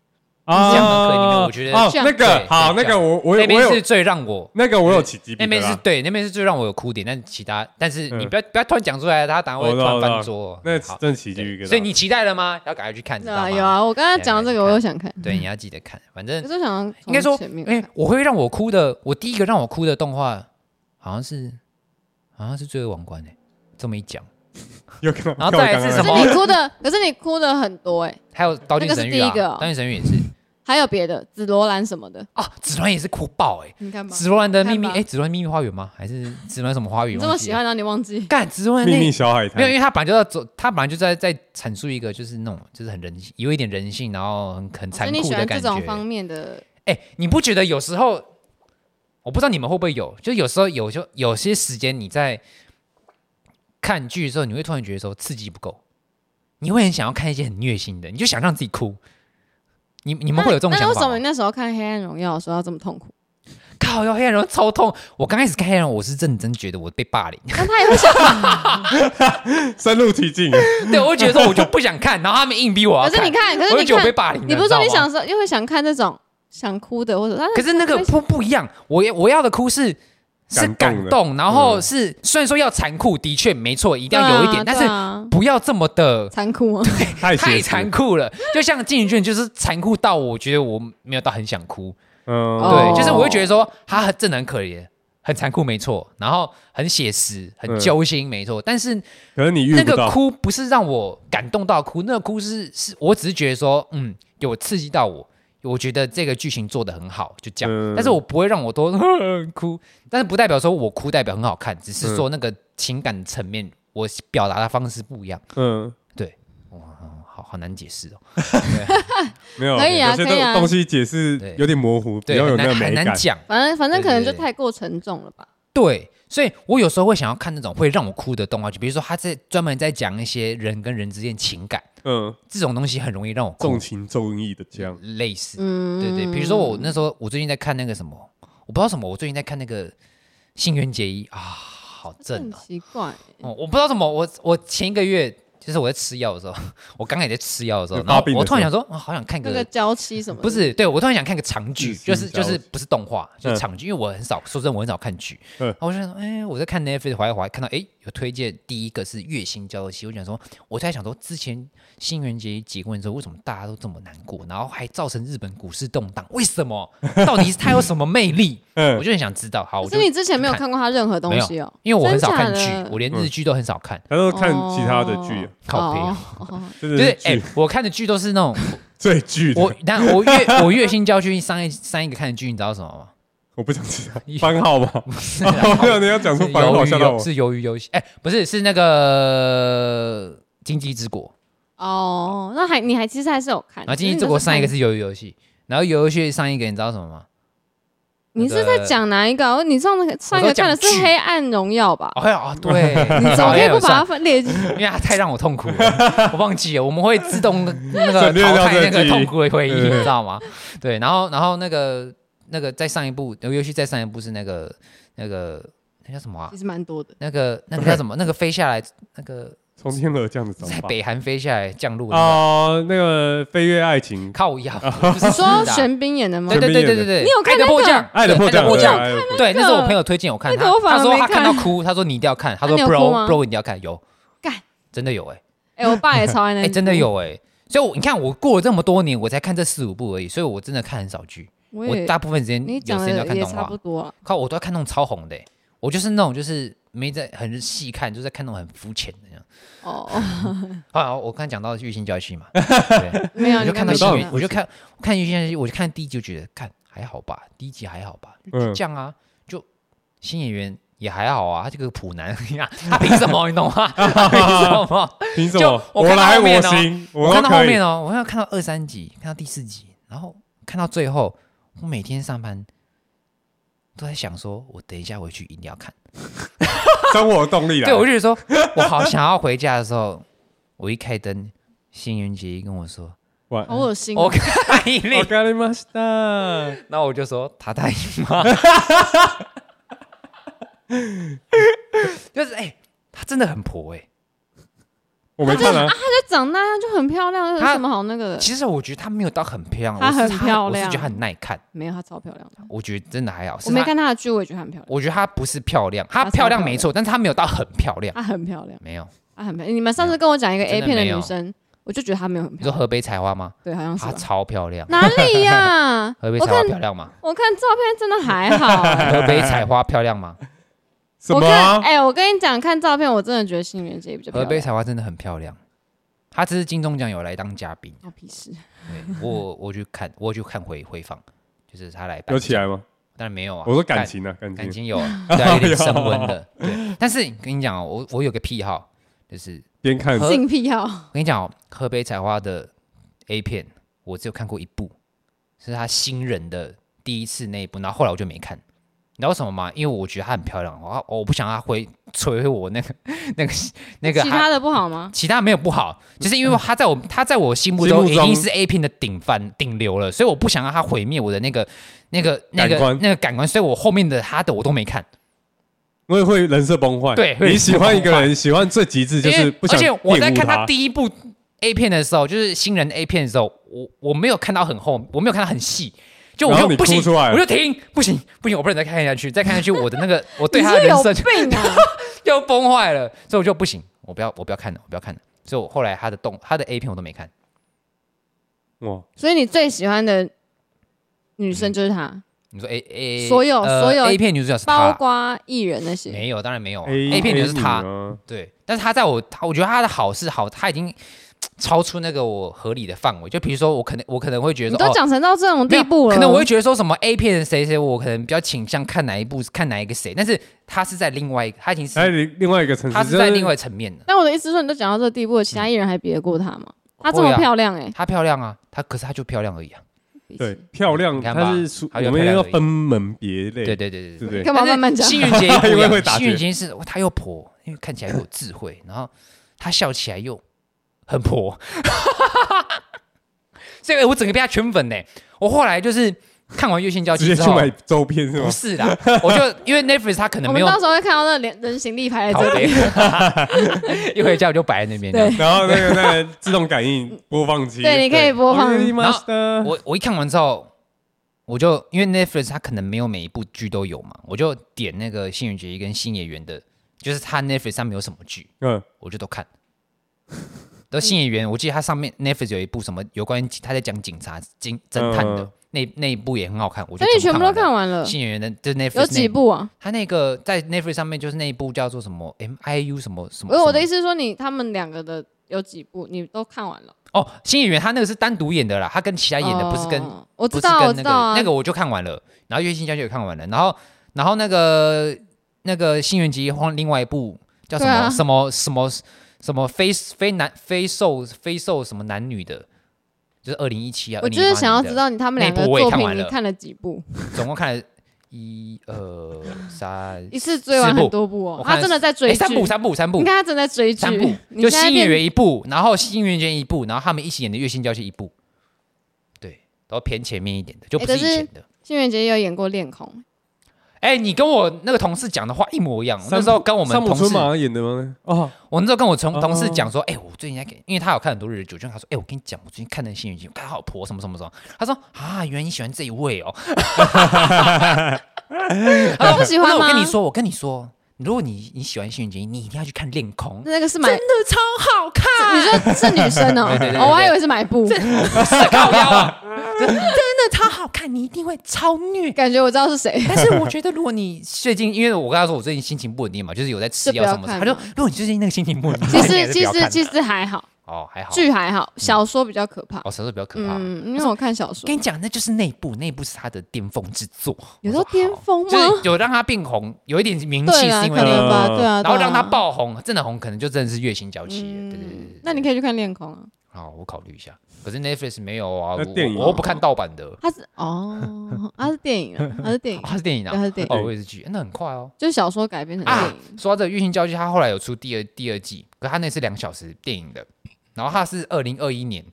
[SPEAKER 2] 这样很可以里面我觉得
[SPEAKER 4] 啊哦
[SPEAKER 3] 这样
[SPEAKER 4] 那个
[SPEAKER 2] 对
[SPEAKER 4] 好，
[SPEAKER 2] 对
[SPEAKER 4] 那
[SPEAKER 2] 这
[SPEAKER 4] 个
[SPEAKER 2] 样
[SPEAKER 4] 我我有
[SPEAKER 2] 那
[SPEAKER 4] 我
[SPEAKER 2] 边
[SPEAKER 4] 有
[SPEAKER 2] 是最让我
[SPEAKER 4] 那个我有起鸡皮
[SPEAKER 2] 那边
[SPEAKER 4] 疙
[SPEAKER 2] 是
[SPEAKER 4] 瘩。
[SPEAKER 2] 对，那边是最让我有哭点，但其他但是你
[SPEAKER 4] 嗯
[SPEAKER 2] 不要不要突然讲出来，他等下
[SPEAKER 4] 我
[SPEAKER 2] 会
[SPEAKER 4] 知
[SPEAKER 2] 突
[SPEAKER 4] 道
[SPEAKER 2] 然
[SPEAKER 4] 我知道
[SPEAKER 2] 翻桌哦。
[SPEAKER 4] 那
[SPEAKER 2] 好
[SPEAKER 4] 真起鸡皮疙瘩。
[SPEAKER 2] 所以你期待了吗？要赶快去看，知道
[SPEAKER 3] 啊
[SPEAKER 2] 吗？
[SPEAKER 3] 有啊！我刚才讲这个，我又想看，
[SPEAKER 2] 对，你要记得看，反正
[SPEAKER 3] 可是我想要从
[SPEAKER 2] 应该说
[SPEAKER 3] 前，面
[SPEAKER 2] 哎、
[SPEAKER 3] 看
[SPEAKER 2] 我会让我哭的，我第一个让我哭的动画好像是好像是《罪恶王冠》哎，这么一讲，
[SPEAKER 4] 又看，
[SPEAKER 2] 然后
[SPEAKER 4] 看我
[SPEAKER 2] 再来
[SPEAKER 4] 刚刚
[SPEAKER 2] 是
[SPEAKER 4] 那
[SPEAKER 2] 什
[SPEAKER 4] 个
[SPEAKER 3] 可是你哭的，可是你哭的很多哎，
[SPEAKER 2] 还有《刀剑
[SPEAKER 3] 那个是
[SPEAKER 2] 神域》啊，
[SPEAKER 3] 第一个哦
[SPEAKER 2] 刀剑神域》也是
[SPEAKER 3] 还有别的紫罗兰什么的，
[SPEAKER 2] 啊，紫罗兰也是哭爆哎、
[SPEAKER 3] 你看吧，
[SPEAKER 2] 紫罗兰的秘密
[SPEAKER 3] 看吧
[SPEAKER 2] 哎，紫罗兰秘密花园吗？还是紫罗兰什么花园？
[SPEAKER 3] 你这么
[SPEAKER 2] 忘记
[SPEAKER 3] 喜
[SPEAKER 2] 了
[SPEAKER 3] 欢，让你忘记，
[SPEAKER 2] 干紫罗兰
[SPEAKER 4] 秘
[SPEAKER 2] 那
[SPEAKER 4] 密小海
[SPEAKER 2] 没有，
[SPEAKER 4] 滩，
[SPEAKER 2] 因为他本来就在走，他本来就在在阐述一个就是那种就是很人性，有一点人性，然后很很
[SPEAKER 3] 所
[SPEAKER 2] 残
[SPEAKER 3] 以你
[SPEAKER 2] 酷
[SPEAKER 3] 喜
[SPEAKER 2] 的
[SPEAKER 3] 欢这
[SPEAKER 2] 感
[SPEAKER 3] 种方
[SPEAKER 2] 觉。
[SPEAKER 3] 面的
[SPEAKER 2] 哎、你不觉得有时候，我不知道你们会不会有，就有时候有就有些时间你在看剧的时候，你会突然觉得说刺激不够，你会很想要看一些很虐心的，你就想让自己哭。你你
[SPEAKER 3] 你
[SPEAKER 2] 们会有这种
[SPEAKER 3] 哎那
[SPEAKER 2] 想
[SPEAKER 3] 为什
[SPEAKER 2] 法
[SPEAKER 3] 么
[SPEAKER 2] 吗
[SPEAKER 3] 你？那时候看《黑暗荣耀》的时候要这么 痛苦？
[SPEAKER 2] 靠，要黑暗荣耀超痛！我刚开始看黑暗荣耀，我是认真觉得我被霸 凌，
[SPEAKER 3] 那他也会想，
[SPEAKER 4] 深入其 境。
[SPEAKER 2] 对我会觉得说我就不想看，然后他们硬逼我要
[SPEAKER 3] 可
[SPEAKER 2] 看。
[SPEAKER 3] 是你看，可是
[SPEAKER 2] 我就
[SPEAKER 3] 你
[SPEAKER 2] 觉得我被
[SPEAKER 3] 看，
[SPEAKER 2] 霸凌了，
[SPEAKER 3] 你不是说你
[SPEAKER 2] 知道吗
[SPEAKER 3] 想说又会想看这种想哭的，或者他
[SPEAKER 2] 可是那 个不不一样，我要我要的哭是是
[SPEAKER 4] 感动的嗯
[SPEAKER 2] 感动，然后是虽然说要残酷，的确没错，一定要有一点，但是
[SPEAKER 3] 是
[SPEAKER 2] 不要这么的
[SPEAKER 3] 啊残酷啊，
[SPEAKER 4] 太
[SPEAKER 2] 太
[SPEAKER 4] 写实
[SPEAKER 2] 残，酷了。就像《进击卷》就是残酷到我觉得我没有到很想哭，
[SPEAKER 4] 嗯，
[SPEAKER 3] 哦
[SPEAKER 2] 对，就是我会觉得说他很真的很可怜。很残酷，没错，然后很写实，很
[SPEAKER 4] 嗯
[SPEAKER 2] 揪心，没错。但是
[SPEAKER 4] 可能你遇
[SPEAKER 2] 那
[SPEAKER 4] 不
[SPEAKER 2] 个
[SPEAKER 4] 到，
[SPEAKER 2] 哭不是让我感动到哭，那个哭是是我只是觉得说，嗯，有刺激到我，我觉得这个剧情做的很好，就这样。
[SPEAKER 4] 嗯
[SPEAKER 2] 但是我不会让我多嗯哭，但是不代表说我哭代表很好看，只是
[SPEAKER 4] 嗯
[SPEAKER 2] 说那个情感层面我表达的方式不一样。
[SPEAKER 4] 嗯，
[SPEAKER 2] 哇，好好难解释哦，
[SPEAKER 4] 没有，
[SPEAKER 3] 可以啊
[SPEAKER 4] 有些
[SPEAKER 3] 可以啊
[SPEAKER 4] 东东西解释
[SPEAKER 2] 对
[SPEAKER 4] 有点模糊，比
[SPEAKER 2] 对，
[SPEAKER 4] 较有
[SPEAKER 2] 很
[SPEAKER 4] 那个
[SPEAKER 2] 难
[SPEAKER 4] 美
[SPEAKER 2] 很难
[SPEAKER 4] 感。
[SPEAKER 2] 讲。
[SPEAKER 3] 反正反正可能就
[SPEAKER 2] 对对对
[SPEAKER 3] 太过沉重了吧。
[SPEAKER 2] 对，所以我有时候会想要看那种会让我哭的动画剧，比如说他在专门在讲一些人跟人之间情感
[SPEAKER 4] 嗯，
[SPEAKER 2] 这种东西，很容易让我哭
[SPEAKER 4] 重，情重义的这样，
[SPEAKER 2] 类似。
[SPEAKER 3] 嗯，
[SPEAKER 2] 对对，比如说我那时候我最近在看那个什么，我不知道什么，我最近在看那个《新垣结衣》啊，好
[SPEAKER 3] 这
[SPEAKER 2] 正
[SPEAKER 3] 很
[SPEAKER 2] 哦、
[SPEAKER 3] 奇怪，
[SPEAKER 2] 哦我不知道怎么，我我前一个月就是我在吃药的时候， 我刚刚也在吃药的时候，
[SPEAKER 4] 就
[SPEAKER 2] 然
[SPEAKER 4] 发
[SPEAKER 2] 后
[SPEAKER 4] 病的
[SPEAKER 2] 我突然
[SPEAKER 4] 时
[SPEAKER 2] 想说，啊，好想看
[SPEAKER 3] 那个
[SPEAKER 2] 个。
[SPEAKER 3] 娇妻什么的
[SPEAKER 2] 不是，对我突然想看个长剧，
[SPEAKER 4] 是
[SPEAKER 2] 就是
[SPEAKER 4] 是
[SPEAKER 2] 就是
[SPEAKER 4] 了解
[SPEAKER 2] 不是动画，就是
[SPEAKER 4] 嗯
[SPEAKER 2] 长剧，因为我很少，说真的，我很少看剧。
[SPEAKER 4] 嗯
[SPEAKER 2] 然后我就想说，哎，我在看 Netflix 滑一滑，看到哎有推荐第一个是《月薪交流期》，我就想说，我在想说，之前新垣结衣结婚的时候，为什么大家都这么难过，然后还造成日本股市动荡？为什么？到底是她有什么魅力？
[SPEAKER 4] 嗯
[SPEAKER 2] 我就很想知道。好，我
[SPEAKER 3] 可
[SPEAKER 2] 就是
[SPEAKER 3] 你之前没有看过他任何东西哦，
[SPEAKER 2] 因为我很少看剧
[SPEAKER 3] 真假的，
[SPEAKER 2] 我连日剧都很少看。
[SPEAKER 4] 他都看其他的剧，
[SPEAKER 2] 靠背啊
[SPEAKER 3] 哦哦哦
[SPEAKER 4] 真
[SPEAKER 2] 哦
[SPEAKER 4] 的
[SPEAKER 2] 就是
[SPEAKER 4] 是
[SPEAKER 2] 哎、
[SPEAKER 4] 剧
[SPEAKER 2] 我看的剧都是 那种
[SPEAKER 4] 最剧的。
[SPEAKER 2] 我，但我月我月薪郊区上一上一个看的剧，你知道什么吗？
[SPEAKER 4] 我不想知道
[SPEAKER 2] 一
[SPEAKER 4] 番号吧？
[SPEAKER 2] 是
[SPEAKER 4] 哦没有，你要讲出番号
[SPEAKER 2] 鱿鱼
[SPEAKER 4] 吓到
[SPEAKER 2] 游
[SPEAKER 4] 我。
[SPEAKER 2] 是鱿鱼游戏，哎、不是是那个经济之国，
[SPEAKER 3] 哦，那还你还其实还是有看，
[SPEAKER 2] 然后
[SPEAKER 3] 只
[SPEAKER 2] 经
[SPEAKER 3] 是
[SPEAKER 2] 济
[SPEAKER 3] 你
[SPEAKER 2] 之
[SPEAKER 3] 都
[SPEAKER 2] 国
[SPEAKER 3] 是
[SPEAKER 2] 上一个
[SPEAKER 3] 看
[SPEAKER 2] 是鱿鱼游戏，然后鱿鱼游戏上一个你知道什么吗？
[SPEAKER 3] 你是在讲哪一个？哦你上个上一个看的是
[SPEAKER 2] 我都讲
[SPEAKER 3] 《
[SPEAKER 2] 剧
[SPEAKER 3] 黑暗荣耀》吧？
[SPEAKER 2] 哦呀，哦 对，
[SPEAKER 3] 你怎么可以不把它
[SPEAKER 2] 把
[SPEAKER 3] 分列进去？
[SPEAKER 2] 因为它太让我痛苦了，我忘记了，我们会自动那个
[SPEAKER 4] 省略掉
[SPEAKER 2] 淘汰
[SPEAKER 4] 这个
[SPEAKER 2] 那个
[SPEAKER 4] 记忆
[SPEAKER 2] 痛苦的回忆，
[SPEAKER 4] 对
[SPEAKER 2] 你知道吗？对，然后然后那个那个再上一部，鱿鱼游戏再上一部是那个那个那叫什么啊
[SPEAKER 3] 其？实 蛮多的。
[SPEAKER 2] 那个那个叫什么？那个飞下来，那个
[SPEAKER 4] 从天而降的长
[SPEAKER 2] 在
[SPEAKER 4] 发
[SPEAKER 2] 北韩飞下来降落的那个
[SPEAKER 4] 哦，那个《飞跃爱情》
[SPEAKER 2] 靠腰，不是
[SPEAKER 3] 你说
[SPEAKER 2] 是的啊
[SPEAKER 3] 玄彬演的吗
[SPEAKER 2] 对？对对对对对，
[SPEAKER 3] 你有看
[SPEAKER 2] 爱的
[SPEAKER 3] 那
[SPEAKER 2] 迫
[SPEAKER 3] 个
[SPEAKER 2] 降？
[SPEAKER 4] 爱的
[SPEAKER 2] 对
[SPEAKER 4] 迫降
[SPEAKER 2] 迫
[SPEAKER 4] 对
[SPEAKER 2] 降
[SPEAKER 4] 爱的迫降
[SPEAKER 2] 对，那
[SPEAKER 3] 那
[SPEAKER 2] 是
[SPEAKER 3] 个
[SPEAKER 2] 我朋友推荐我看，
[SPEAKER 3] 那个
[SPEAKER 2] 他
[SPEAKER 3] 我反而
[SPEAKER 2] 他说
[SPEAKER 3] 没
[SPEAKER 2] 他看
[SPEAKER 3] 看
[SPEAKER 2] 到哭，他说你一定要看，他说
[SPEAKER 3] 你有
[SPEAKER 2] bro
[SPEAKER 3] 哭吗
[SPEAKER 2] bro 你一定要看，有
[SPEAKER 3] 干，
[SPEAKER 2] 真的有哎
[SPEAKER 3] 哎，我爸也超爱 那
[SPEAKER 2] 哎
[SPEAKER 3] 一部
[SPEAKER 2] 真的，有哎，所以我你看我过了这么多年，我才看这四五部而已，所以我真的看很少剧，
[SPEAKER 3] 我
[SPEAKER 2] 我
[SPEAKER 3] 也
[SPEAKER 2] 大部分时间
[SPEAKER 3] 你
[SPEAKER 2] 有
[SPEAKER 3] 讲
[SPEAKER 2] 时
[SPEAKER 3] 的
[SPEAKER 2] 间都看
[SPEAKER 3] 也
[SPEAKER 2] 动
[SPEAKER 3] 差
[SPEAKER 2] 画
[SPEAKER 3] 不，多啊。
[SPEAKER 2] 靠我都要看那种超红的欸，我就是那种就是没在很细看，就在看那种很肤浅的那样。
[SPEAKER 3] 哦，
[SPEAKER 2] 啊，我刚才讲到玉心郊区嘛，对
[SPEAKER 3] 没有，
[SPEAKER 2] 我
[SPEAKER 3] 你
[SPEAKER 2] 就
[SPEAKER 3] 刚
[SPEAKER 2] 看
[SPEAKER 3] 刚
[SPEAKER 2] 到
[SPEAKER 4] 你刚刚
[SPEAKER 2] 新啊垣，我就看我看新垣，我就看第一集就觉得，看还好吧，第一集还好吧，就
[SPEAKER 4] 嗯
[SPEAKER 2] 这样啊，就新演员也还好啊，他这个普男 一样，他凭什么你懂 吗？他凭什么？
[SPEAKER 4] 凭什
[SPEAKER 2] 就
[SPEAKER 4] 么？
[SPEAKER 2] 我
[SPEAKER 4] 我
[SPEAKER 2] 看到
[SPEAKER 4] 来
[SPEAKER 2] 后面
[SPEAKER 4] 我
[SPEAKER 2] 哦
[SPEAKER 4] 行，
[SPEAKER 2] 我
[SPEAKER 4] 我
[SPEAKER 2] 看
[SPEAKER 4] 都
[SPEAKER 2] 到后
[SPEAKER 4] 可以
[SPEAKER 2] 面。哦，我要看到二三集，看到第四集，然后看到最后，我每天上班都在想说，我等一下回去一定要看。
[SPEAKER 4] 生活动力来
[SPEAKER 2] 对，我
[SPEAKER 4] 了。
[SPEAKER 2] 就觉得说，我好想要回家的时候，我一开灯，星云姐一跟我说
[SPEAKER 4] 晚
[SPEAKER 3] 好
[SPEAKER 4] 安。
[SPEAKER 3] 恶心哦。
[SPEAKER 2] 我看一
[SPEAKER 4] 我
[SPEAKER 2] 粒，
[SPEAKER 4] 咖喱玛西达，
[SPEAKER 2] 那我就说他大姨妈， 就是哎、她真的很婆哎、
[SPEAKER 4] 我没看啊，
[SPEAKER 3] 她长那样就很漂亮，有
[SPEAKER 2] 她
[SPEAKER 3] 什么好那个的？
[SPEAKER 2] 其实我觉得她没有到很漂亮，我
[SPEAKER 3] 她
[SPEAKER 2] 是
[SPEAKER 3] 很漂
[SPEAKER 2] 我是觉得
[SPEAKER 3] 亮
[SPEAKER 2] 她很耐看，
[SPEAKER 3] 没有，她超漂亮的。
[SPEAKER 2] 我觉得真的还好。是
[SPEAKER 3] 我没
[SPEAKER 2] 她
[SPEAKER 3] 看她的剧，我也觉得她很漂亮。
[SPEAKER 2] 我觉得她不是漂亮，
[SPEAKER 3] 她
[SPEAKER 2] 她
[SPEAKER 3] 超
[SPEAKER 2] 漂亮
[SPEAKER 3] 漂
[SPEAKER 2] 没
[SPEAKER 3] 亮
[SPEAKER 2] 错，但是她没有到很漂亮，
[SPEAKER 3] 她很漂亮，
[SPEAKER 2] 没有。
[SPEAKER 3] 她很漂亮。你们上次跟我讲一个
[SPEAKER 2] 真
[SPEAKER 3] A
[SPEAKER 2] 的
[SPEAKER 3] 片的
[SPEAKER 2] 没有啊
[SPEAKER 3] 女生，我就觉得她没有很
[SPEAKER 2] 你
[SPEAKER 3] 漂
[SPEAKER 2] 说
[SPEAKER 3] 亮。
[SPEAKER 2] 河北采花吗？
[SPEAKER 3] 对，好像啊是
[SPEAKER 2] 她
[SPEAKER 3] 吧。
[SPEAKER 2] 超漂亮，
[SPEAKER 3] 哪里呀、
[SPEAKER 2] 河北
[SPEAKER 3] 我
[SPEAKER 2] 采花
[SPEAKER 3] 看
[SPEAKER 2] 漂亮吗？
[SPEAKER 3] 我看照片真的还好、哎
[SPEAKER 2] 河北采花漂亮 吗？
[SPEAKER 4] 什
[SPEAKER 3] 我
[SPEAKER 4] 么
[SPEAKER 3] 看，
[SPEAKER 4] 啊？
[SPEAKER 3] 哎、我跟你讲，看照片，我真的觉得新垣结衣比较漂
[SPEAKER 2] 河北
[SPEAKER 3] 亮。
[SPEAKER 2] 采花真的很漂亮，她这次金钟奖有来当嘉宾，
[SPEAKER 3] 好屁事！
[SPEAKER 2] 对我我去看，我去看回回放，就是她来颁
[SPEAKER 4] 有起
[SPEAKER 2] 奖，
[SPEAKER 4] 来吗？
[SPEAKER 2] 当然没有啊，
[SPEAKER 4] 我说
[SPEAKER 2] 干
[SPEAKER 4] 感情啊，感
[SPEAKER 2] 感
[SPEAKER 4] 情，
[SPEAKER 2] 情有啊，对啊，有点升 温的，对。但是跟你讲哦，我我有个癖好，就是
[SPEAKER 4] 边看
[SPEAKER 2] 河
[SPEAKER 3] 性癖好，
[SPEAKER 2] 我跟你讲哦，河北采花的 A 片，我只有看过一部，是她新人的第一次那一部，然后后来我就没看。你知道为什么吗？因为我觉得她很漂亮，我我不想她会摧毁我那个那个那个
[SPEAKER 3] 其
[SPEAKER 2] 她
[SPEAKER 3] 他的不好吗？
[SPEAKER 2] 其他没有不好，就是因为他在我他在我心目中已
[SPEAKER 4] 心目中
[SPEAKER 2] 经是 A 片的顶番顶流了，所以我不想让他毁灭我的那个那个那
[SPEAKER 4] 感
[SPEAKER 2] 个
[SPEAKER 4] 官
[SPEAKER 2] 那个感官，所以我后面的他的我都没看，
[SPEAKER 4] 我也会人设崩坏。
[SPEAKER 2] 对会
[SPEAKER 4] 你喜欢一个
[SPEAKER 2] 人设崩
[SPEAKER 4] 人，喜欢最极致就
[SPEAKER 2] 因
[SPEAKER 4] 是
[SPEAKER 2] 为
[SPEAKER 4] 不
[SPEAKER 2] 而
[SPEAKER 4] 想
[SPEAKER 2] 且
[SPEAKER 4] 玷
[SPEAKER 2] 我在
[SPEAKER 4] 污
[SPEAKER 2] 看
[SPEAKER 4] 他
[SPEAKER 2] 他第一部 A 片的时候，就是新人 A 片的时候，我我没有看到很后，我没有看到很细。就我
[SPEAKER 4] 然后
[SPEAKER 2] 就
[SPEAKER 4] 你
[SPEAKER 2] 不行
[SPEAKER 4] 哭出来，了
[SPEAKER 2] 我就停，不行不行，我不能再看下去，再看下去我的那个我对
[SPEAKER 3] 你
[SPEAKER 2] 他
[SPEAKER 3] 是
[SPEAKER 2] 的
[SPEAKER 3] 不是
[SPEAKER 2] 人
[SPEAKER 3] 有
[SPEAKER 2] 生就
[SPEAKER 3] 病 啊！
[SPEAKER 2] 就崩坏了，所以我就不行，我不要我不要看了，我不要看了。所以我后来他的动他的 A 片我都没看，
[SPEAKER 4] 哇，
[SPEAKER 2] 哦
[SPEAKER 3] 所以你最喜欢的女生就是她，
[SPEAKER 2] 你说 A A
[SPEAKER 3] 所有
[SPEAKER 2] 呃
[SPEAKER 3] 所有
[SPEAKER 2] A 片女主角是她
[SPEAKER 3] 包
[SPEAKER 2] 啊，
[SPEAKER 3] 括艺人那些。
[SPEAKER 2] 没有，当然没有啊、
[SPEAKER 4] A
[SPEAKER 2] A 片女
[SPEAKER 4] 就
[SPEAKER 2] 就是她，对，但是她在我，她我觉得她的好是好，她已经超出那个我合理的范围。就比如说，我可能我可能会觉
[SPEAKER 3] 你
[SPEAKER 2] 得说，哦，
[SPEAKER 3] 都讲成到这种
[SPEAKER 2] 没有
[SPEAKER 3] 地步了，
[SPEAKER 2] 可能我会觉得说什么 A 片谁谁，我可能比较倾向看哪一部，看哪一个谁，但是她是在另外一个，她已经
[SPEAKER 4] 啊还有
[SPEAKER 2] 是
[SPEAKER 4] 另另外一个层次，
[SPEAKER 2] 她是在另外层面的。
[SPEAKER 3] 但我的意思是说，你都讲到这个地步了，其他艺人还比得过她吗？她
[SPEAKER 2] 嗯
[SPEAKER 3] 这
[SPEAKER 2] 会
[SPEAKER 3] 么
[SPEAKER 2] 啊
[SPEAKER 3] 漂亮哎、
[SPEAKER 2] 她漂亮啊，她可是她就漂亮而已啊。
[SPEAKER 3] 比起
[SPEAKER 4] 对漂亮，
[SPEAKER 2] 你看吧
[SPEAKER 4] 她是属
[SPEAKER 2] 她
[SPEAKER 4] 我
[SPEAKER 2] 有
[SPEAKER 4] 们
[SPEAKER 2] 漂亮
[SPEAKER 4] 要
[SPEAKER 2] 而已
[SPEAKER 4] 分门别类，
[SPEAKER 2] 对对对对
[SPEAKER 4] 对
[SPEAKER 2] 对
[SPEAKER 4] 不。对？
[SPEAKER 3] 干嘛慢慢讲
[SPEAKER 2] 但是？幸运节不一
[SPEAKER 4] 因 为会
[SPEAKER 2] 样，
[SPEAKER 4] 打
[SPEAKER 2] 幸运
[SPEAKER 4] 结
[SPEAKER 2] 节是她又婆，因为看起来又有智慧，然后她笑起来又很婆， 所以欸我整个被她圈粉呢。我后来就是看完《月薪娇妻
[SPEAKER 4] 直》接
[SPEAKER 2] 之
[SPEAKER 4] 去
[SPEAKER 2] 后
[SPEAKER 4] 买，周边是吗
[SPEAKER 2] 不？是啦，我就因为 Netflix 它可
[SPEAKER 3] 我
[SPEAKER 2] 能没
[SPEAKER 3] 们
[SPEAKER 2] 有
[SPEAKER 3] 到时候会看到那人人形立牌
[SPEAKER 2] 拷
[SPEAKER 3] 在这里。
[SPEAKER 2] 贝 一回家我就摆在那边。
[SPEAKER 3] 哎对
[SPEAKER 4] 然后那个那个自动感应播放机，
[SPEAKER 3] 对你可以播放
[SPEAKER 4] 然后
[SPEAKER 2] 我我一看完之后，我就因为 Netflix 它可能没有每一部剧都有嘛，我就点那个《幸运结衣》跟《新演员》的，就是它 Netflix 上面有什么剧，
[SPEAKER 4] 嗯，
[SPEAKER 2] 我就都 看。然后新演员，我记得他上面 Netflix 有一部什么有关于他在讲警察、警侦探的、
[SPEAKER 4] 嗯
[SPEAKER 2] 那那一部也很好看，我就
[SPEAKER 3] 所以你全部都
[SPEAKER 2] 看
[SPEAKER 3] 看
[SPEAKER 2] 完
[SPEAKER 3] 完了
[SPEAKER 2] 了。，新演员的就是 Netflix
[SPEAKER 3] 有几
[SPEAKER 2] 那？
[SPEAKER 3] 部啊？
[SPEAKER 2] 他那个在 Netflix 上面就是那一部叫做什么 M I U 什么什么？
[SPEAKER 3] 不是呃我的意
[SPEAKER 2] 思
[SPEAKER 3] 思是说，你他们两个的有几部你都看完了？
[SPEAKER 2] 哦，新演员他那个是单独演的啦，他跟其他演的不是跟
[SPEAKER 3] 哦我
[SPEAKER 2] 不
[SPEAKER 3] 知
[SPEAKER 2] 是跟那个
[SPEAKER 3] 道，我知道啊，
[SPEAKER 2] 那个我就看完了，然后《月薪娇妻》也看完了，然后然后那个那个《新垣结衣》换另外一部叫什么、
[SPEAKER 3] 对啊
[SPEAKER 2] 什么什么什么非非男非受非受什么男女的，就是二零一七啊，
[SPEAKER 3] 我就
[SPEAKER 2] 2018
[SPEAKER 3] 是想要
[SPEAKER 2] 年的，
[SPEAKER 3] 知道你他们两
[SPEAKER 2] 那
[SPEAKER 3] 个
[SPEAKER 2] 一部我也
[SPEAKER 3] 作
[SPEAKER 2] 看完
[SPEAKER 3] 品，你
[SPEAKER 2] 了
[SPEAKER 3] 看了几部？
[SPEAKER 2] 总共看了一二三
[SPEAKER 3] 一次追完
[SPEAKER 2] 四部
[SPEAKER 3] 很多部
[SPEAKER 2] 我，
[SPEAKER 3] 哦
[SPEAKER 2] 看
[SPEAKER 3] 他
[SPEAKER 2] 了
[SPEAKER 3] 真的在追
[SPEAKER 2] 诶
[SPEAKER 3] 剧，
[SPEAKER 2] 三部三部三部
[SPEAKER 3] 你看他真的在追剧
[SPEAKER 2] 三部，，
[SPEAKER 3] 你
[SPEAKER 2] 就
[SPEAKER 3] 现在
[SPEAKER 2] 新
[SPEAKER 3] 变
[SPEAKER 2] 演员一部，然后新垣结衣一部，然后他们一起演的《月薪娇妻》一部，对，然后偏前面一点的，就
[SPEAKER 3] 诶
[SPEAKER 2] 哎不是以
[SPEAKER 3] 可是
[SPEAKER 2] 前的。
[SPEAKER 3] 新垣结衣有演过《恋空》，
[SPEAKER 2] 哎、你跟我那个同事讲的话一模一样。那时候跟我们
[SPEAKER 4] 山
[SPEAKER 2] 同
[SPEAKER 4] 姆
[SPEAKER 2] 事
[SPEAKER 4] 春马演的吗？哦，
[SPEAKER 2] 我那时候跟我同
[SPEAKER 4] 哦
[SPEAKER 2] 同事讲说，哎、我最近在给，因为他有看很多日剧，我就跟他说，哎、我跟你讲，我最近看那个新语剧，看好婆什么什么什么，他说啊，原来你喜欢这一位哦，
[SPEAKER 3] 他不喜欢
[SPEAKER 2] 那我
[SPEAKER 3] 吗？
[SPEAKER 2] 跟你说，我跟你说，如果你你喜欢新语剧，你一定要去看《恋空》，
[SPEAKER 3] 那个是买，
[SPEAKER 2] 真的超好看，
[SPEAKER 3] 你说是女生哦
[SPEAKER 2] 对对对对，
[SPEAKER 3] 哦我还以为是买布，
[SPEAKER 2] 不 是靠腰啊， 真的超好看，你一定会超虐。
[SPEAKER 3] 感觉我知道是 谁。
[SPEAKER 2] 但是我觉得，如果你最近，因为我跟他说我最近心情不稳定嘛，就是有在吃
[SPEAKER 3] 是不
[SPEAKER 2] 药
[SPEAKER 3] 要
[SPEAKER 2] 什么的，
[SPEAKER 3] 看
[SPEAKER 2] 他就
[SPEAKER 3] 嘛
[SPEAKER 2] 如果你最近那个心情不稳定，
[SPEAKER 3] 其
[SPEAKER 2] 你还
[SPEAKER 3] 实
[SPEAKER 2] 是不
[SPEAKER 3] 其
[SPEAKER 2] 要
[SPEAKER 3] 实
[SPEAKER 2] 看
[SPEAKER 3] 其实还好，
[SPEAKER 2] 哦还好，
[SPEAKER 3] 剧还好，小说比较可怕。
[SPEAKER 2] 哦小说比较可怕。
[SPEAKER 3] 嗯，因为我看小说
[SPEAKER 2] 跟，你讲，那就是那一部，那一部是他的巅峰之作。
[SPEAKER 3] 有
[SPEAKER 2] 我
[SPEAKER 3] 到
[SPEAKER 2] 说
[SPEAKER 3] 巅
[SPEAKER 2] 好
[SPEAKER 3] 峰
[SPEAKER 2] 就
[SPEAKER 3] 吗
[SPEAKER 2] 是？有让他变红，有一点名气
[SPEAKER 3] 对
[SPEAKER 2] 是
[SPEAKER 3] 啦，
[SPEAKER 2] 因
[SPEAKER 3] 可
[SPEAKER 2] 为那一
[SPEAKER 3] 能
[SPEAKER 2] 部，
[SPEAKER 3] 吧，
[SPEAKER 4] 呃
[SPEAKER 3] 对啊，嗯
[SPEAKER 2] 然后
[SPEAKER 3] 对啊
[SPEAKER 2] 让他爆红，真的红，可能就真的是月薪娇妻了。对对对对对
[SPEAKER 3] 那你可以去看《恋空》啊，
[SPEAKER 2] 好，我考虑一下。可是 Netflix 没有啊，
[SPEAKER 4] 那
[SPEAKER 2] 我
[SPEAKER 4] 电影
[SPEAKER 2] 我我不看盗版的，
[SPEAKER 3] 他是哦，他是电影啊，他是 电影
[SPEAKER 2] 哦，它是电影
[SPEAKER 3] 对它
[SPEAKER 2] 啊
[SPEAKER 3] 是，电影
[SPEAKER 2] 哦，我也是剧，那很快哦。
[SPEAKER 3] 就是小说改编成电
[SPEAKER 2] 啊
[SPEAKER 3] 影。，
[SPEAKER 2] 说到这个《月薪娇妻》，它后来有出第二第二季，可它那是两小时电影的，然后它是二零二一年，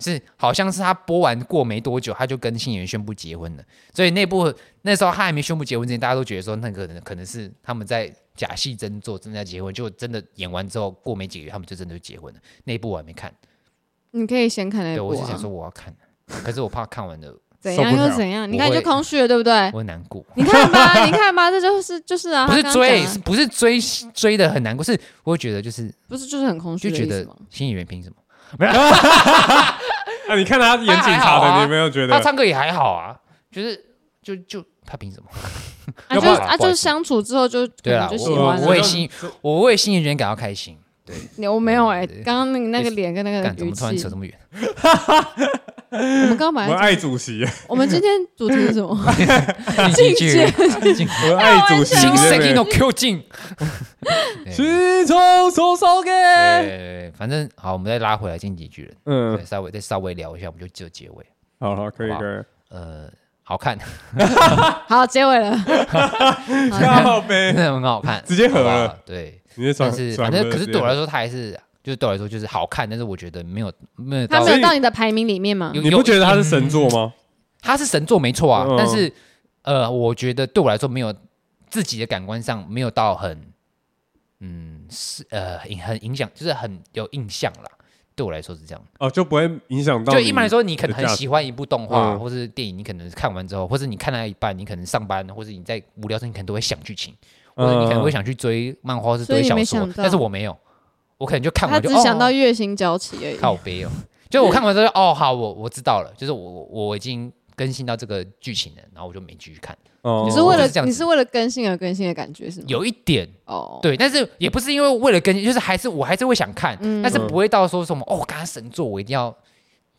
[SPEAKER 2] 是好像是他播完过没多久，他就跟信源宣布结婚了，所以那部那时候他还没宣布结婚之前，大家都觉得说那个人可能是他们在假戏真做，真的要结婚，就真的演完之后过没几个月，他们就真的就结婚了。那一部我还没看，
[SPEAKER 3] 你可以先看那
[SPEAKER 2] 对
[SPEAKER 3] 部
[SPEAKER 2] 我是想
[SPEAKER 3] 啊
[SPEAKER 2] 说，我要看，可是我怕看完了
[SPEAKER 3] 怎
[SPEAKER 4] 受
[SPEAKER 3] 样
[SPEAKER 4] 不
[SPEAKER 3] 又
[SPEAKER 4] 了
[SPEAKER 3] 怎样？你
[SPEAKER 2] 我
[SPEAKER 3] 看你就
[SPEAKER 2] 会
[SPEAKER 3] 空虚了，对不对？
[SPEAKER 2] 我会难过。
[SPEAKER 3] 你看吧，你看吧，这就是就是啊，
[SPEAKER 2] 不是
[SPEAKER 3] 他刚刚
[SPEAKER 2] 追，
[SPEAKER 3] 讲啊
[SPEAKER 2] 是不是追追的很难过，是我会觉得就是
[SPEAKER 3] 不是就是很空虚
[SPEAKER 2] 就
[SPEAKER 3] 的
[SPEAKER 2] 觉
[SPEAKER 3] 意思
[SPEAKER 2] 得
[SPEAKER 3] 吗？
[SPEAKER 2] 新演员凭什么？
[SPEAKER 4] 啊，你看他演警察
[SPEAKER 2] 还好
[SPEAKER 4] 的，
[SPEAKER 2] 啊
[SPEAKER 4] 你有没有觉
[SPEAKER 2] 他
[SPEAKER 4] 得？
[SPEAKER 2] 唱歌也还好啊，就是就就他凭什么？
[SPEAKER 3] 啊，
[SPEAKER 2] 要
[SPEAKER 3] 就
[SPEAKER 2] 不
[SPEAKER 3] 是
[SPEAKER 2] 然
[SPEAKER 3] 啊，就
[SPEAKER 2] 不好
[SPEAKER 3] 是
[SPEAKER 2] 意思
[SPEAKER 3] 相处之后就可
[SPEAKER 2] 对
[SPEAKER 3] 能
[SPEAKER 2] 啦，
[SPEAKER 3] 就喜
[SPEAKER 2] 我
[SPEAKER 3] 欢
[SPEAKER 2] 我
[SPEAKER 3] 了
[SPEAKER 2] 为。 新我为新演员感到开心。对，
[SPEAKER 3] 你我没有哎，
[SPEAKER 2] 对
[SPEAKER 3] 刚刚那个那个脸跟那个
[SPEAKER 2] 干怎
[SPEAKER 3] 呃语
[SPEAKER 2] 么突然
[SPEAKER 3] 气
[SPEAKER 2] 扯，这么 远？
[SPEAKER 3] 我们刚刚
[SPEAKER 4] 我
[SPEAKER 3] 本
[SPEAKER 4] 们
[SPEAKER 3] 来
[SPEAKER 4] 爱主席，
[SPEAKER 3] 我们今天主题是什么？
[SPEAKER 2] 进
[SPEAKER 3] 去
[SPEAKER 2] 进
[SPEAKER 4] 我们爱主席，
[SPEAKER 2] 新
[SPEAKER 4] 对不
[SPEAKER 2] Sekino
[SPEAKER 4] 对
[SPEAKER 2] Q 进。对
[SPEAKER 4] 心中手手给。
[SPEAKER 2] 对对反正好，我们再拉回来进击巨人，
[SPEAKER 4] 啊嗯
[SPEAKER 2] 对，，稍微再稍微聊一下，我们就就结尾。
[SPEAKER 4] 好好，可以
[SPEAKER 2] 好吧
[SPEAKER 4] 可以，
[SPEAKER 2] 呃，好看，
[SPEAKER 3] 好，结尾了。好
[SPEAKER 4] 靠
[SPEAKER 2] 真
[SPEAKER 4] 呗，
[SPEAKER 2] 的很好看，
[SPEAKER 4] 直接合了
[SPEAKER 2] 好不好。对，
[SPEAKER 4] 你是
[SPEAKER 2] 但
[SPEAKER 4] 转
[SPEAKER 2] 是
[SPEAKER 4] 转
[SPEAKER 2] 反正
[SPEAKER 4] 了
[SPEAKER 2] 可是
[SPEAKER 4] 直接
[SPEAKER 2] 对我来说，它还是就是对我来说就是好看，但是我觉得没有没有
[SPEAKER 3] 他
[SPEAKER 2] 到
[SPEAKER 3] 没有到你的排名里面吗？
[SPEAKER 2] 有
[SPEAKER 4] 你不觉得他是神作吗？
[SPEAKER 2] 他是神作没错啊，
[SPEAKER 4] 嗯
[SPEAKER 2] 但是呃，我觉得对我来说没有自己的感官上没有到很，嗯，是呃影很影响，就是很有印象啦。对我来说是这样，
[SPEAKER 4] 哦，就不会影响到
[SPEAKER 2] 就
[SPEAKER 4] 你
[SPEAKER 2] 一般来说，你可能
[SPEAKER 4] 的
[SPEAKER 2] 很
[SPEAKER 4] 价值
[SPEAKER 2] 喜欢一部动画
[SPEAKER 4] 嗯
[SPEAKER 2] 或是电影，你可能看完之后，或是你看到一半，你可能上班，或者你在无聊的时，候，你可能都会想剧情，或者你可能会想去追漫画或是
[SPEAKER 3] 嗯所
[SPEAKER 2] 追
[SPEAKER 3] 以你
[SPEAKER 2] 小
[SPEAKER 3] 没
[SPEAKER 2] 说
[SPEAKER 3] 想，到
[SPEAKER 2] 但是我没有，我可能就看
[SPEAKER 3] 他
[SPEAKER 2] 完就
[SPEAKER 3] 只
[SPEAKER 2] 哦
[SPEAKER 3] 想到月薪娇妻而已。
[SPEAKER 2] 靠背哦，就我看完之后就，哦，好，我我知道了，就是我我我已经更新到这个剧情了，然后我就没继续看，
[SPEAKER 4] 哦
[SPEAKER 3] 你是为
[SPEAKER 2] 我
[SPEAKER 3] 了
[SPEAKER 2] 是这样
[SPEAKER 3] 你
[SPEAKER 2] 子
[SPEAKER 3] 是为了更新而更新的感觉是吗？
[SPEAKER 2] 有一点
[SPEAKER 3] 哦，
[SPEAKER 2] 对，但是也不是因为为了更新，就是还是我还是会想看，
[SPEAKER 3] 嗯
[SPEAKER 2] 但是不会到说什么哦，刚刚神作我一定要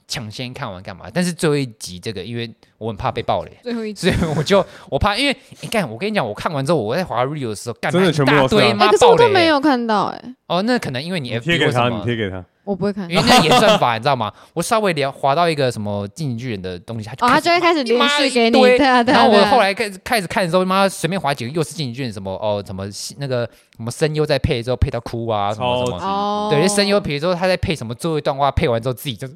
[SPEAKER 2] 抢先看完干嘛？但是最后一集这个，因为我很怕被爆雷。
[SPEAKER 3] 最后一集。
[SPEAKER 2] 所以我就我怕，因为你干、我跟你讲，我看完之后，我在滑 real 的时候，干
[SPEAKER 4] 真的全部都
[SPEAKER 2] 一大
[SPEAKER 4] 是啊
[SPEAKER 2] 堆
[SPEAKER 3] 哎，
[SPEAKER 2] 妈
[SPEAKER 3] 可是
[SPEAKER 2] 爆
[SPEAKER 3] 我
[SPEAKER 2] 雷、
[SPEAKER 3] 都没有看到哎，
[SPEAKER 2] 哦，那可能因为你
[SPEAKER 4] 你
[SPEAKER 2] FB
[SPEAKER 4] 贴给
[SPEAKER 2] 或
[SPEAKER 4] 他，
[SPEAKER 2] 什么
[SPEAKER 4] 你贴给他，
[SPEAKER 3] 我不会看。
[SPEAKER 2] 因为那演算法，你知道吗？我稍微聊滑到一个什么进击巨人的东西，他就
[SPEAKER 3] 哦，
[SPEAKER 2] 开
[SPEAKER 3] 他
[SPEAKER 2] 始
[SPEAKER 3] 就会开始连
[SPEAKER 2] 妈
[SPEAKER 3] 续
[SPEAKER 2] 一
[SPEAKER 3] 给你，
[SPEAKER 2] 堆
[SPEAKER 3] 对啊对
[SPEAKER 2] 然
[SPEAKER 3] 啊。
[SPEAKER 2] 后
[SPEAKER 3] 对
[SPEAKER 2] 我
[SPEAKER 3] 啊
[SPEAKER 2] 后来开始开始看的时候，妈随便划几个又是进击巨人什么哦，什么戏那个什么声优在配之后配到哭啊，什么什
[SPEAKER 4] 超
[SPEAKER 2] 么。
[SPEAKER 3] 哦，
[SPEAKER 2] 对，就声优，比如说他在配什么最后一段话，配完之后自己就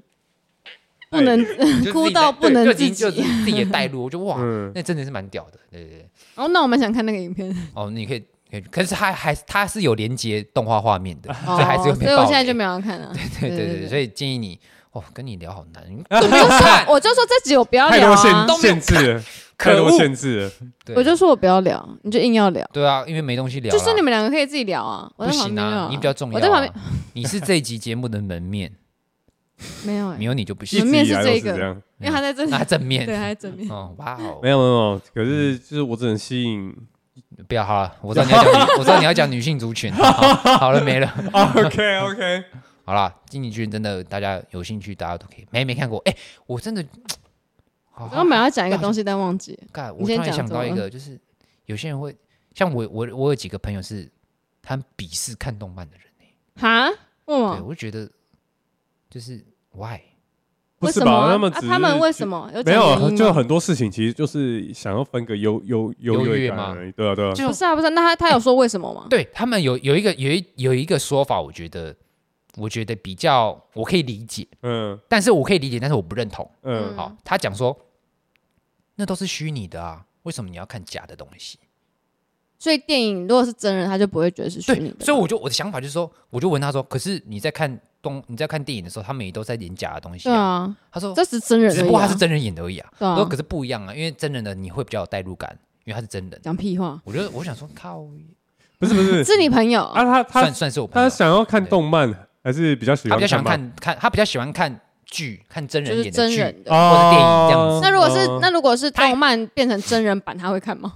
[SPEAKER 3] 不能
[SPEAKER 2] 就
[SPEAKER 3] 哭
[SPEAKER 2] 自己在
[SPEAKER 3] 到不能
[SPEAKER 2] 对
[SPEAKER 3] 自
[SPEAKER 2] 就已经
[SPEAKER 3] 己
[SPEAKER 2] 就。自己也带 入，我就哇，
[SPEAKER 4] 嗯
[SPEAKER 2] 那真的是蛮屌的，对对对。
[SPEAKER 3] 哦，那我蛮想看那个影片，
[SPEAKER 2] 哦，你可以可以，可是他还他是有连接动画画面的，
[SPEAKER 3] 哦
[SPEAKER 2] 所以还是有被
[SPEAKER 3] 所以我
[SPEAKER 2] 爆
[SPEAKER 3] 现在
[SPEAKER 2] 雷
[SPEAKER 3] 就没有要看了。
[SPEAKER 2] 对对
[SPEAKER 3] 对
[SPEAKER 2] 对，
[SPEAKER 3] 对
[SPEAKER 2] 所以建议你哦，跟你聊好难，你
[SPEAKER 3] 我没有说，我就说这集我不要
[SPEAKER 4] 太
[SPEAKER 3] 聊
[SPEAKER 4] 多
[SPEAKER 3] 啊，
[SPEAKER 4] 限限制了，
[SPEAKER 2] 可
[SPEAKER 4] 太多
[SPEAKER 2] 恶
[SPEAKER 4] 限制了。
[SPEAKER 2] 对
[SPEAKER 3] 我就说我不要聊，你就硬要聊，
[SPEAKER 2] 对啊，因为没东西聊
[SPEAKER 3] 就
[SPEAKER 2] 啦，
[SPEAKER 3] 是你们两个可以自己聊啊，我
[SPEAKER 2] 不
[SPEAKER 3] 在旁
[SPEAKER 2] 行
[SPEAKER 3] 边
[SPEAKER 2] 啊
[SPEAKER 3] 啊，，
[SPEAKER 2] 你比较重要啊，
[SPEAKER 3] 我在旁边
[SPEAKER 2] 你是这一集节目的门 面，
[SPEAKER 3] 没有哎
[SPEAKER 2] 没，有你就不
[SPEAKER 4] 一
[SPEAKER 3] 门
[SPEAKER 2] 行，
[SPEAKER 4] 直
[SPEAKER 3] 面
[SPEAKER 4] 以
[SPEAKER 3] 是
[SPEAKER 4] 来都
[SPEAKER 3] 这
[SPEAKER 4] 是
[SPEAKER 3] 个
[SPEAKER 4] 这样，
[SPEAKER 3] 因为他在这里，
[SPEAKER 2] 那正
[SPEAKER 3] 对，他
[SPEAKER 2] 面，
[SPEAKER 3] 在 正面。
[SPEAKER 2] 哦，哇哦，
[SPEAKER 4] 没有没有，没有可是就是我只能吸引。
[SPEAKER 2] 不要好了，我知道你要讲女，我知道你要讲女性族群，好好了没了，
[SPEAKER 4] OK OK，
[SPEAKER 2] 好啦，经济圈真的大家有兴趣，大家都可以，没没看过，哎，我真的，好
[SPEAKER 3] 我刚本来要讲一个东西，但忘记了。
[SPEAKER 2] 干，我
[SPEAKER 3] 你
[SPEAKER 2] 突
[SPEAKER 3] 先
[SPEAKER 2] 然
[SPEAKER 3] 讲
[SPEAKER 2] 想到一
[SPEAKER 3] 怎么
[SPEAKER 2] 个，就是有些人会，像我我我有几个朋友是，他们鄙视看动漫的人欸，
[SPEAKER 3] 哈？问
[SPEAKER 2] 对
[SPEAKER 3] 我
[SPEAKER 2] 我就觉得就是 why。
[SPEAKER 4] 不
[SPEAKER 3] 为
[SPEAKER 4] 是
[SPEAKER 3] 什么
[SPEAKER 4] 吧？
[SPEAKER 3] 啊？
[SPEAKER 4] 他们
[SPEAKER 3] 啊
[SPEAKER 4] 只是
[SPEAKER 3] 他们为什么有
[SPEAKER 4] 没
[SPEAKER 3] 讲
[SPEAKER 4] 有
[SPEAKER 3] 原因
[SPEAKER 4] 啊？
[SPEAKER 3] 吗
[SPEAKER 4] 就很多事情其实就是想要分个优优优
[SPEAKER 2] 优越
[SPEAKER 4] 越感
[SPEAKER 2] 吗
[SPEAKER 4] 而已。对啊对啊，
[SPEAKER 2] 就
[SPEAKER 3] 不是啊？不是啊，那他他有说为什么吗？
[SPEAKER 2] 对他们有有一个有一有一个说法，我觉得我觉得比较我可以理解，
[SPEAKER 4] 嗯
[SPEAKER 2] 但是我可以理解，但是我不认同。
[SPEAKER 4] 嗯，
[SPEAKER 2] 好，他讲说那都是虚拟的啊，为什么你要看假的东西？
[SPEAKER 3] 所以电影如果是真人，他就不会觉得是虚拟
[SPEAKER 2] 对，
[SPEAKER 3] 的。
[SPEAKER 2] 所以我就我的想法就是说，我就问他说，可是你在看东你在看电影的时候，他们也都在演假的东西
[SPEAKER 3] 对
[SPEAKER 2] 啊。
[SPEAKER 3] 啊，
[SPEAKER 2] 他说
[SPEAKER 3] 这是真人而已啊，
[SPEAKER 2] 只不过他是真人演的而已啊。
[SPEAKER 3] 对啊
[SPEAKER 2] 我说可是不一样啊，因为真人的你会比较有代入感，因为他是真人。
[SPEAKER 3] 讲屁话，
[SPEAKER 2] 我觉得我想说靠，
[SPEAKER 4] 不是不是
[SPEAKER 3] 是你朋友
[SPEAKER 4] 啊，他
[SPEAKER 2] 算
[SPEAKER 4] 他
[SPEAKER 2] 算是我朋
[SPEAKER 4] 他
[SPEAKER 2] 友，啊
[SPEAKER 4] 想要看动漫，还是比较喜
[SPEAKER 2] 他
[SPEAKER 4] 欢
[SPEAKER 2] 比较喜欢
[SPEAKER 4] 漫
[SPEAKER 2] 看看，他比较喜欢看剧，看真
[SPEAKER 3] 就
[SPEAKER 2] 人
[SPEAKER 3] 是
[SPEAKER 2] 演的
[SPEAKER 3] 真
[SPEAKER 2] 剧。
[SPEAKER 3] 人的。
[SPEAKER 4] 哦
[SPEAKER 2] 或者电影这样子
[SPEAKER 3] 那如果是
[SPEAKER 4] 哦
[SPEAKER 3] 那如果是
[SPEAKER 2] 他也
[SPEAKER 3] 动漫变成真人版，他会看吗？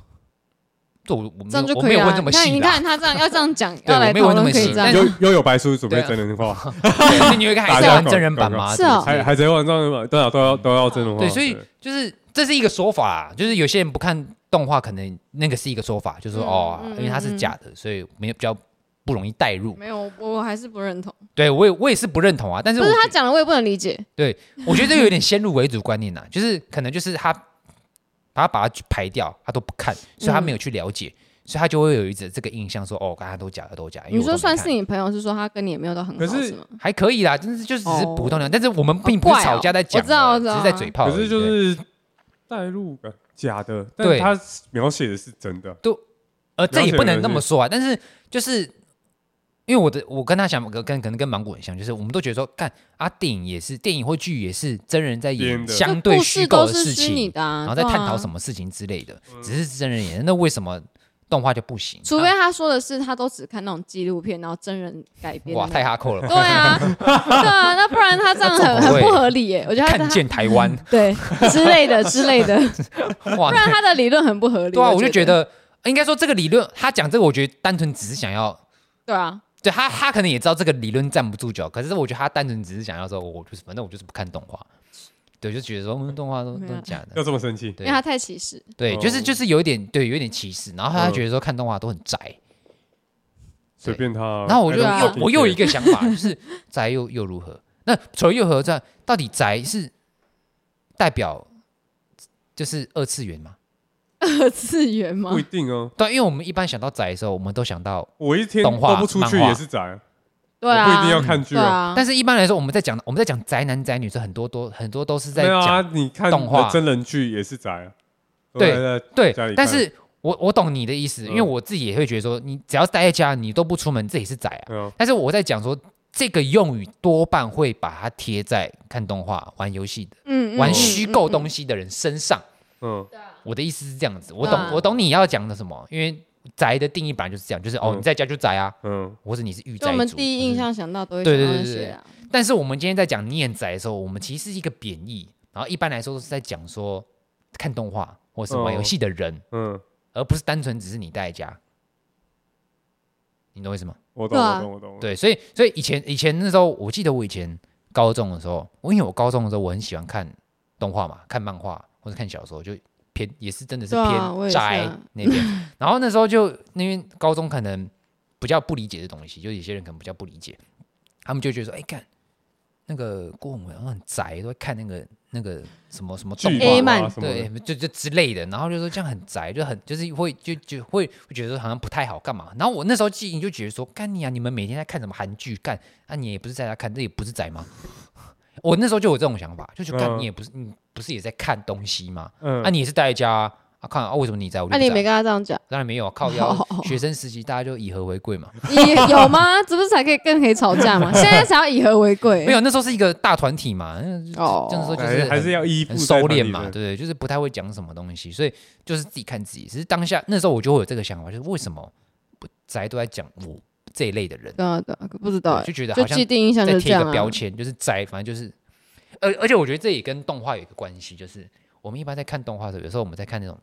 [SPEAKER 2] 这我我没
[SPEAKER 3] 这样
[SPEAKER 2] 有
[SPEAKER 3] 就
[SPEAKER 2] 我
[SPEAKER 3] 可
[SPEAKER 2] 没
[SPEAKER 3] 以
[SPEAKER 2] 有
[SPEAKER 3] 啊
[SPEAKER 2] 问这。么
[SPEAKER 3] 你看
[SPEAKER 2] 细
[SPEAKER 3] 你
[SPEAKER 2] 啦，
[SPEAKER 3] 看他这样要这样讲，
[SPEAKER 2] 对
[SPEAKER 3] 要来
[SPEAKER 2] 我没有
[SPEAKER 3] 讨
[SPEAKER 2] 问
[SPEAKER 3] 论
[SPEAKER 2] 那么
[SPEAKER 3] 可以
[SPEAKER 2] 细
[SPEAKER 3] 这样
[SPEAKER 4] 又
[SPEAKER 3] 讲。
[SPEAKER 4] 又有白书准备
[SPEAKER 2] 对啊
[SPEAKER 4] 真人化，
[SPEAKER 2] 对你有一个
[SPEAKER 4] 打
[SPEAKER 2] 还是
[SPEAKER 4] 架
[SPEAKER 2] 要
[SPEAKER 4] 广
[SPEAKER 2] 真人版吗？
[SPEAKER 4] 广
[SPEAKER 3] 告是哦
[SPEAKER 2] 不
[SPEAKER 4] 海海贼王真人版，对啊都要都要真人化。
[SPEAKER 2] 对，所以就是这是一个说法啦，就是有些人不看动画，可能那个是一个说法，就是说
[SPEAKER 3] 嗯
[SPEAKER 2] 哦
[SPEAKER 3] 嗯，
[SPEAKER 2] 因为它是
[SPEAKER 3] 嗯
[SPEAKER 2] 假的，所以没有比较不容易带入。
[SPEAKER 3] 没有，我我还是不认同。
[SPEAKER 2] 对我也我也是不认同啊，但是
[SPEAKER 3] 不
[SPEAKER 2] 我
[SPEAKER 3] 是
[SPEAKER 2] 觉
[SPEAKER 3] 他讲的，我也不能理解。
[SPEAKER 2] 对，我觉得这有点先入为主观念呐、就是可能就是他把他把它排掉，他都不看，所以他没
[SPEAKER 3] 嗯
[SPEAKER 2] 有去了解，所以他就会有一直这个印象说，哦，刚才都假的都假的。因为
[SPEAKER 3] 你
[SPEAKER 2] 我都
[SPEAKER 3] 说
[SPEAKER 2] 没
[SPEAKER 3] 算
[SPEAKER 2] 看
[SPEAKER 3] 是你朋友，是说他跟你也没有到很好，
[SPEAKER 4] 可是
[SPEAKER 3] 是吗？
[SPEAKER 2] 还可以啦，但是就是只是普通的，但是我们并
[SPEAKER 3] 好
[SPEAKER 2] 不
[SPEAKER 3] 怪
[SPEAKER 2] 是
[SPEAKER 3] 哦
[SPEAKER 2] 吵架在讲
[SPEAKER 3] 我
[SPEAKER 2] 的，
[SPEAKER 3] 知道我知道
[SPEAKER 2] 只是在嘴炮而已。
[SPEAKER 4] 可是就
[SPEAKER 2] 对
[SPEAKER 4] 是带入感假的，但
[SPEAKER 2] 对
[SPEAKER 4] 他描写的是真的。
[SPEAKER 2] 呃，这
[SPEAKER 4] 了
[SPEAKER 2] 也
[SPEAKER 4] 解
[SPEAKER 2] 不
[SPEAKER 4] 了
[SPEAKER 2] 能那
[SPEAKER 4] 解
[SPEAKER 2] 么说啊，但是就是因为我的我跟他想跟可能跟芒果很像，就是我们都觉得说，看啊，电影也是电影或剧也是真人在
[SPEAKER 4] 编
[SPEAKER 2] 演
[SPEAKER 4] 的
[SPEAKER 2] 相
[SPEAKER 3] 就
[SPEAKER 2] 对
[SPEAKER 3] 故
[SPEAKER 2] 虚
[SPEAKER 3] 事
[SPEAKER 2] 构
[SPEAKER 3] 都
[SPEAKER 2] 的
[SPEAKER 3] 是
[SPEAKER 2] 事
[SPEAKER 3] 虚
[SPEAKER 2] 情
[SPEAKER 3] 拟，的啊，
[SPEAKER 2] 然后再探讨
[SPEAKER 3] 么？
[SPEAKER 2] 什么事情之类的，
[SPEAKER 4] 嗯
[SPEAKER 2] 只是真人演，那为什么动画就不行？
[SPEAKER 3] 除
[SPEAKER 2] 啊
[SPEAKER 3] 非他说的是他都只看那种纪录片，然后真人改编的
[SPEAKER 2] 哇，
[SPEAKER 3] 那
[SPEAKER 2] 太
[SPEAKER 3] 种
[SPEAKER 2] 哈 扣了
[SPEAKER 3] 对，啊，对啊，那不然他这样很很不合理耶，我觉得他
[SPEAKER 2] 看见台湾，
[SPEAKER 3] 对之类的之类 的，
[SPEAKER 2] 哇
[SPEAKER 3] 不，然他的理论很不合理。
[SPEAKER 2] 对啊，我就觉
[SPEAKER 3] 觉，
[SPEAKER 2] 得应该说这个理论，他讲这个，我觉得单纯只是想要。
[SPEAKER 3] 对啊，
[SPEAKER 2] 对他，他可能也知道这个理论站不住脚，可是我觉得他单纯只是想要说，我就是反正我就是不看动画，对，就觉得说嗯动画都
[SPEAKER 3] 没有
[SPEAKER 2] 都是假的
[SPEAKER 4] 要，这么生气？
[SPEAKER 3] 啊因
[SPEAKER 2] 对
[SPEAKER 3] 为他太歧视。
[SPEAKER 2] 对，就是
[SPEAKER 4] 哦
[SPEAKER 2] 就是有一点对，有一点歧视，然后他
[SPEAKER 4] 嗯
[SPEAKER 2] 觉得说看动画都很宅，
[SPEAKER 4] 随便他。
[SPEAKER 2] 然后我就
[SPEAKER 3] 对啊
[SPEAKER 2] 又我又有一个想法，就是宅又又如何？那除了又何在，到底宅是代表就是二次元吗？
[SPEAKER 3] 二次元吗
[SPEAKER 4] 不一？定哦，
[SPEAKER 2] 对，因为我们一般想到宅的时候，我们都想到，
[SPEAKER 4] 我一天
[SPEAKER 2] 动画
[SPEAKER 4] 都不出去
[SPEAKER 2] 漫画
[SPEAKER 4] 也是宅，
[SPEAKER 3] 对
[SPEAKER 4] 我不一定要
[SPEAKER 3] 啊，
[SPEAKER 4] 看剧
[SPEAKER 3] 对
[SPEAKER 4] 哦。
[SPEAKER 3] 啊，
[SPEAKER 2] 但是一般来说，我们在讲我们在讲宅男宅女是很多多很多都是在
[SPEAKER 4] 没有
[SPEAKER 2] 讲
[SPEAKER 4] 啊，你看
[SPEAKER 2] 动画
[SPEAKER 4] 真人剧也是宅，
[SPEAKER 2] 对
[SPEAKER 4] 都在，在
[SPEAKER 2] 对
[SPEAKER 4] 家里，
[SPEAKER 2] 但
[SPEAKER 4] 看
[SPEAKER 2] 是我我懂你的意思，因为
[SPEAKER 4] 嗯
[SPEAKER 2] 我自己也会觉得说，你只要待在家，你都不出门，这也是宅啊。
[SPEAKER 4] 嗯，
[SPEAKER 2] 但是我在讲说，这个用语多半会把它贴在看动画、玩游戏的、
[SPEAKER 3] 嗯，嗯
[SPEAKER 2] 玩虚构东
[SPEAKER 3] 西，
[SPEAKER 2] 西的人身上。
[SPEAKER 4] 嗯，
[SPEAKER 2] 我的意思是这样子，我懂，
[SPEAKER 3] 嗯
[SPEAKER 2] 我懂你要讲的什么，因为宅的定义本来就是这样，就是哦，
[SPEAKER 4] 嗯
[SPEAKER 2] 你在家就宅啊，
[SPEAKER 4] 嗯，
[SPEAKER 2] 或者你是御
[SPEAKER 3] 就
[SPEAKER 2] 宅
[SPEAKER 3] 我们
[SPEAKER 2] 族
[SPEAKER 3] 第一印。象想到都会想
[SPEAKER 2] 对对
[SPEAKER 3] 到那
[SPEAKER 2] 对对
[SPEAKER 3] 些
[SPEAKER 2] 对
[SPEAKER 3] 啊，
[SPEAKER 2] 或者但是我们今天在讲念宅的时候，我们其实是一个贬义，然后一般来说都是在讲说看动画或是玩游
[SPEAKER 4] 哦
[SPEAKER 2] 戏的人。
[SPEAKER 4] 嗯，
[SPEAKER 2] 而不是单纯只是你待在家。你懂我意思吗？
[SPEAKER 4] 我懂，
[SPEAKER 3] 对啊
[SPEAKER 4] 我懂，我懂。，
[SPEAKER 2] 对，所以所以以前以前那时候，我记得我以前高中的时候，我因为我高中的时候我很喜欢看动画嘛，看漫画或者看小说，就偏也是真的是
[SPEAKER 3] 对啊
[SPEAKER 2] 偏
[SPEAKER 3] 我也是啊
[SPEAKER 2] 宅那边。 然后那时候就因为高中可能比较不理解的东西，就有些人可能比较不理解，他们就觉得说，哎、看那个郭文文好像很宅，都会看那个那个什么什么动
[SPEAKER 4] 剧
[SPEAKER 2] 画
[SPEAKER 3] A
[SPEAKER 4] 啊
[SPEAKER 3] 漫
[SPEAKER 4] 什么的
[SPEAKER 2] 对，就就之类的，然后就说这样很宅，就很就是会就就会会觉得说好像不太好干嘛。然后我那时候记忆就觉得说，干你啊，你们每天在看什么韩剧干，啊你也不是在家看，这也不是宅吗？ 我那时候就有这种想法，就觉得干
[SPEAKER 4] 嗯
[SPEAKER 2] 你也不是你不是也在看东西吗？
[SPEAKER 4] 嗯
[SPEAKER 2] 啊，你也是待在家啊，啊看啊为什么你在？我就
[SPEAKER 3] 那
[SPEAKER 2] 不
[SPEAKER 3] 你没
[SPEAKER 2] 宅
[SPEAKER 3] 跟他这 样讲，
[SPEAKER 2] 当然没有啊，靠 腰
[SPEAKER 3] 哦
[SPEAKER 2] 学生时期大家就以和为贵嘛，
[SPEAKER 3] 你有吗？这不是才可以更可以吵 架吗？现在才要以和为贵，
[SPEAKER 2] 没有那时候是一个大团体嘛，嗯
[SPEAKER 3] 哦，
[SPEAKER 2] 这样说就
[SPEAKER 4] 还
[SPEAKER 2] 是
[SPEAKER 4] 是哎还
[SPEAKER 2] 很
[SPEAKER 4] 是要依附
[SPEAKER 2] 很
[SPEAKER 4] 在
[SPEAKER 2] 收
[SPEAKER 4] 团体
[SPEAKER 2] 敛嘛，
[SPEAKER 4] 的
[SPEAKER 2] 对，对？就是不太会讲什么东西，所以就是自己看自己。只是当下那时候我就会有这个想法，就是为什么不宅都在讲我这一类的人，
[SPEAKER 3] 对啊对啊，不知道
[SPEAKER 2] 对
[SPEAKER 3] 哎
[SPEAKER 2] 就，觉得
[SPEAKER 3] 就
[SPEAKER 2] 好像
[SPEAKER 3] 既定印象就
[SPEAKER 2] 再
[SPEAKER 3] 是这
[SPEAKER 2] 贴一
[SPEAKER 3] 样
[SPEAKER 2] 个标
[SPEAKER 3] 啊。
[SPEAKER 2] 签，就是宅，反正就是，而而且我觉得这也跟动画有一个关系，就是我们一般在看动画的时候，有时候我们在看那种，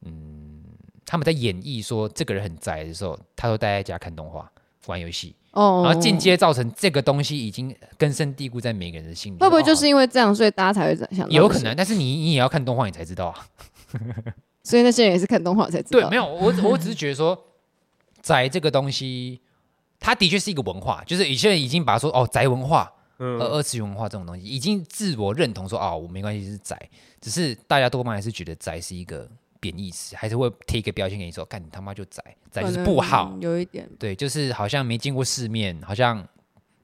[SPEAKER 2] 嗯，他们在演绎说这个人很宅的时候，他都待在家看动画、玩游戏，
[SPEAKER 3] 哦，
[SPEAKER 2] 然后间接造成这个东西已经根深蒂固在每个人的心里。
[SPEAKER 3] 会不会就
[SPEAKER 2] 哦
[SPEAKER 3] 是因为这样，所以大家才会想到这些？
[SPEAKER 2] 有可能，但是你你也要看动画，你才知道啊。
[SPEAKER 3] 所以那些人也是看动画才知道。
[SPEAKER 2] 对，没有，我只我 只是觉得说，宅这个东西，它的确是一个文化，就是有些人已经把说哦宅文化、呃
[SPEAKER 4] 嗯，
[SPEAKER 2] 二次元文化这种东西，已经自我认同说啊、我没关系是宅，只是大家多半还是觉得宅是一个贬义词，还是会贴一个标签给你说，干你他妈就宅，宅就是不好，
[SPEAKER 3] 有一 点。
[SPEAKER 2] 对，就是好像没见过世面，好像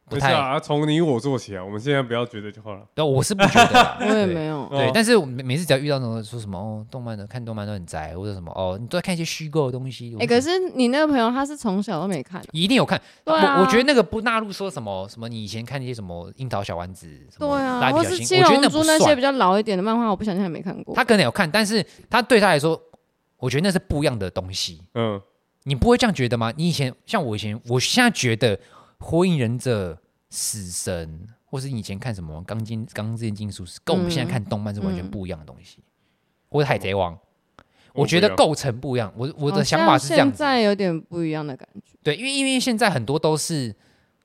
[SPEAKER 2] 不
[SPEAKER 4] 不是
[SPEAKER 2] 太，
[SPEAKER 4] 啊，从你我做起啊，我们现在不要觉得就好了。
[SPEAKER 2] 对我是不觉得啦，
[SPEAKER 3] 我也
[SPEAKER 2] 对
[SPEAKER 3] 没有，
[SPEAKER 2] 对，
[SPEAKER 4] 哦
[SPEAKER 2] 但是我每每次只要遇到那种说什么哦，动漫的看动漫都很宅，或者什么哦，你都在看一些虚构的东西。我
[SPEAKER 3] 哎，
[SPEAKER 2] 就
[SPEAKER 3] 可是你那个朋友他是从小都没看，
[SPEAKER 2] 一定有看，
[SPEAKER 3] 对啊
[SPEAKER 2] 我我觉得那个不纳入说什么什么，你以前看那些什么樱桃小丸子，什
[SPEAKER 3] 对
[SPEAKER 2] 么
[SPEAKER 3] 啊，
[SPEAKER 2] 蜡笔
[SPEAKER 3] 或
[SPEAKER 2] 小
[SPEAKER 3] 是
[SPEAKER 2] 新，
[SPEAKER 3] 七
[SPEAKER 2] 我觉得
[SPEAKER 3] 龙
[SPEAKER 2] 那
[SPEAKER 3] 珠
[SPEAKER 2] 不
[SPEAKER 3] 那些
[SPEAKER 2] 算
[SPEAKER 3] 比。较老一点的漫画，我不相信他没看过。
[SPEAKER 2] 他可能有看，但是他对他来说，我觉得那是不一样的东西。
[SPEAKER 4] 嗯，
[SPEAKER 2] 你不会这样觉得吗？你以前像我以前，我现在觉得《火影忍者》《死神》，或是你以前看什么《钢筋钢之炼金术师》，跟我们现在看动漫是完全
[SPEAKER 3] 嗯
[SPEAKER 2] 不一样的东西，或者《海贼王》。
[SPEAKER 4] 我
[SPEAKER 2] 我觉得
[SPEAKER 4] 不一样
[SPEAKER 2] 构成不一样，我我
[SPEAKER 3] 好
[SPEAKER 2] 的想法
[SPEAKER 3] 像
[SPEAKER 2] 是这样
[SPEAKER 3] 现
[SPEAKER 2] 子。
[SPEAKER 3] 在有点不一样的感觉。
[SPEAKER 2] 对，因为因为现在很多都是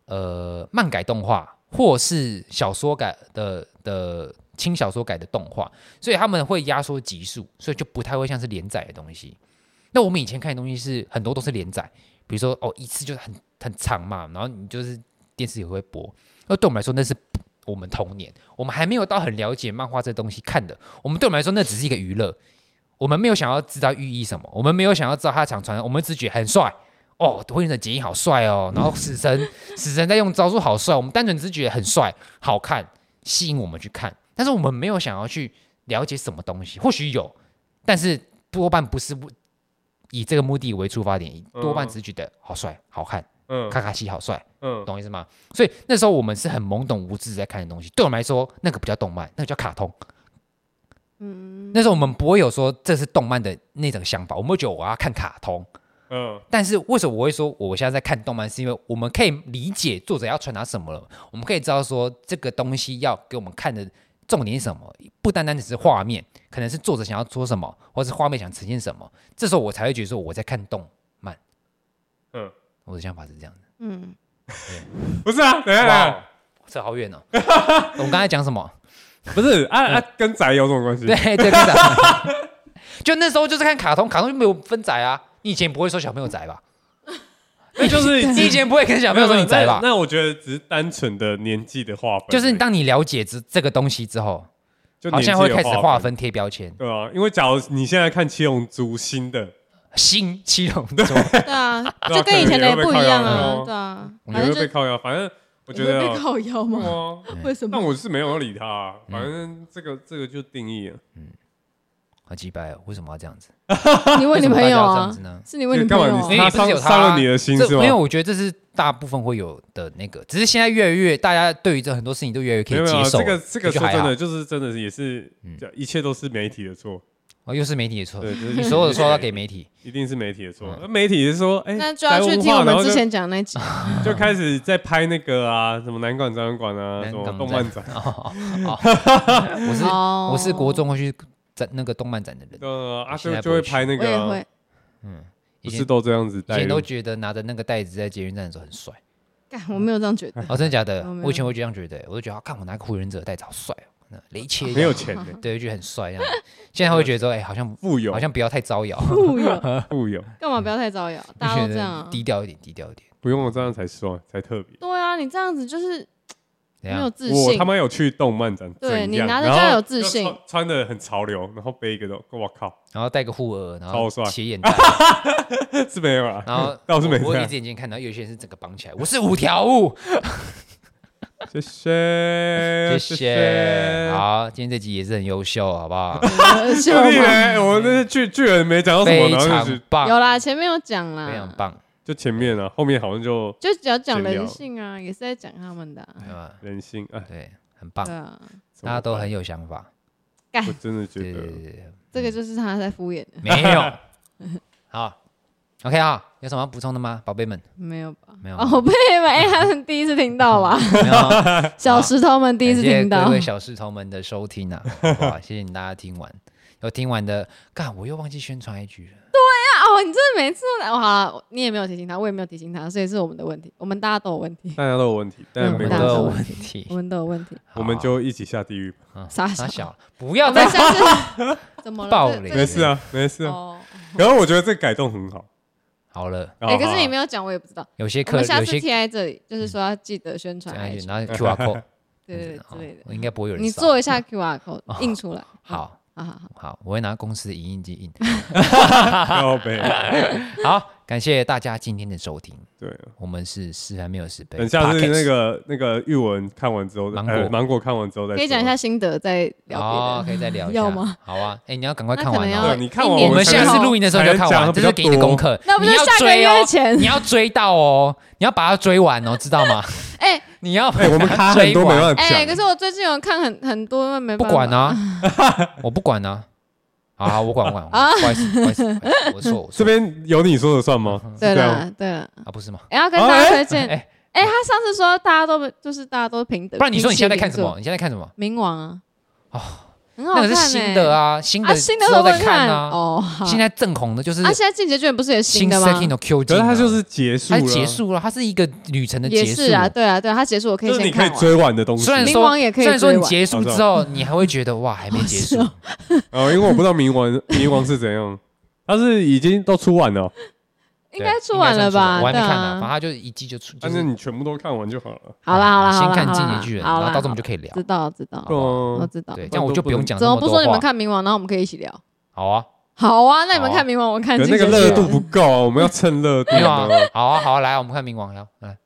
[SPEAKER 2] 呃漫改动画或是小说改的的轻小说改的动画，所以他们会压缩集数，所以就不太会像是连载的东西。那我们以前看的东西是很多都是连载，比如说哦一次就是很很长嘛，然后你就是电视也会播。那对我们来说，那是我们童年，我们还没有到很了解漫画这东西看的。我们对我们来说，那只是一个娱乐，我们没有想要知道寓意什么，我们没有想要知道他想传达，我们只觉得很帅。哦，火影的结衣好帅哦，然后死神死神在用招数好帅，哦我们单纯只是觉得很帅、好看，吸引我们去看，但是我们没有想要去了解什么东西，或许有，但是多半不是以这个目的为出发点，多半只是觉得好帅、好看，
[SPEAKER 4] 嗯
[SPEAKER 2] 卡卡西好帅，
[SPEAKER 4] 嗯
[SPEAKER 2] 懂我意思吗？所以那时候我们是很懵懂无知在看的东西，对我们来说，那个不叫动漫，那个叫卡通。
[SPEAKER 3] 嗯，
[SPEAKER 2] 那时候我们不会有说这是动漫的那种想法，我们会觉得我要看卡通。
[SPEAKER 4] 嗯
[SPEAKER 2] 但是为什么我会说我现在在看动漫，是因为我们可以理解作者要传达什么了，我们可以知道说这个东西要给我们看的重点是什么，不单单只是画面，可能是作者想要说什么，或是画面想呈现什么。这时候我才会觉得说我在看动漫。
[SPEAKER 4] 嗯，
[SPEAKER 2] 我的想法是这样的。
[SPEAKER 3] 嗯，
[SPEAKER 4] 不是啊，等一下，等一
[SPEAKER 2] 哇
[SPEAKER 4] 下
[SPEAKER 2] 哦，这好远哦！我们刚才讲什么？
[SPEAKER 4] 不是啊啊，跟宅有什么关系？
[SPEAKER 2] 对对，看仔。就那时候就是看卡通，卡通就没有分仔啊。你以前不会说小朋友宅吧？
[SPEAKER 4] 那就是
[SPEAKER 2] 你以前不会跟小朋友说你宅吧
[SPEAKER 4] 那？那我觉得只是单纯的年纪的划分，
[SPEAKER 2] 就是当你了解这这个东西之后，
[SPEAKER 4] 就
[SPEAKER 2] 好
[SPEAKER 4] 年纪
[SPEAKER 2] 像
[SPEAKER 4] 的
[SPEAKER 2] 会开始划
[SPEAKER 4] 分，
[SPEAKER 2] 分贴标签。
[SPEAKER 4] 对啊，因为假如你现在看《七龙珠》新的，
[SPEAKER 2] 新七龙珠，
[SPEAKER 3] 对啊，就
[SPEAKER 4] 可能
[SPEAKER 3] 跟以前的
[SPEAKER 4] 也
[SPEAKER 3] 也
[SPEAKER 4] 会
[SPEAKER 3] 不
[SPEAKER 4] 被
[SPEAKER 3] 一样
[SPEAKER 4] 靠腰
[SPEAKER 3] 啊
[SPEAKER 4] 哦，
[SPEAKER 3] 对啊，
[SPEAKER 4] 你
[SPEAKER 3] 反
[SPEAKER 4] 会
[SPEAKER 3] 正
[SPEAKER 4] 被
[SPEAKER 3] 就
[SPEAKER 4] 靠腰，反正我觉
[SPEAKER 3] 你会
[SPEAKER 4] 得
[SPEAKER 3] 被
[SPEAKER 4] 啊
[SPEAKER 3] 靠腰
[SPEAKER 4] 对
[SPEAKER 3] 吗？
[SPEAKER 4] 啊
[SPEAKER 3] 为什
[SPEAKER 4] 那
[SPEAKER 3] 么？
[SPEAKER 4] 我是没有要理他啊，反正这个这个就定义了。
[SPEAKER 2] 好鸡掰哦！为什么要这样子？
[SPEAKER 3] 你问你朋友
[SPEAKER 2] 为什么大家要这样
[SPEAKER 3] 啊
[SPEAKER 2] 子呢？
[SPEAKER 3] 是你问你朋
[SPEAKER 4] 干嘛
[SPEAKER 3] 友
[SPEAKER 4] 你
[SPEAKER 3] 啊？
[SPEAKER 4] 他
[SPEAKER 2] 不是有
[SPEAKER 4] 伤伤了
[SPEAKER 2] 啊
[SPEAKER 4] 你的心
[SPEAKER 2] 这
[SPEAKER 4] 是吗
[SPEAKER 2] 没有，我觉得这是大部分会有的那个，只是现在越来越大家对于这很多事情都越来越可
[SPEAKER 4] 没有
[SPEAKER 2] 以
[SPEAKER 4] 没有
[SPEAKER 2] 接受
[SPEAKER 4] 这
[SPEAKER 2] 了。
[SPEAKER 4] 个这个
[SPEAKER 2] 就
[SPEAKER 4] 说
[SPEAKER 2] 还
[SPEAKER 4] 真
[SPEAKER 2] 好嗯
[SPEAKER 4] 的，，就是真的是也是，一切都是媒体的错，
[SPEAKER 2] 哦，又是媒体的错，
[SPEAKER 4] 对， 就是
[SPEAKER 2] 你所有的错要给媒体。
[SPEAKER 4] 一定是媒体的错
[SPEAKER 2] 嗯。
[SPEAKER 4] 而媒体是说，哎，
[SPEAKER 3] 那就要去听我
[SPEAKER 4] 宅文化然后
[SPEAKER 3] 们
[SPEAKER 4] 就
[SPEAKER 3] 之前讲 的那集，
[SPEAKER 4] 就开始在拍那个啊，什么南港展览馆啊，
[SPEAKER 2] 南
[SPEAKER 4] 什
[SPEAKER 2] 港
[SPEAKER 4] 么
[SPEAKER 2] 展
[SPEAKER 4] 动漫展，
[SPEAKER 2] 哦，哦我是
[SPEAKER 3] 哦
[SPEAKER 2] 我是国中会去展那个动漫展的人，
[SPEAKER 4] 呃，啊
[SPEAKER 2] 现
[SPEAKER 4] 就
[SPEAKER 2] 在
[SPEAKER 4] 就
[SPEAKER 2] 不
[SPEAKER 4] 会
[SPEAKER 2] 会
[SPEAKER 4] 拍那
[SPEAKER 3] 我
[SPEAKER 4] 个
[SPEAKER 3] 也
[SPEAKER 4] 啊，
[SPEAKER 3] 会，
[SPEAKER 2] 以
[SPEAKER 4] 不
[SPEAKER 2] 前
[SPEAKER 4] 是都这样子
[SPEAKER 2] 以
[SPEAKER 4] 带
[SPEAKER 2] 前
[SPEAKER 4] 入
[SPEAKER 2] 都，觉得拿着那个袋子在捷运站的时候很帅。
[SPEAKER 3] 干我没有这样觉得，
[SPEAKER 2] 哦，真的假的
[SPEAKER 3] 有没？有
[SPEAKER 2] 我以前会这样觉得，我就觉得，啊看我拿个火影忍者的袋子好帅哦，那雷切这
[SPEAKER 4] 很有
[SPEAKER 2] 样，
[SPEAKER 4] 钱的，
[SPEAKER 2] 对，就觉得很帅这样。现在会觉得说，哎，好像
[SPEAKER 4] 富有
[SPEAKER 2] 好像不要太招摇，
[SPEAKER 3] 不有，
[SPEAKER 4] 富有，
[SPEAKER 3] 干嘛不要太 招摇？
[SPEAKER 2] 就
[SPEAKER 3] 大家
[SPEAKER 2] 觉
[SPEAKER 3] 都这样
[SPEAKER 2] 得
[SPEAKER 3] 啊，
[SPEAKER 2] 低调一点，低调一点。
[SPEAKER 4] 不用我这样才帅才特别。
[SPEAKER 3] 对啊，你这样子就是
[SPEAKER 2] 怎
[SPEAKER 3] 没有
[SPEAKER 2] 样？
[SPEAKER 3] 自
[SPEAKER 4] 我
[SPEAKER 3] 信
[SPEAKER 4] 他。妈有去动漫展，
[SPEAKER 3] 对
[SPEAKER 4] 怎样
[SPEAKER 3] 你拿着
[SPEAKER 4] 然后
[SPEAKER 3] 这样有自信
[SPEAKER 4] 又穿穿的很潮流，然后背一个东，我靠，
[SPEAKER 2] 然后戴个护耳，然
[SPEAKER 4] 超
[SPEAKER 2] 后
[SPEAKER 4] 帅
[SPEAKER 2] 斜眼袋，
[SPEAKER 4] 是没有啊，
[SPEAKER 2] 然后
[SPEAKER 4] 倒是没
[SPEAKER 2] 我
[SPEAKER 4] 这
[SPEAKER 2] 我
[SPEAKER 4] 样
[SPEAKER 2] 一只眼睛看到，有些人是整个绑起来，我是五条悟，
[SPEAKER 4] 谢 谢
[SPEAKER 2] 谢谢。好，今天这集也是很优秀，好不好？
[SPEAKER 3] 呃 是
[SPEAKER 4] 兄弟
[SPEAKER 3] 吗
[SPEAKER 4] 嘞，我们那巨巨人没讲到什么，
[SPEAKER 2] 非
[SPEAKER 4] 然后就
[SPEAKER 2] 常
[SPEAKER 4] 是
[SPEAKER 2] 棒，
[SPEAKER 3] 有啦，前面有讲啦，
[SPEAKER 2] 非常棒，
[SPEAKER 4] 就前面啊，后面好像就
[SPEAKER 3] 就只要讲
[SPEAKER 4] 闲聊
[SPEAKER 3] 人性啊，也是在讲他们的啊、
[SPEAKER 2] 对吧？
[SPEAKER 4] 人性，哎，
[SPEAKER 2] 对，很棒
[SPEAKER 3] 对，啊，
[SPEAKER 2] 大家都很有想法。
[SPEAKER 4] 怎么办，我真的觉
[SPEAKER 2] 对
[SPEAKER 4] 得
[SPEAKER 2] 对对 对，
[SPEAKER 3] 这个就是他在敷衍的，
[SPEAKER 2] 没 有。好，OK 啊，有什么要补充的吗，宝贝 们？
[SPEAKER 3] 没有吧？
[SPEAKER 2] 没有啊
[SPEAKER 3] 哦，贝们，哎、他们第一次听到吧？
[SPEAKER 2] 没有啊，
[SPEAKER 3] 小石头们第一次
[SPEAKER 2] 感谢
[SPEAKER 3] 听到
[SPEAKER 2] 各， 位小石头们的收听啊，哇，谢谢你大家听完。有听完的，干，我又忘记宣传一句了。
[SPEAKER 3] 哦，你真的每次都来，哦、好啦你也没有提醒他，我也没有提醒他，所以是我们的问题，我们大家都有 问题，
[SPEAKER 4] 大家都有问题，但
[SPEAKER 3] 嗯
[SPEAKER 4] 没关系
[SPEAKER 2] 我们都
[SPEAKER 3] 大家
[SPEAKER 2] 有
[SPEAKER 3] 都
[SPEAKER 2] 问题
[SPEAKER 3] 我，们都有 问题。
[SPEAKER 4] 我们就一起下地狱吧，
[SPEAKER 2] 好啊
[SPEAKER 3] 傻
[SPEAKER 2] 傻
[SPEAKER 3] 小
[SPEAKER 2] 小，不要
[SPEAKER 3] 我
[SPEAKER 2] 再
[SPEAKER 3] 们下次 怎么了？
[SPEAKER 2] 爆
[SPEAKER 3] 这
[SPEAKER 2] 雷
[SPEAKER 3] 这
[SPEAKER 4] 没事啊，没事啊。
[SPEAKER 3] 哦，
[SPEAKER 4] 然后我觉得这改动很好，
[SPEAKER 2] 好了。
[SPEAKER 4] 哦
[SPEAKER 3] 哎、可是你没有讲，我也不知道。
[SPEAKER 2] 有些
[SPEAKER 3] 我
[SPEAKER 2] 课
[SPEAKER 3] 们下
[SPEAKER 2] 有
[SPEAKER 3] 次
[SPEAKER 2] 些嗯
[SPEAKER 3] 贴在这里，就是说要记得宣传
[SPEAKER 2] 怎样
[SPEAKER 3] IG，
[SPEAKER 2] 然后 QR code
[SPEAKER 3] 对对对之
[SPEAKER 2] 好
[SPEAKER 3] 类的。
[SPEAKER 2] 我应该不会有人
[SPEAKER 3] 你
[SPEAKER 2] 扫
[SPEAKER 3] 做一下 QR code 印出来，
[SPEAKER 2] 嗯哦好
[SPEAKER 3] 好好好，
[SPEAKER 2] 好，我会拿公司的影印机印。
[SPEAKER 4] 靠背，
[SPEAKER 2] 好，感谢大家今天的收听，
[SPEAKER 4] 对。
[SPEAKER 2] 我们是是还没有是杯。
[SPEAKER 4] 等下次
[SPEAKER 2] Podcast
[SPEAKER 4] 那个那个玉文看完之后，
[SPEAKER 2] 芒果
[SPEAKER 4] 呃芒果看完之后再
[SPEAKER 3] 可以讲一
[SPEAKER 4] 说
[SPEAKER 3] 下心得，再聊
[SPEAKER 2] 哦，可
[SPEAKER 3] 别
[SPEAKER 2] 以
[SPEAKER 3] 的。
[SPEAKER 2] 再聊一下，
[SPEAKER 3] 要吗？
[SPEAKER 2] 好啊，哎，你要赶快
[SPEAKER 3] 那
[SPEAKER 2] 看
[SPEAKER 3] 可
[SPEAKER 2] 完
[SPEAKER 3] 能
[SPEAKER 2] 哦
[SPEAKER 3] 要。
[SPEAKER 4] 对你看完
[SPEAKER 3] 一
[SPEAKER 4] 我
[SPEAKER 2] 我
[SPEAKER 3] 年哦
[SPEAKER 2] 们
[SPEAKER 4] 才
[SPEAKER 2] 下
[SPEAKER 3] 之
[SPEAKER 2] 次
[SPEAKER 3] 后
[SPEAKER 2] 录音的时候就看
[SPEAKER 4] 才能
[SPEAKER 2] 完，
[SPEAKER 4] 讲
[SPEAKER 2] 这是给你的功课。
[SPEAKER 3] 那不
[SPEAKER 2] 你
[SPEAKER 3] 就
[SPEAKER 2] 要
[SPEAKER 3] 下个
[SPEAKER 2] 追哦
[SPEAKER 3] 月前
[SPEAKER 2] 你要追到哦，你要把它追完哦，知 道吗？
[SPEAKER 3] 哎
[SPEAKER 2] 你要
[SPEAKER 4] 哎，我 们卡很多没办法
[SPEAKER 3] 哎、可
[SPEAKER 4] 讲，
[SPEAKER 3] 是我最近有看很很多，没
[SPEAKER 2] 不
[SPEAKER 3] 办法
[SPEAKER 2] 管啊，我不管啊。好好，我管我管， 我
[SPEAKER 3] 啊
[SPEAKER 2] 管不好意思，不好意思，不好意思我错我
[SPEAKER 4] 这
[SPEAKER 2] 错
[SPEAKER 4] 边有你说的算吗？是
[SPEAKER 3] 对
[SPEAKER 4] 这样吗，
[SPEAKER 3] 了，对了，
[SPEAKER 2] 啊，不是吗？
[SPEAKER 3] 哎要跟大家推荐。
[SPEAKER 2] 哎，
[SPEAKER 3] 哎、他上次说大家都就是大家都平等，
[SPEAKER 2] 不然你说你现在在看什
[SPEAKER 3] 平起
[SPEAKER 2] 么？
[SPEAKER 3] 平
[SPEAKER 2] 你现在在看什么？
[SPEAKER 3] 坐？冥王啊，
[SPEAKER 2] 哦，
[SPEAKER 3] 很
[SPEAKER 2] 那
[SPEAKER 3] 好看、欸。
[SPEAKER 2] 个是新的，啊，新
[SPEAKER 3] 啊
[SPEAKER 2] 的
[SPEAKER 3] 新的
[SPEAKER 2] 之
[SPEAKER 3] 都
[SPEAKER 2] 后
[SPEAKER 3] 不能
[SPEAKER 2] 再看啊。
[SPEAKER 3] 哦。好
[SPEAKER 2] 现在正红的就是
[SPEAKER 3] 啊，现在进阶卷不是也
[SPEAKER 2] 新
[SPEAKER 3] 的
[SPEAKER 2] s e k i
[SPEAKER 3] 吗？
[SPEAKER 2] n o Q
[SPEAKER 4] 可
[SPEAKER 2] 金
[SPEAKER 4] 是
[SPEAKER 2] 啊，
[SPEAKER 4] 它就是结束
[SPEAKER 2] 它
[SPEAKER 4] 了，
[SPEAKER 2] 结，束了，它是一个旅程的
[SPEAKER 3] 也
[SPEAKER 2] 结束
[SPEAKER 3] 是啊，对啊，对啊，他结束我可以
[SPEAKER 4] 就是
[SPEAKER 3] 先
[SPEAKER 4] 你可
[SPEAKER 3] 看
[SPEAKER 4] 以
[SPEAKER 3] 完。
[SPEAKER 4] 追完的东西
[SPEAKER 2] 虽。然
[SPEAKER 3] 冥
[SPEAKER 2] 说，
[SPEAKER 3] 王也可以
[SPEAKER 2] 虽然说
[SPEAKER 3] 追
[SPEAKER 2] 你
[SPEAKER 3] 完
[SPEAKER 2] 结束之后，你还会觉得哇，还没结束
[SPEAKER 3] 哦是哦，
[SPEAKER 4] 哦，因为我不知道冥王冥王是怎样，它是已经都出完了，
[SPEAKER 3] 应该出
[SPEAKER 2] 应该
[SPEAKER 3] 完
[SPEAKER 2] 算
[SPEAKER 3] 了吧？
[SPEAKER 2] 我还没
[SPEAKER 3] 对
[SPEAKER 2] 看呢、
[SPEAKER 3] 啊
[SPEAKER 2] 反正他就是一季就出，就
[SPEAKER 4] 但
[SPEAKER 2] 是
[SPEAKER 4] 是你全部都看完就好了。
[SPEAKER 3] 好啦好啦好啦，
[SPEAKER 2] 先看
[SPEAKER 3] 好
[SPEAKER 2] 《
[SPEAKER 3] 啦
[SPEAKER 2] 进击的巨人》，
[SPEAKER 3] 好
[SPEAKER 2] 然
[SPEAKER 3] 啦
[SPEAKER 2] 后到时候我们
[SPEAKER 3] 好啦
[SPEAKER 2] 就可以聊嗯
[SPEAKER 3] 知。道知道，我
[SPEAKER 4] 哦，
[SPEAKER 3] 知道。
[SPEAKER 2] 对，这样我就不用讲
[SPEAKER 3] 怎
[SPEAKER 2] 那
[SPEAKER 3] 么
[SPEAKER 2] 么
[SPEAKER 3] 不
[SPEAKER 2] 多
[SPEAKER 3] 说你们
[SPEAKER 2] 话
[SPEAKER 3] 看冥王，然后我们可以一起聊？
[SPEAKER 2] 好啊，
[SPEAKER 3] 好啊，那你们
[SPEAKER 2] 好啊
[SPEAKER 3] 看冥王，我看
[SPEAKER 4] 可
[SPEAKER 3] 进
[SPEAKER 4] 那
[SPEAKER 3] 击
[SPEAKER 4] 个
[SPEAKER 3] 的巨
[SPEAKER 4] 热度
[SPEAKER 3] 人
[SPEAKER 4] 不够，我们要蹭热度
[SPEAKER 2] 没有啊
[SPEAKER 4] 呢。，
[SPEAKER 2] 好啊，好啊，来啊，我们看冥王聊，来，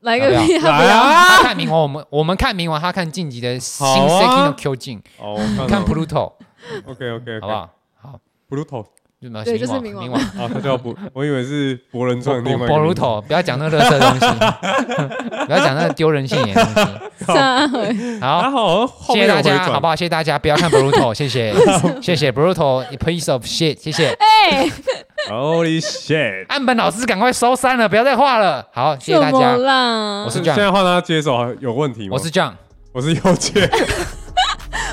[SPEAKER 3] 来
[SPEAKER 2] 要不
[SPEAKER 3] 个
[SPEAKER 2] 要
[SPEAKER 3] 屁啊！
[SPEAKER 4] 来啊
[SPEAKER 2] 他看冥王，我们我们看冥王，他看晋级的新
[SPEAKER 4] 好
[SPEAKER 2] s e k i
[SPEAKER 4] 啊
[SPEAKER 2] no Q 进，
[SPEAKER 4] 哦，我
[SPEAKER 2] 看
[SPEAKER 4] 看
[SPEAKER 2] Pluto，
[SPEAKER 4] OK OK
[SPEAKER 2] 好不好？好，
[SPEAKER 4] Pluto，
[SPEAKER 2] 就没有
[SPEAKER 3] 对就是
[SPEAKER 2] 冥
[SPEAKER 3] 冥
[SPEAKER 2] 王
[SPEAKER 3] 王，
[SPEAKER 4] 啊，他叫博，我以为是博人传另外一个
[SPEAKER 2] 博鲁
[SPEAKER 4] 名字
[SPEAKER 2] 头，不要讲那个垃圾东西，不要讲那个丢人现眼的东西。
[SPEAKER 3] 不要
[SPEAKER 4] 然
[SPEAKER 2] 好，
[SPEAKER 4] 后后
[SPEAKER 2] 谢
[SPEAKER 4] 面有
[SPEAKER 2] 谢大
[SPEAKER 4] 回
[SPEAKER 2] 家，
[SPEAKER 4] 转，
[SPEAKER 2] 好不好？谢谢大家，不要看 Bruto，谢 谢，谢谢 Bruto，piece of shit，谢谢。
[SPEAKER 3] 哎，
[SPEAKER 4] ？Holy shit！
[SPEAKER 2] 岸本老师，赶快收山了，不要再画了。好，谢谢大
[SPEAKER 3] 怎么
[SPEAKER 2] 家，
[SPEAKER 3] 啦？
[SPEAKER 2] 我是
[SPEAKER 4] 现
[SPEAKER 2] John，
[SPEAKER 4] 在换他接手有问题吗？
[SPEAKER 2] 我是 John，
[SPEAKER 4] 我是右键，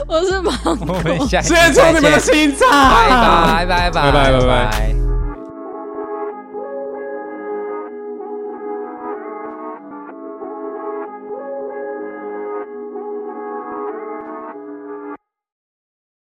[SPEAKER 3] 我是忙。
[SPEAKER 2] 我们下一
[SPEAKER 4] 现在
[SPEAKER 2] 期
[SPEAKER 4] 从
[SPEAKER 2] 再
[SPEAKER 4] 你们的
[SPEAKER 2] 见，
[SPEAKER 4] 心脏。
[SPEAKER 2] 拜拜拜
[SPEAKER 4] 拜
[SPEAKER 2] 拜
[SPEAKER 4] 拜拜拜。
[SPEAKER 2] 拜。